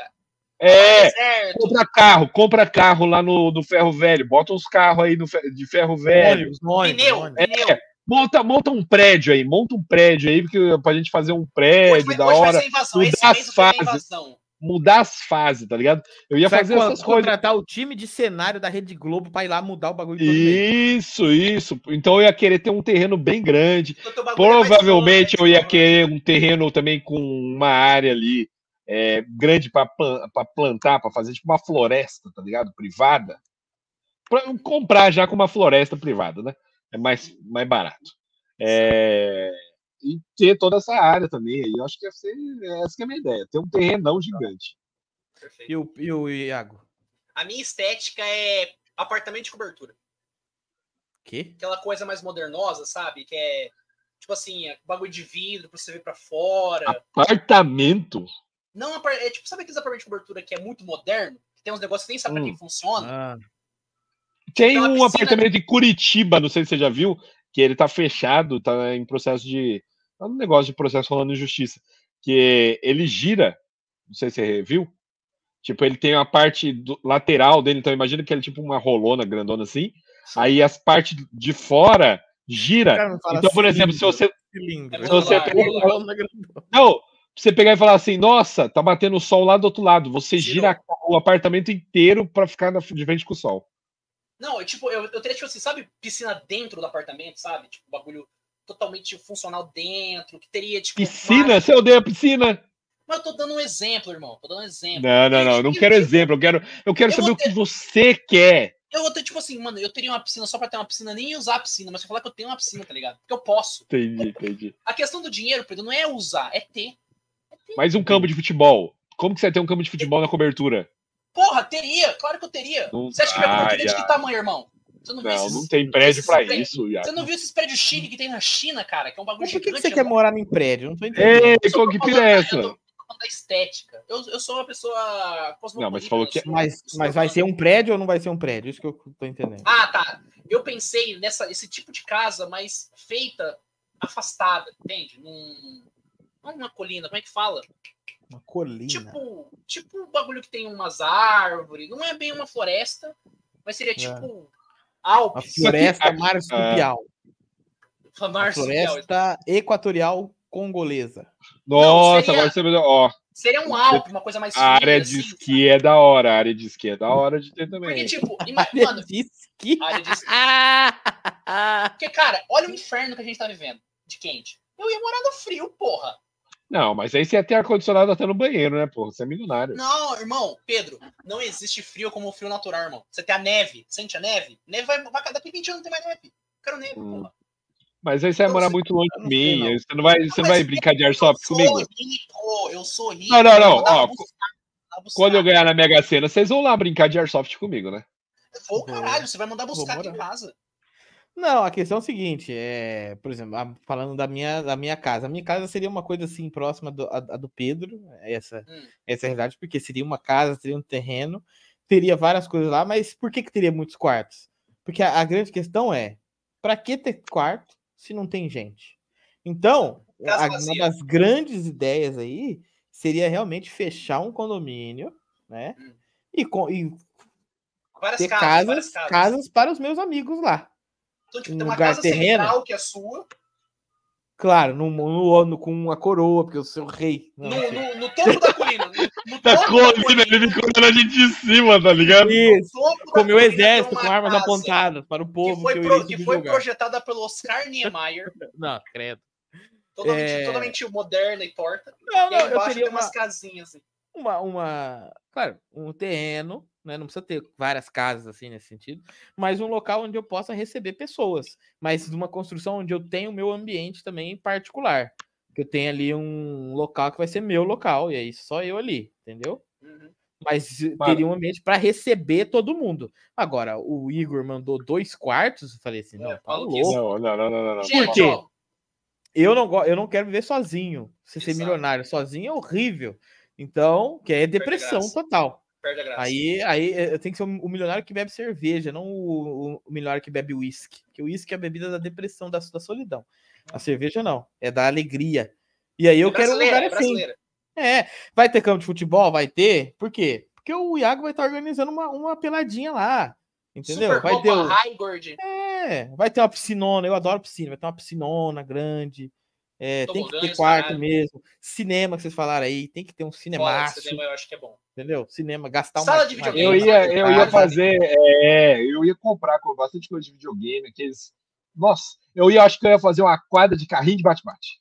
C: É,
B: deserto.
C: Compra carro, compra carro lá no, no ferro velho, bota uns carros aí no fe- de ferro velho,
A: Ônibus, ônibus,
B: Pneu,
A: ônibus.
B: pneu.
C: É, monta, monta um prédio aí, monta um prédio aí, porque pra gente fazer um
B: Hoje
C: prédio
B: vai-
C: da
B: hoje vai
C: hora,
B: ser invasão.
C: mudar
B: Esse mês
C: as
B: vai ter
C: fases.
B: invasão.
C: mudar as fases, tá ligado? Eu ia
A: Vai
C: fazer
A: con-
C: essas coisas.
A: contratar o time de cenário da Rede Globo pra ir lá mudar o bagulho. todo mês.
C: Isso, isso. Então eu ia querer ter um terreno bem grande.
B: Então, teu bagulho é mais
C: Provavelmente eu
B: longe,
C: ia
B: né?
C: querer um terreno também com uma área ali é, grande pra plan- pra plantar, pra fazer tipo uma floresta, tá ligado? Privada. Pra comprar já com uma floresta privada, né? É mais, mais barato. É, e ter toda essa área também. aí Eu acho que ia ser, essa que é a minha ideia. Ter um terrenão gigante.
B: Perfeito.
A: E o, e o Iago?
B: A minha estética é apartamento de cobertura.
A: Que?
B: Aquela coisa mais modernosa, sabe? Que é, tipo assim, é bagulho de vidro pra você ver pra fora.
C: Ah. Apartamento?
B: Não, apar- é tipo, sabe aqueles apartamentos de cobertura que é muito moderno? Que tem uns negócios que nem sabe pra
C: Hum.
B: quem funciona?
A: Ah,
C: Tem
B: Aquela
C: um
B: piscina-
C: apartamento em Curitiba, não sei se você já viu, que ele tá fechado, tá em processo de. Tá um negócio de processo rolando em justiça. Que ele gira, não sei se você viu. Tipo, ele tem a parte do- lateral dele, então imagina que ele é tipo uma rolona grandona assim. Aí as partes de fora
A: o
C: gira.
A: cara não fala
C: Então, por exemplo, se
A: cilindro,
C: Ah, você.
A: cilindro.
B: se você
A: Ele
B: pega-
A: fala na grande-
C: Não! pra Você pegar e falar assim, nossa, tá batendo o sol lá do outro lado. Você gira a ca- o apartamento inteiro pra ficar na- de frente com o sol.
B: Não, eu, tipo, eu, eu teria, tipo assim, sabe, piscina dentro do apartamento, sabe? Tipo, bagulho totalmente funcional dentro, que teria, tipo.
C: Piscina?
B: mais-
C: Você odeia piscina?
B: Mas eu tô dando um exemplo, irmão. Tô dando um exemplo.
C: Não, não, não. eu Não quero exemplo. Eu quero, eu quero
B: Eu
C: saber
B: vou
C: o que você quer.
B: Eu vou ter, tipo assim, mano, eu teria uma piscina só pra ter uma piscina, nem ia usar a piscina, mas eu falar que eu tenho uma piscina, tá ligado? Porque eu posso.
C: Entendi, entendi.
B: A questão do dinheiro, Pedro, não é usar, é ter.
C: Mais um campo de futebol. Como que você tem um campo de futebol na cobertura?
B: Porra, teria, claro que eu teria.
C: Não
B: Você acha que minha
C: vai,
B: cobertura é de que
C: ai.
B: tamanho, irmão? Você não, viu
C: Não, não
B: esses,
C: tem prédio
B: esses
C: pra
B: prédios-
C: isso.
B: você
C: Iago.
B: não viu esses prédios chique que tem na China, cara? Que é um bagulho
A: Mas por que, que
B: gigante.
A: você quer
B: irmão?
A: morar em prédio? Eu Não tô entendendo.
C: Ei,
B: Eu sou
C: qual que pira é
B: propaganda, Eu
C: essa?
B: tô falando da estética. Eu, eu sou uma pessoa cosmopolita.
C: Não, mas você falou que- é-
B: eu sou-
A: Mas,
B: eu sou
A: mas vai
B: uma-
A: ser um prédio ou não vai ser um prédio? Isso que eu tô entendendo.
B: Ah, tá. Eu pensei nessa esse tipo de casa, mas feita afastada, entende? Num não uma colina, como é que fala?
A: Uma colina.
B: Tipo, tipo um bagulho que tem umas árvores, não é bem uma floresta, mas seria tipo
A: uma
B: Alpes,
A: floresta
C: aqui-
A: marsupial. Uma
B: marsupial.
A: floresta equatorial congolesa.
C: Nossa,
B: seria-
C: agora você me Ó,
B: Seria um Alpe, uma coisa mais
C: a área
B: fria,
C: de
B: assim,
C: esqui é da hora. A área de esqui é da hora de ter
B: sabe? Porque
C: também.
B: tipo, ima-
A: Área
B: mano,
A: de esqui.
B: área de esqui.
A: Ah!
B: Porque, cara, olha o inferno que a gente tá vivendo de quente. Eu ia morar no frio, porra.
C: Não, mas aí você ia ter ar-condicionado até no banheiro, né, porra? Você é milionário.
B: Não, irmão, Pedro, não existe frio como o frio natural, irmão. Você tem a neve, sente a neve? Neve vai, vai daqui 20 anos não tem mais neve. Eu quero neve,
C: Hum.
B: porra.
C: Mas aí você ia
B: Não,
C: morar
B: você-
C: muito longe
A: eu
C: de
A: não sei,
C: mim.
A: não.
C: aí Você não vai, você
B: Não,
C: vai
B: Ah, mas- é
C: brincar de
B: Eu
C: airsoft
B: sou
C: comigo?
B: rico, eu sou rico.
C: Não, não,
B: eu
C: não,
B: vou dar
C: ó,
B: uma buscada, uma buscada.
C: Quando eu ganhar na Mega Sena, vocês vão lá brincar de airsoft comigo, né?
B: Vou,
A: Vou.
B: caralho, você vai mandar
A: Uhum. Vou
B: buscar aqui em
A: morar.
B: casa.
A: Não, a questão é o seguinte, é, por exemplo, a- falando da minha, da minha casa, a minha casa seria uma coisa assim próxima do, a, a do Pedro, essa,
B: Hum.
A: essa é a realidade, porque seria uma casa, seria um terreno, teria várias coisas lá, mas por que, que teria muitos quartos? Porque a, a grande questão é, para que ter quarto se não tem gente? Então,
B: Casa
A: a- uma
B: vazia.
A: das grandes ideias aí seria realmente fechar um condomínio, né?
B: Hum.
A: E, com, e
B: Várias
A: ter
B: casas,
A: casas,
B: várias
A: casas.
B: casas.
A: para os meus amigos lá.
B: Então, tipo,
A: um
B: tem uma
A: lugar
B: casa
A: terreno.
B: central que é sua.
A: Claro, no, no ano com uma coroa, porque eu sou rei. né? Não,
B: No,
A: não sei.
B: no, no topo da colina. No, no
C: Tá
B: topo da
C: colina, ele me contando a gente de cima, tá ligado?
A: Isso,
B: topo da
A: com meu
B: colina tem
A: exército,
B: uma
A: com armas
B: casa
A: apontadas para o
B: Que
A: povo que,
B: foi,
A: eu
B: pro-
A: irei
B: que foi
A: subjugar.
B: projetada pelo Oscar Niemeyer,
A: Não, credo.
B: totalmente,
A: É.
B: totalmente moderna e torta.
A: Não,
B: E
A: não,
B: aí
A: eu
B: embaixo tem
A: teria uma,
B: umas casinhas. Assim.
A: uma, uma- claro, um terreno, né? Não precisa ter várias casas assim nesse sentido, mas um local onde eu possa receber pessoas, mas numa construção onde eu tenho o meu ambiente também em particular. Que eu tenho ali um local que vai ser meu local, e aí só eu ali, entendeu?
B: Uhum.
A: Mas eh,
C: Mara.
A: teria um ambiente para receber todo mundo. Agora, o Igor mandou dois quartos, eu falei assim, não,
B: É,
A: tá
B: maluquice.
A: louco.
C: Não, não, não, não, não. não.
B: Gente,
A: quê?
B: ó,
A: Eu não, go- eu não quero viver sozinho. Você ser
B: Exato.
A: milionário sozinho é horrível. Então, que é depressão
B: graça.
A: total.
B: perde a graça.
A: Aí, aí eh, tem que ser o o milionário que bebe cerveja, não o, o- o milionário que bebe uísque. Porque o uísque é a bebida da depressão, da, da solidão. A cerveja não, é da alegria. E aí eu quero um
B: Brasileira,
A: lugar assim.
B: brasileira.
A: É, vai ter campo de futebol? Vai ter. Por quê? Porque o Iago vai estar organizando uma, uma peladinha lá. Entendeu?
B: Super
A: vai ter o-
B: Highgord.
A: é, vai ter uma piscinona, eu adoro piscina, vai ter uma piscinona grande. é, tem que ter
B: Tobogãs,
A: quarto
B: caralho.
A: mesmo. Cinema que vocês falaram aí, tem que ter um
B: Foda,
A: cinemaço,
B: cinema eu acho que é bom.
A: entendeu? Cinema, gastar uma-
B: Sala de
A: uma
C: Eu
B: videogame.
C: ia, eu ia
A: Vários
C: fazer. É, eu ia comprar com bastante coisa de videogame, aqueles. Nossa, eu ia, acho que eu ia fazer uma quadra de carrinho de bate-bate.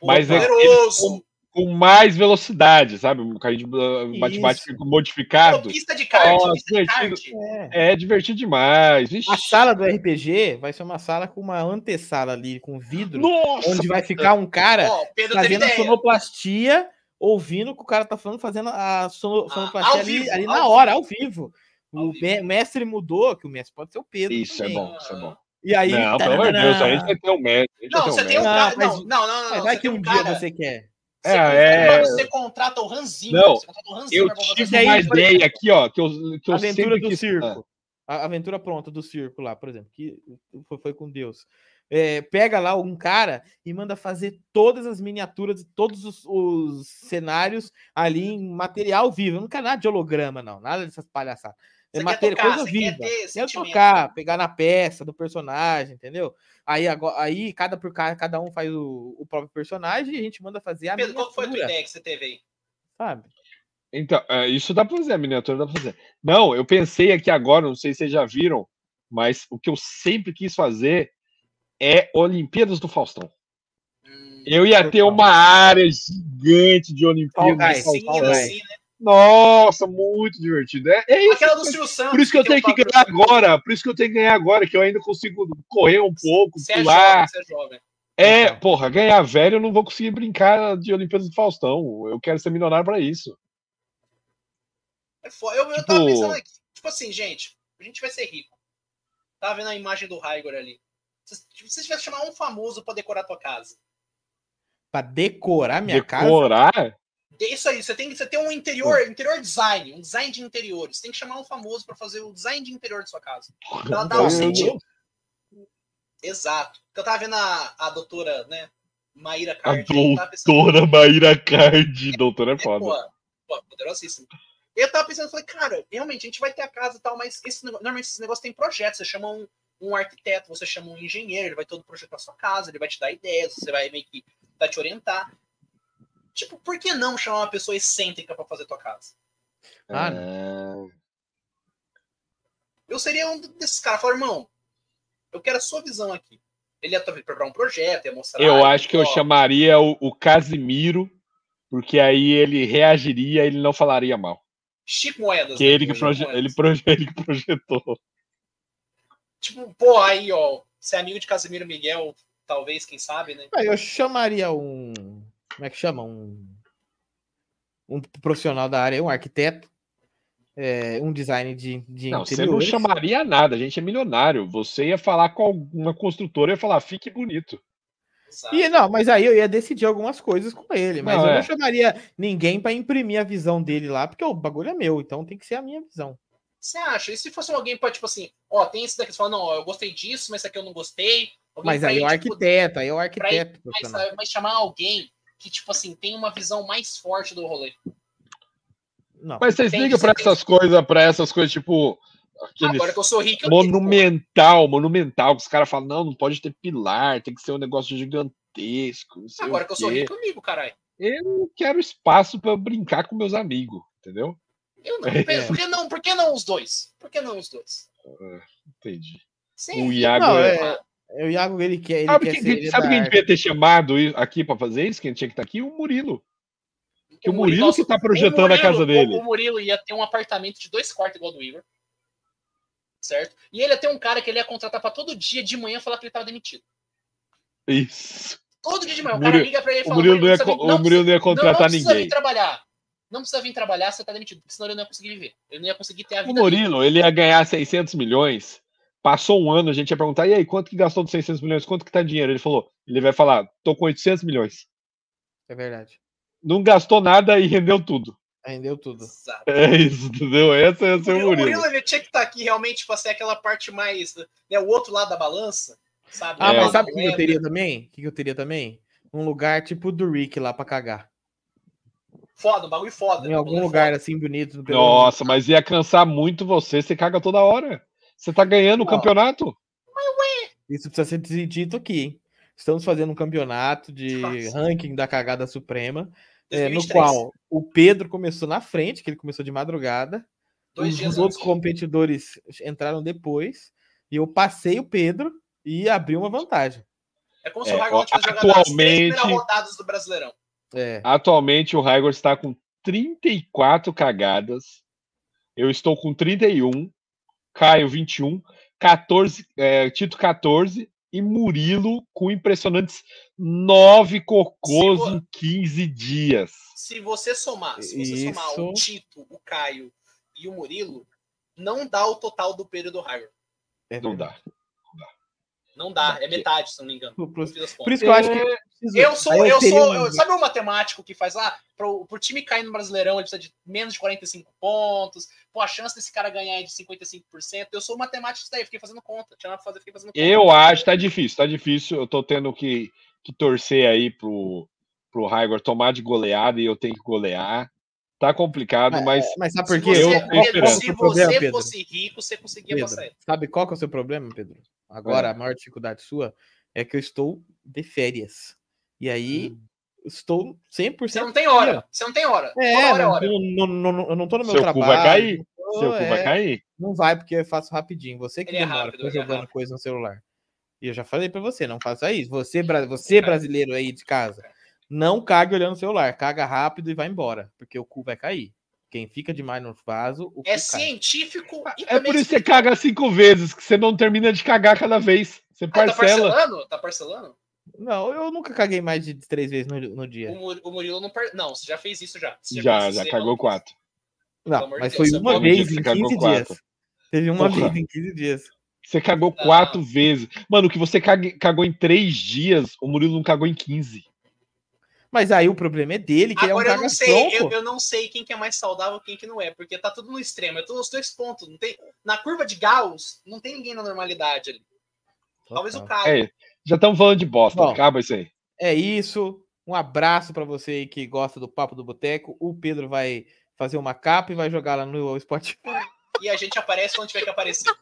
B: Pô,
C: Mas é-
B: poderoso.
C: Com mais velocidade, sabe? Um carrinho de bate-bate modificado.
B: Pista de kart,
C: Ó,
B: pista de kart.
C: divertido.
A: É.
C: É divertido demais. Vixe.
A: A sala do RPG vai ser uma sala com uma antessala ali, com vidro,
C: Nossa!
A: onde vai ficar um cara
B: Ó, Pedro teve
A: fazendo a
B: ideia.
A: sonoplastia, ouvindo o que o cara tá falando, fazendo a sono-
B: Ah,
A: sonoplastia
B: ao
A: ali,
B: vivo,
A: ali
B: ao
A: na
B: vivo.
A: hora, ao vivo.
B: Ao
A: O
B: vivo.
A: me- mestre mudou, que o mestre pode ser o Pedro.
C: Isso é
A: também.
C: bom, isso é bom.
A: E aí. tá,
C: não, pelo amor de Deus, a
A: tarará.
C: gente vai ter um médico. a gente
B: Não,
C: vai ter
B: você
C: um
B: tem um
C: médico.
B: cara.
A: então, né? Ah, mas-
B: Não, não, não.
A: Vai,
B: não,
A: vai
B: você
A: que
B: tem
A: um dia
B: cara-
A: você quer.
B: Você,
C: É,
B: contrata-
C: é.
B: você contrata o Ranzinho.
C: Não,
B: você contrata o Ranzinho
C: Eu
B: pra você
C: tive
A: E aí,
C: uma
A: por
C: ideia aqui, ó, que eu, que é. eu
A: Aventura
C: sempre
A: do
C: quis-
A: circo. A aventura pronta do circo lá, por exemplo, que foi, foi com Deus. É, pega lá um cara e manda fazer todas as miniaturas, todos os, os cenários ali em material vivo. Eu não quero nada de holograma, não, nada dessas palhaçadas. É
B: quer
A: matéria,
B: tocar,
A: coisa
B: você
A: viva.
B: Quer ter
A: Quero
B: sentimento.
C: é
B: né?
A: tocar, pegar na peça do personagem, entendeu? Aí, agora, aí cada, por ca- cada um faz o, o próprio personagem e a gente manda fazer a
B: Pedro, qual foi a tua
A: miniatura,
B: ideia que você teve aí?
A: sabe?
C: Então, é, isso dá pra fazer, a miniatura dá pra fazer. Não, eu pensei aqui agora, não sei se vocês já viram, mas o que eu sempre quis fazer é Olimpíadas do Faustão.
B: Hum,
C: Eu ia ter uma área gigante de
A: Fall
C: Olimpíadas
A: Guys,
C: do
B: sim,
C: Faustão.
A: Guys.
B: assim, né?
C: Nossa, muito divertido. É, é isso.
B: Aquela do Silvio Santos.
C: Por isso que eu
B: tem
C: tenho que
B: um bagulho
C: ganhar
B: assim,
C: agora, por isso que eu tenho que ganhar agora, que eu ainda consigo correr um pouco,
B: Você é
C: pular.
B: jovem, você é jovem.
C: É,
A: Então.
C: porra, ganhar velho eu não vou conseguir brincar de Olimpíadas do Faustão. Eu quero ser milionário pra isso.
B: É fo- Eu, eu
C: Tipo-
B: tava pensando aqui, tipo assim, gente, a gente vai ser rico. Tava vendo a imagem do Raigor ali. Se se você tivesse que chamar um famoso pra decorar a tua casa.
A: Pra decorar minha casa.
C: Decorar?
B: É isso aí, você tem, você tem um interior, interior design, um design de interiores. Você tem que chamar um famoso pra fazer o design de interior da sua casa. Pra ela dar um
C: Eu-
B: sentido. Exato. Porque eu tava vendo a, a doutora, né? Maíra Cardi. eu tava pensando,
C: Doutora Maíra Card, doutora é
B: é,
C: foda.
B: pô, pô, poderosíssimo. Eu tava pensando, falei, cara, realmente, a gente vai ter a casa e tal, mas esse, nego- normalmente esse negócio tem projeto. Você chama um, um arquiteto, você chama um engenheiro, ele vai todo projetar a sua casa, ele vai te dar ideias, você vai meio que vai te orientar. Tipo, por que não chamar uma pessoa excêntrica pra fazer tua casa?
C: é.
A: Ah,
B: Eu seria um desses caras. Falar, irmão, eu quero a sua visão aqui. Ele ia talvez preparar um projeto, ia mostrar.
C: eu
B: ah,
C: acho que eu
B: ó,
C: chamaria o, o Casimiro, porque aí ele reagiria ele não falaria mal.
B: Chico Moedas.
C: Que
B: né?
C: ele que,
B: Chico
C: proje-
B: Moedas.
C: ele proje- ele que projetou.
B: Tipo, pô, aí, ó, ser amigo de Casimiro Miguel, talvez, quem sabe, né?
A: Ah, Eu chamaria um. Como é que chama? Um, um profissional da área, um arquiteto, é, um design de, de
C: Não, você não
A: interiores.
C: chamaria nada, a gente é milionário. Você ia falar com alguma construtora e ia falar, fique bonito.
B: Exato.
A: E não, mas aí eu ia decidir algumas coisas com ele, mas
C: Não,
A: eu
C: é.
A: não chamaria ninguém pra imprimir a visão dele lá, porque o bagulho é meu, então tem que ser a minha visão.
B: Você acha? E se fosse alguém pra, tipo assim, ó, tem esse daqui, você fala, não, ó, eu gostei disso, mas esse aqui eu não gostei. Alguém
A: Mas
B: pra
A: aí é
B: ir,
A: o
B: tipo,
A: arquiteto, aí é o
B: pra ir
A: arquiteto
B: Mas,
A: profissional.
B: sabe, mas chamar alguém que, tipo assim, tem uma visão mais forte do rolê.
A: Não.
C: Mas vocês
B: Tem
C: ligam
B: que
C: pra
B: ser-
C: essas coisas, pra essas coisas, tipo. Aqueles
B: Agora é que eu sou rico, eu ligo,
C: monumental, monumental, que os caras falam, não, não pode ter pilar, tem que ser um negócio gigantesco. não
B: pô.
C: sei
B: Agora
C: o
B: que eu sou
C: quê.
B: rico, eu ligo, caralho.
C: Eu quero espaço pra eu brincar com meus amigos, entendeu?
B: Eu
C: É.
B: não. Pedro, Por que não, por que não os dois? Por que não os dois?
C: Entendi.
B: Sim.
C: O Iago.
A: Não,
C: é-
A: é- é O Iago, ele quer. Ele
C: Sabe
A: quer
C: quem,
A: ser
C: sabe quem
A: da
B: é
C: devia ter chamado i- aqui pra fazer isso? Quem tinha que estar aqui? O Murilo. Que o Murilo
B: Nossa,
C: que tá
B: um o
C: projetando a casa dele.
B: O Murilo ia ter um apartamento de dois quartos igual ao do Igor. Certo? E ele ia ter um cara que ele ia contratar pra todo dia de manhã falar que ele tava demitido.
C: Isso.
B: Todo dia de manhã. O
C: Murilo-
B: cara liga pra ele e
C: O
B: fala:
C: Murilo não ia,
B: precisa
C: co-
B: vir- não
C: o Murilo não ia contratar
B: não, não precisa vir
C: ninguém.
B: trabalhar. Não precisa vir trabalhar, você tá demitido. Porque senão ele não ia conseguir viver. Ele não ia conseguir ter a
C: O
B: vida. dele.
C: Murilo, ele ia ganhar 600 milhões. Passou um ano, a gente ia perguntar: e aí, quanto que gastou dos 600 milhões? Quanto que tá dinheiro? Ele falou: ele vai falar, tô com 800 milhões.
A: É verdade.
C: Não gastou nada e rendeu tudo.
A: Rendeu tudo.
B: Exato.
C: É isso, entendeu? Essa é o seu
B: O Murilo
C: Murilo.
B: ele tinha que estar aqui realmente pra ser aquela parte mais. Né, o outro lado da balança. Sabe? Né,
A: Ah,
C: É.
A: mas sabe o que
B: Não
A: eu teria também? O que eu teria também? Um lugar tipo do Rick lá pra cagar.
B: Foda, um bagulho foda.
A: Em algum lugar assim bonito. pelo-
C: Nossa, mas ia cansar muito você, você caga toda hora. Você tá ganhando o
B: Ó.
C: campeonato?
A: Isso precisa ser dito aqui. hein? Estamos fazendo um campeonato de
B: Nossa.
A: ranking da cagada suprema, é, no
B: 2023,
A: qual o Pedro começou na frente, que ele começou de madrugada.
B: Dois
A: os
B: dias
A: outros
B: antes.
A: competidores entraram depois. E eu passei o Pedro e abri uma vantagem.
B: É como se o
C: É,
B: Ragnarok tivesse jogado as três
C: atualmente-
B: primeiras rodadas do Brasileirão.
A: É.
C: Atualmente o Raigor está com 34 cagadas. Eu estou com 31. Caio 21, 14, é, Tito 14 e Murilo com impressionantes 9 cocôs
B: Senhor.
C: em 15 dias.
B: Se você somar, se você somar o
A: Isso.
B: Tito, o Caio e o Murilo, não dá o total do Pedro e do Ragnarok.
A: é
C: Não
A: verdade.
C: dá.
B: Não dá, é metade, se não me engano.
A: Por,
B: Não fiz as
A: por
B: contas.
A: isso que eu acho que.
B: é, Eu sou,
A: Aí
B: eu
A: teria
B: sou.
A: um-
B: eu- sabe o matemático que faz lá? Pro, pro time cair no Brasileirão, ele precisa de menos de 45 pontos. Pô, a chance desse cara ganhar é de 55%. Eu sou o matemático disso daí, fiquei fazendo conta. Tinha nada pra fazer, fiquei fazendo conta.
C: Eu acho, tá difícil, tá difícil. Eu tô tendo que, que torcer aí pro, pro Raigor tomar de goleada e eu tenho que golear. Tá
A: É,
C: complicado, mas
A: Mas sabe
B: Se
A: por quê?
B: você,
C: eu-
A: Sabe qual que
B: Pedro,
A: é o
B: se
A: seu
B: você
A: problema, Pedro?
B: fosse rico, você
A: é
B: conseguia
A: Pedro,
B: passar ele.
A: sabe qual que é o seu problema, Pedro? Agora, a maior dificuldade sua é que eu estou de férias. E aí, estou 100%
B: Você não tem hora. Você não tem hora.
A: É,
B: Toda hora é
A: não-
B: hora.
A: não- não- não- eu não tô no meu
C: Seu cu
A: trabalho.
C: vai cair,
A: não tô,
C: seu cu vai
A: é,
C: cair.
A: Não vai, porque eu faço rapidinho. Você que
B: Ele é
A: demora,
B: rápido,
A: fica
B: ele é
A: jogando
B: rápido.
A: coisa no celular. E eu já falei pra você, não faça isso. Você, bra-
B: É.
A: você brasileiro aí de casa, não cague olhando o celular. Caga rápido e vai embora, porque o cu vai cair. Quem fica demais no vaso, o cu
B: É
A: cai.
B: científico e
C: É
B: também
C: por isso que você
B: científico.
C: caga cinco vezes, que você não termina de cagar cada vez. Você
A: é
B: Ah, tá
C: parcela.
B: parcelando? Tá parcelando?
A: Não, eu nunca caguei mais de três vezes no, no
B: O,
A: dia.
B: Mur- o Murilo não par... Não, você já fez isso já. Você
C: já,
B: fez isso,
C: já
B: você
C: cagou
B: não-
C: quatro.
A: Não,
B: amor de
A: mas
B: Deus,
A: foi
B: você
A: uma
B: pode-
A: vez
C: Você
A: em
C: cagou
A: 15
C: quatro.
A: dias. Teve uma
C: Porra.
A: vez em 15 dias.
C: Você cagou
B: Não.
C: quatro vezes. Mano, o que você cague- cagou em três dias, o Murilo não cagou em 15.
A: Mas aí o problema é dele, que
B: Agora
A: ele é um
B: eu não sei, eu,
A: cagação.
B: eu não sei quem que é mais saudável e quem que não é, porque tá tudo no extremo, é tudo nos dois pontos. Não tem, na curva de Gauss, não tem ninguém na normalidade ali. Talvez o Caio.
C: É, já estamos falando de bosta.
A: Bom.
C: Acaba isso aí.
A: É isso. Um abraço para você aí que gosta do Papo do Boteco. O Pedro vai fazer uma capa e vai jogar lá no Spotify.
B: E a gente aparece quando tiver que aparecer.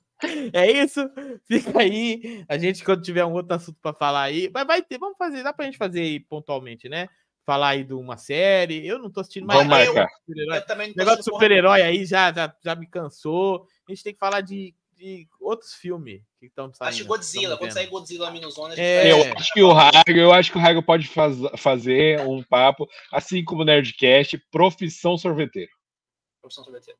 A: É isso. Fica aí. A gente, quando tiver um outro assunto para falar aí, mas vai ter. Vamos fazer, dá pra gente fazer aí pontualmente, né? Falar aí de uma série. Eu não tô assistindo mais
C: Vamos
A: nada de
C: marcar.
A: super-herói.
B: Eu também não
A: O negócio de
B: achando porra
A: super-herói aí já, já, já me cansou. A gente tem que falar de, de outros filmes que estão
B: nenhuma.
A: saindo.
B: Acho que Godzilla,
A: tamo
B: quando
A: vendo.
B: sair Godzilla Minozona, a gente
A: É.
C: Eu acho que o Raigo, eu acho que o Raigo pode faz- fazer um papo, assim como o Nerdcast, profissão sorveteiro.
B: Profissão sorveteira.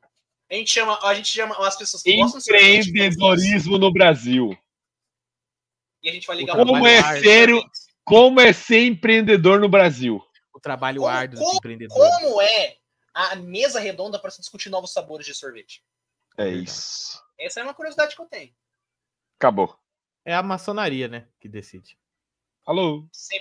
B: A gente chama, a gente chama as pessoas que gostam de sorvete,
C: Empreendedorismo no Brasil.
B: E a gente vai ligar
A: Como
B: bagulho
A: é
B: lá,
C: sério?
B: sorvete.
C: Como é ser empreendedor no Brasil?
A: O trabalho
B: Como-
A: árduo
B: como-
A: do empreendedor.
B: Como é a mesa redonda para se discutir novos sabores de sorvete?
C: É
A: Verdade.
C: isso.
B: Essa é uma curiosidade que eu tenho.
C: Acabou.
A: É a maçonaria, né? Que decide.
C: Alô?
B: Sempre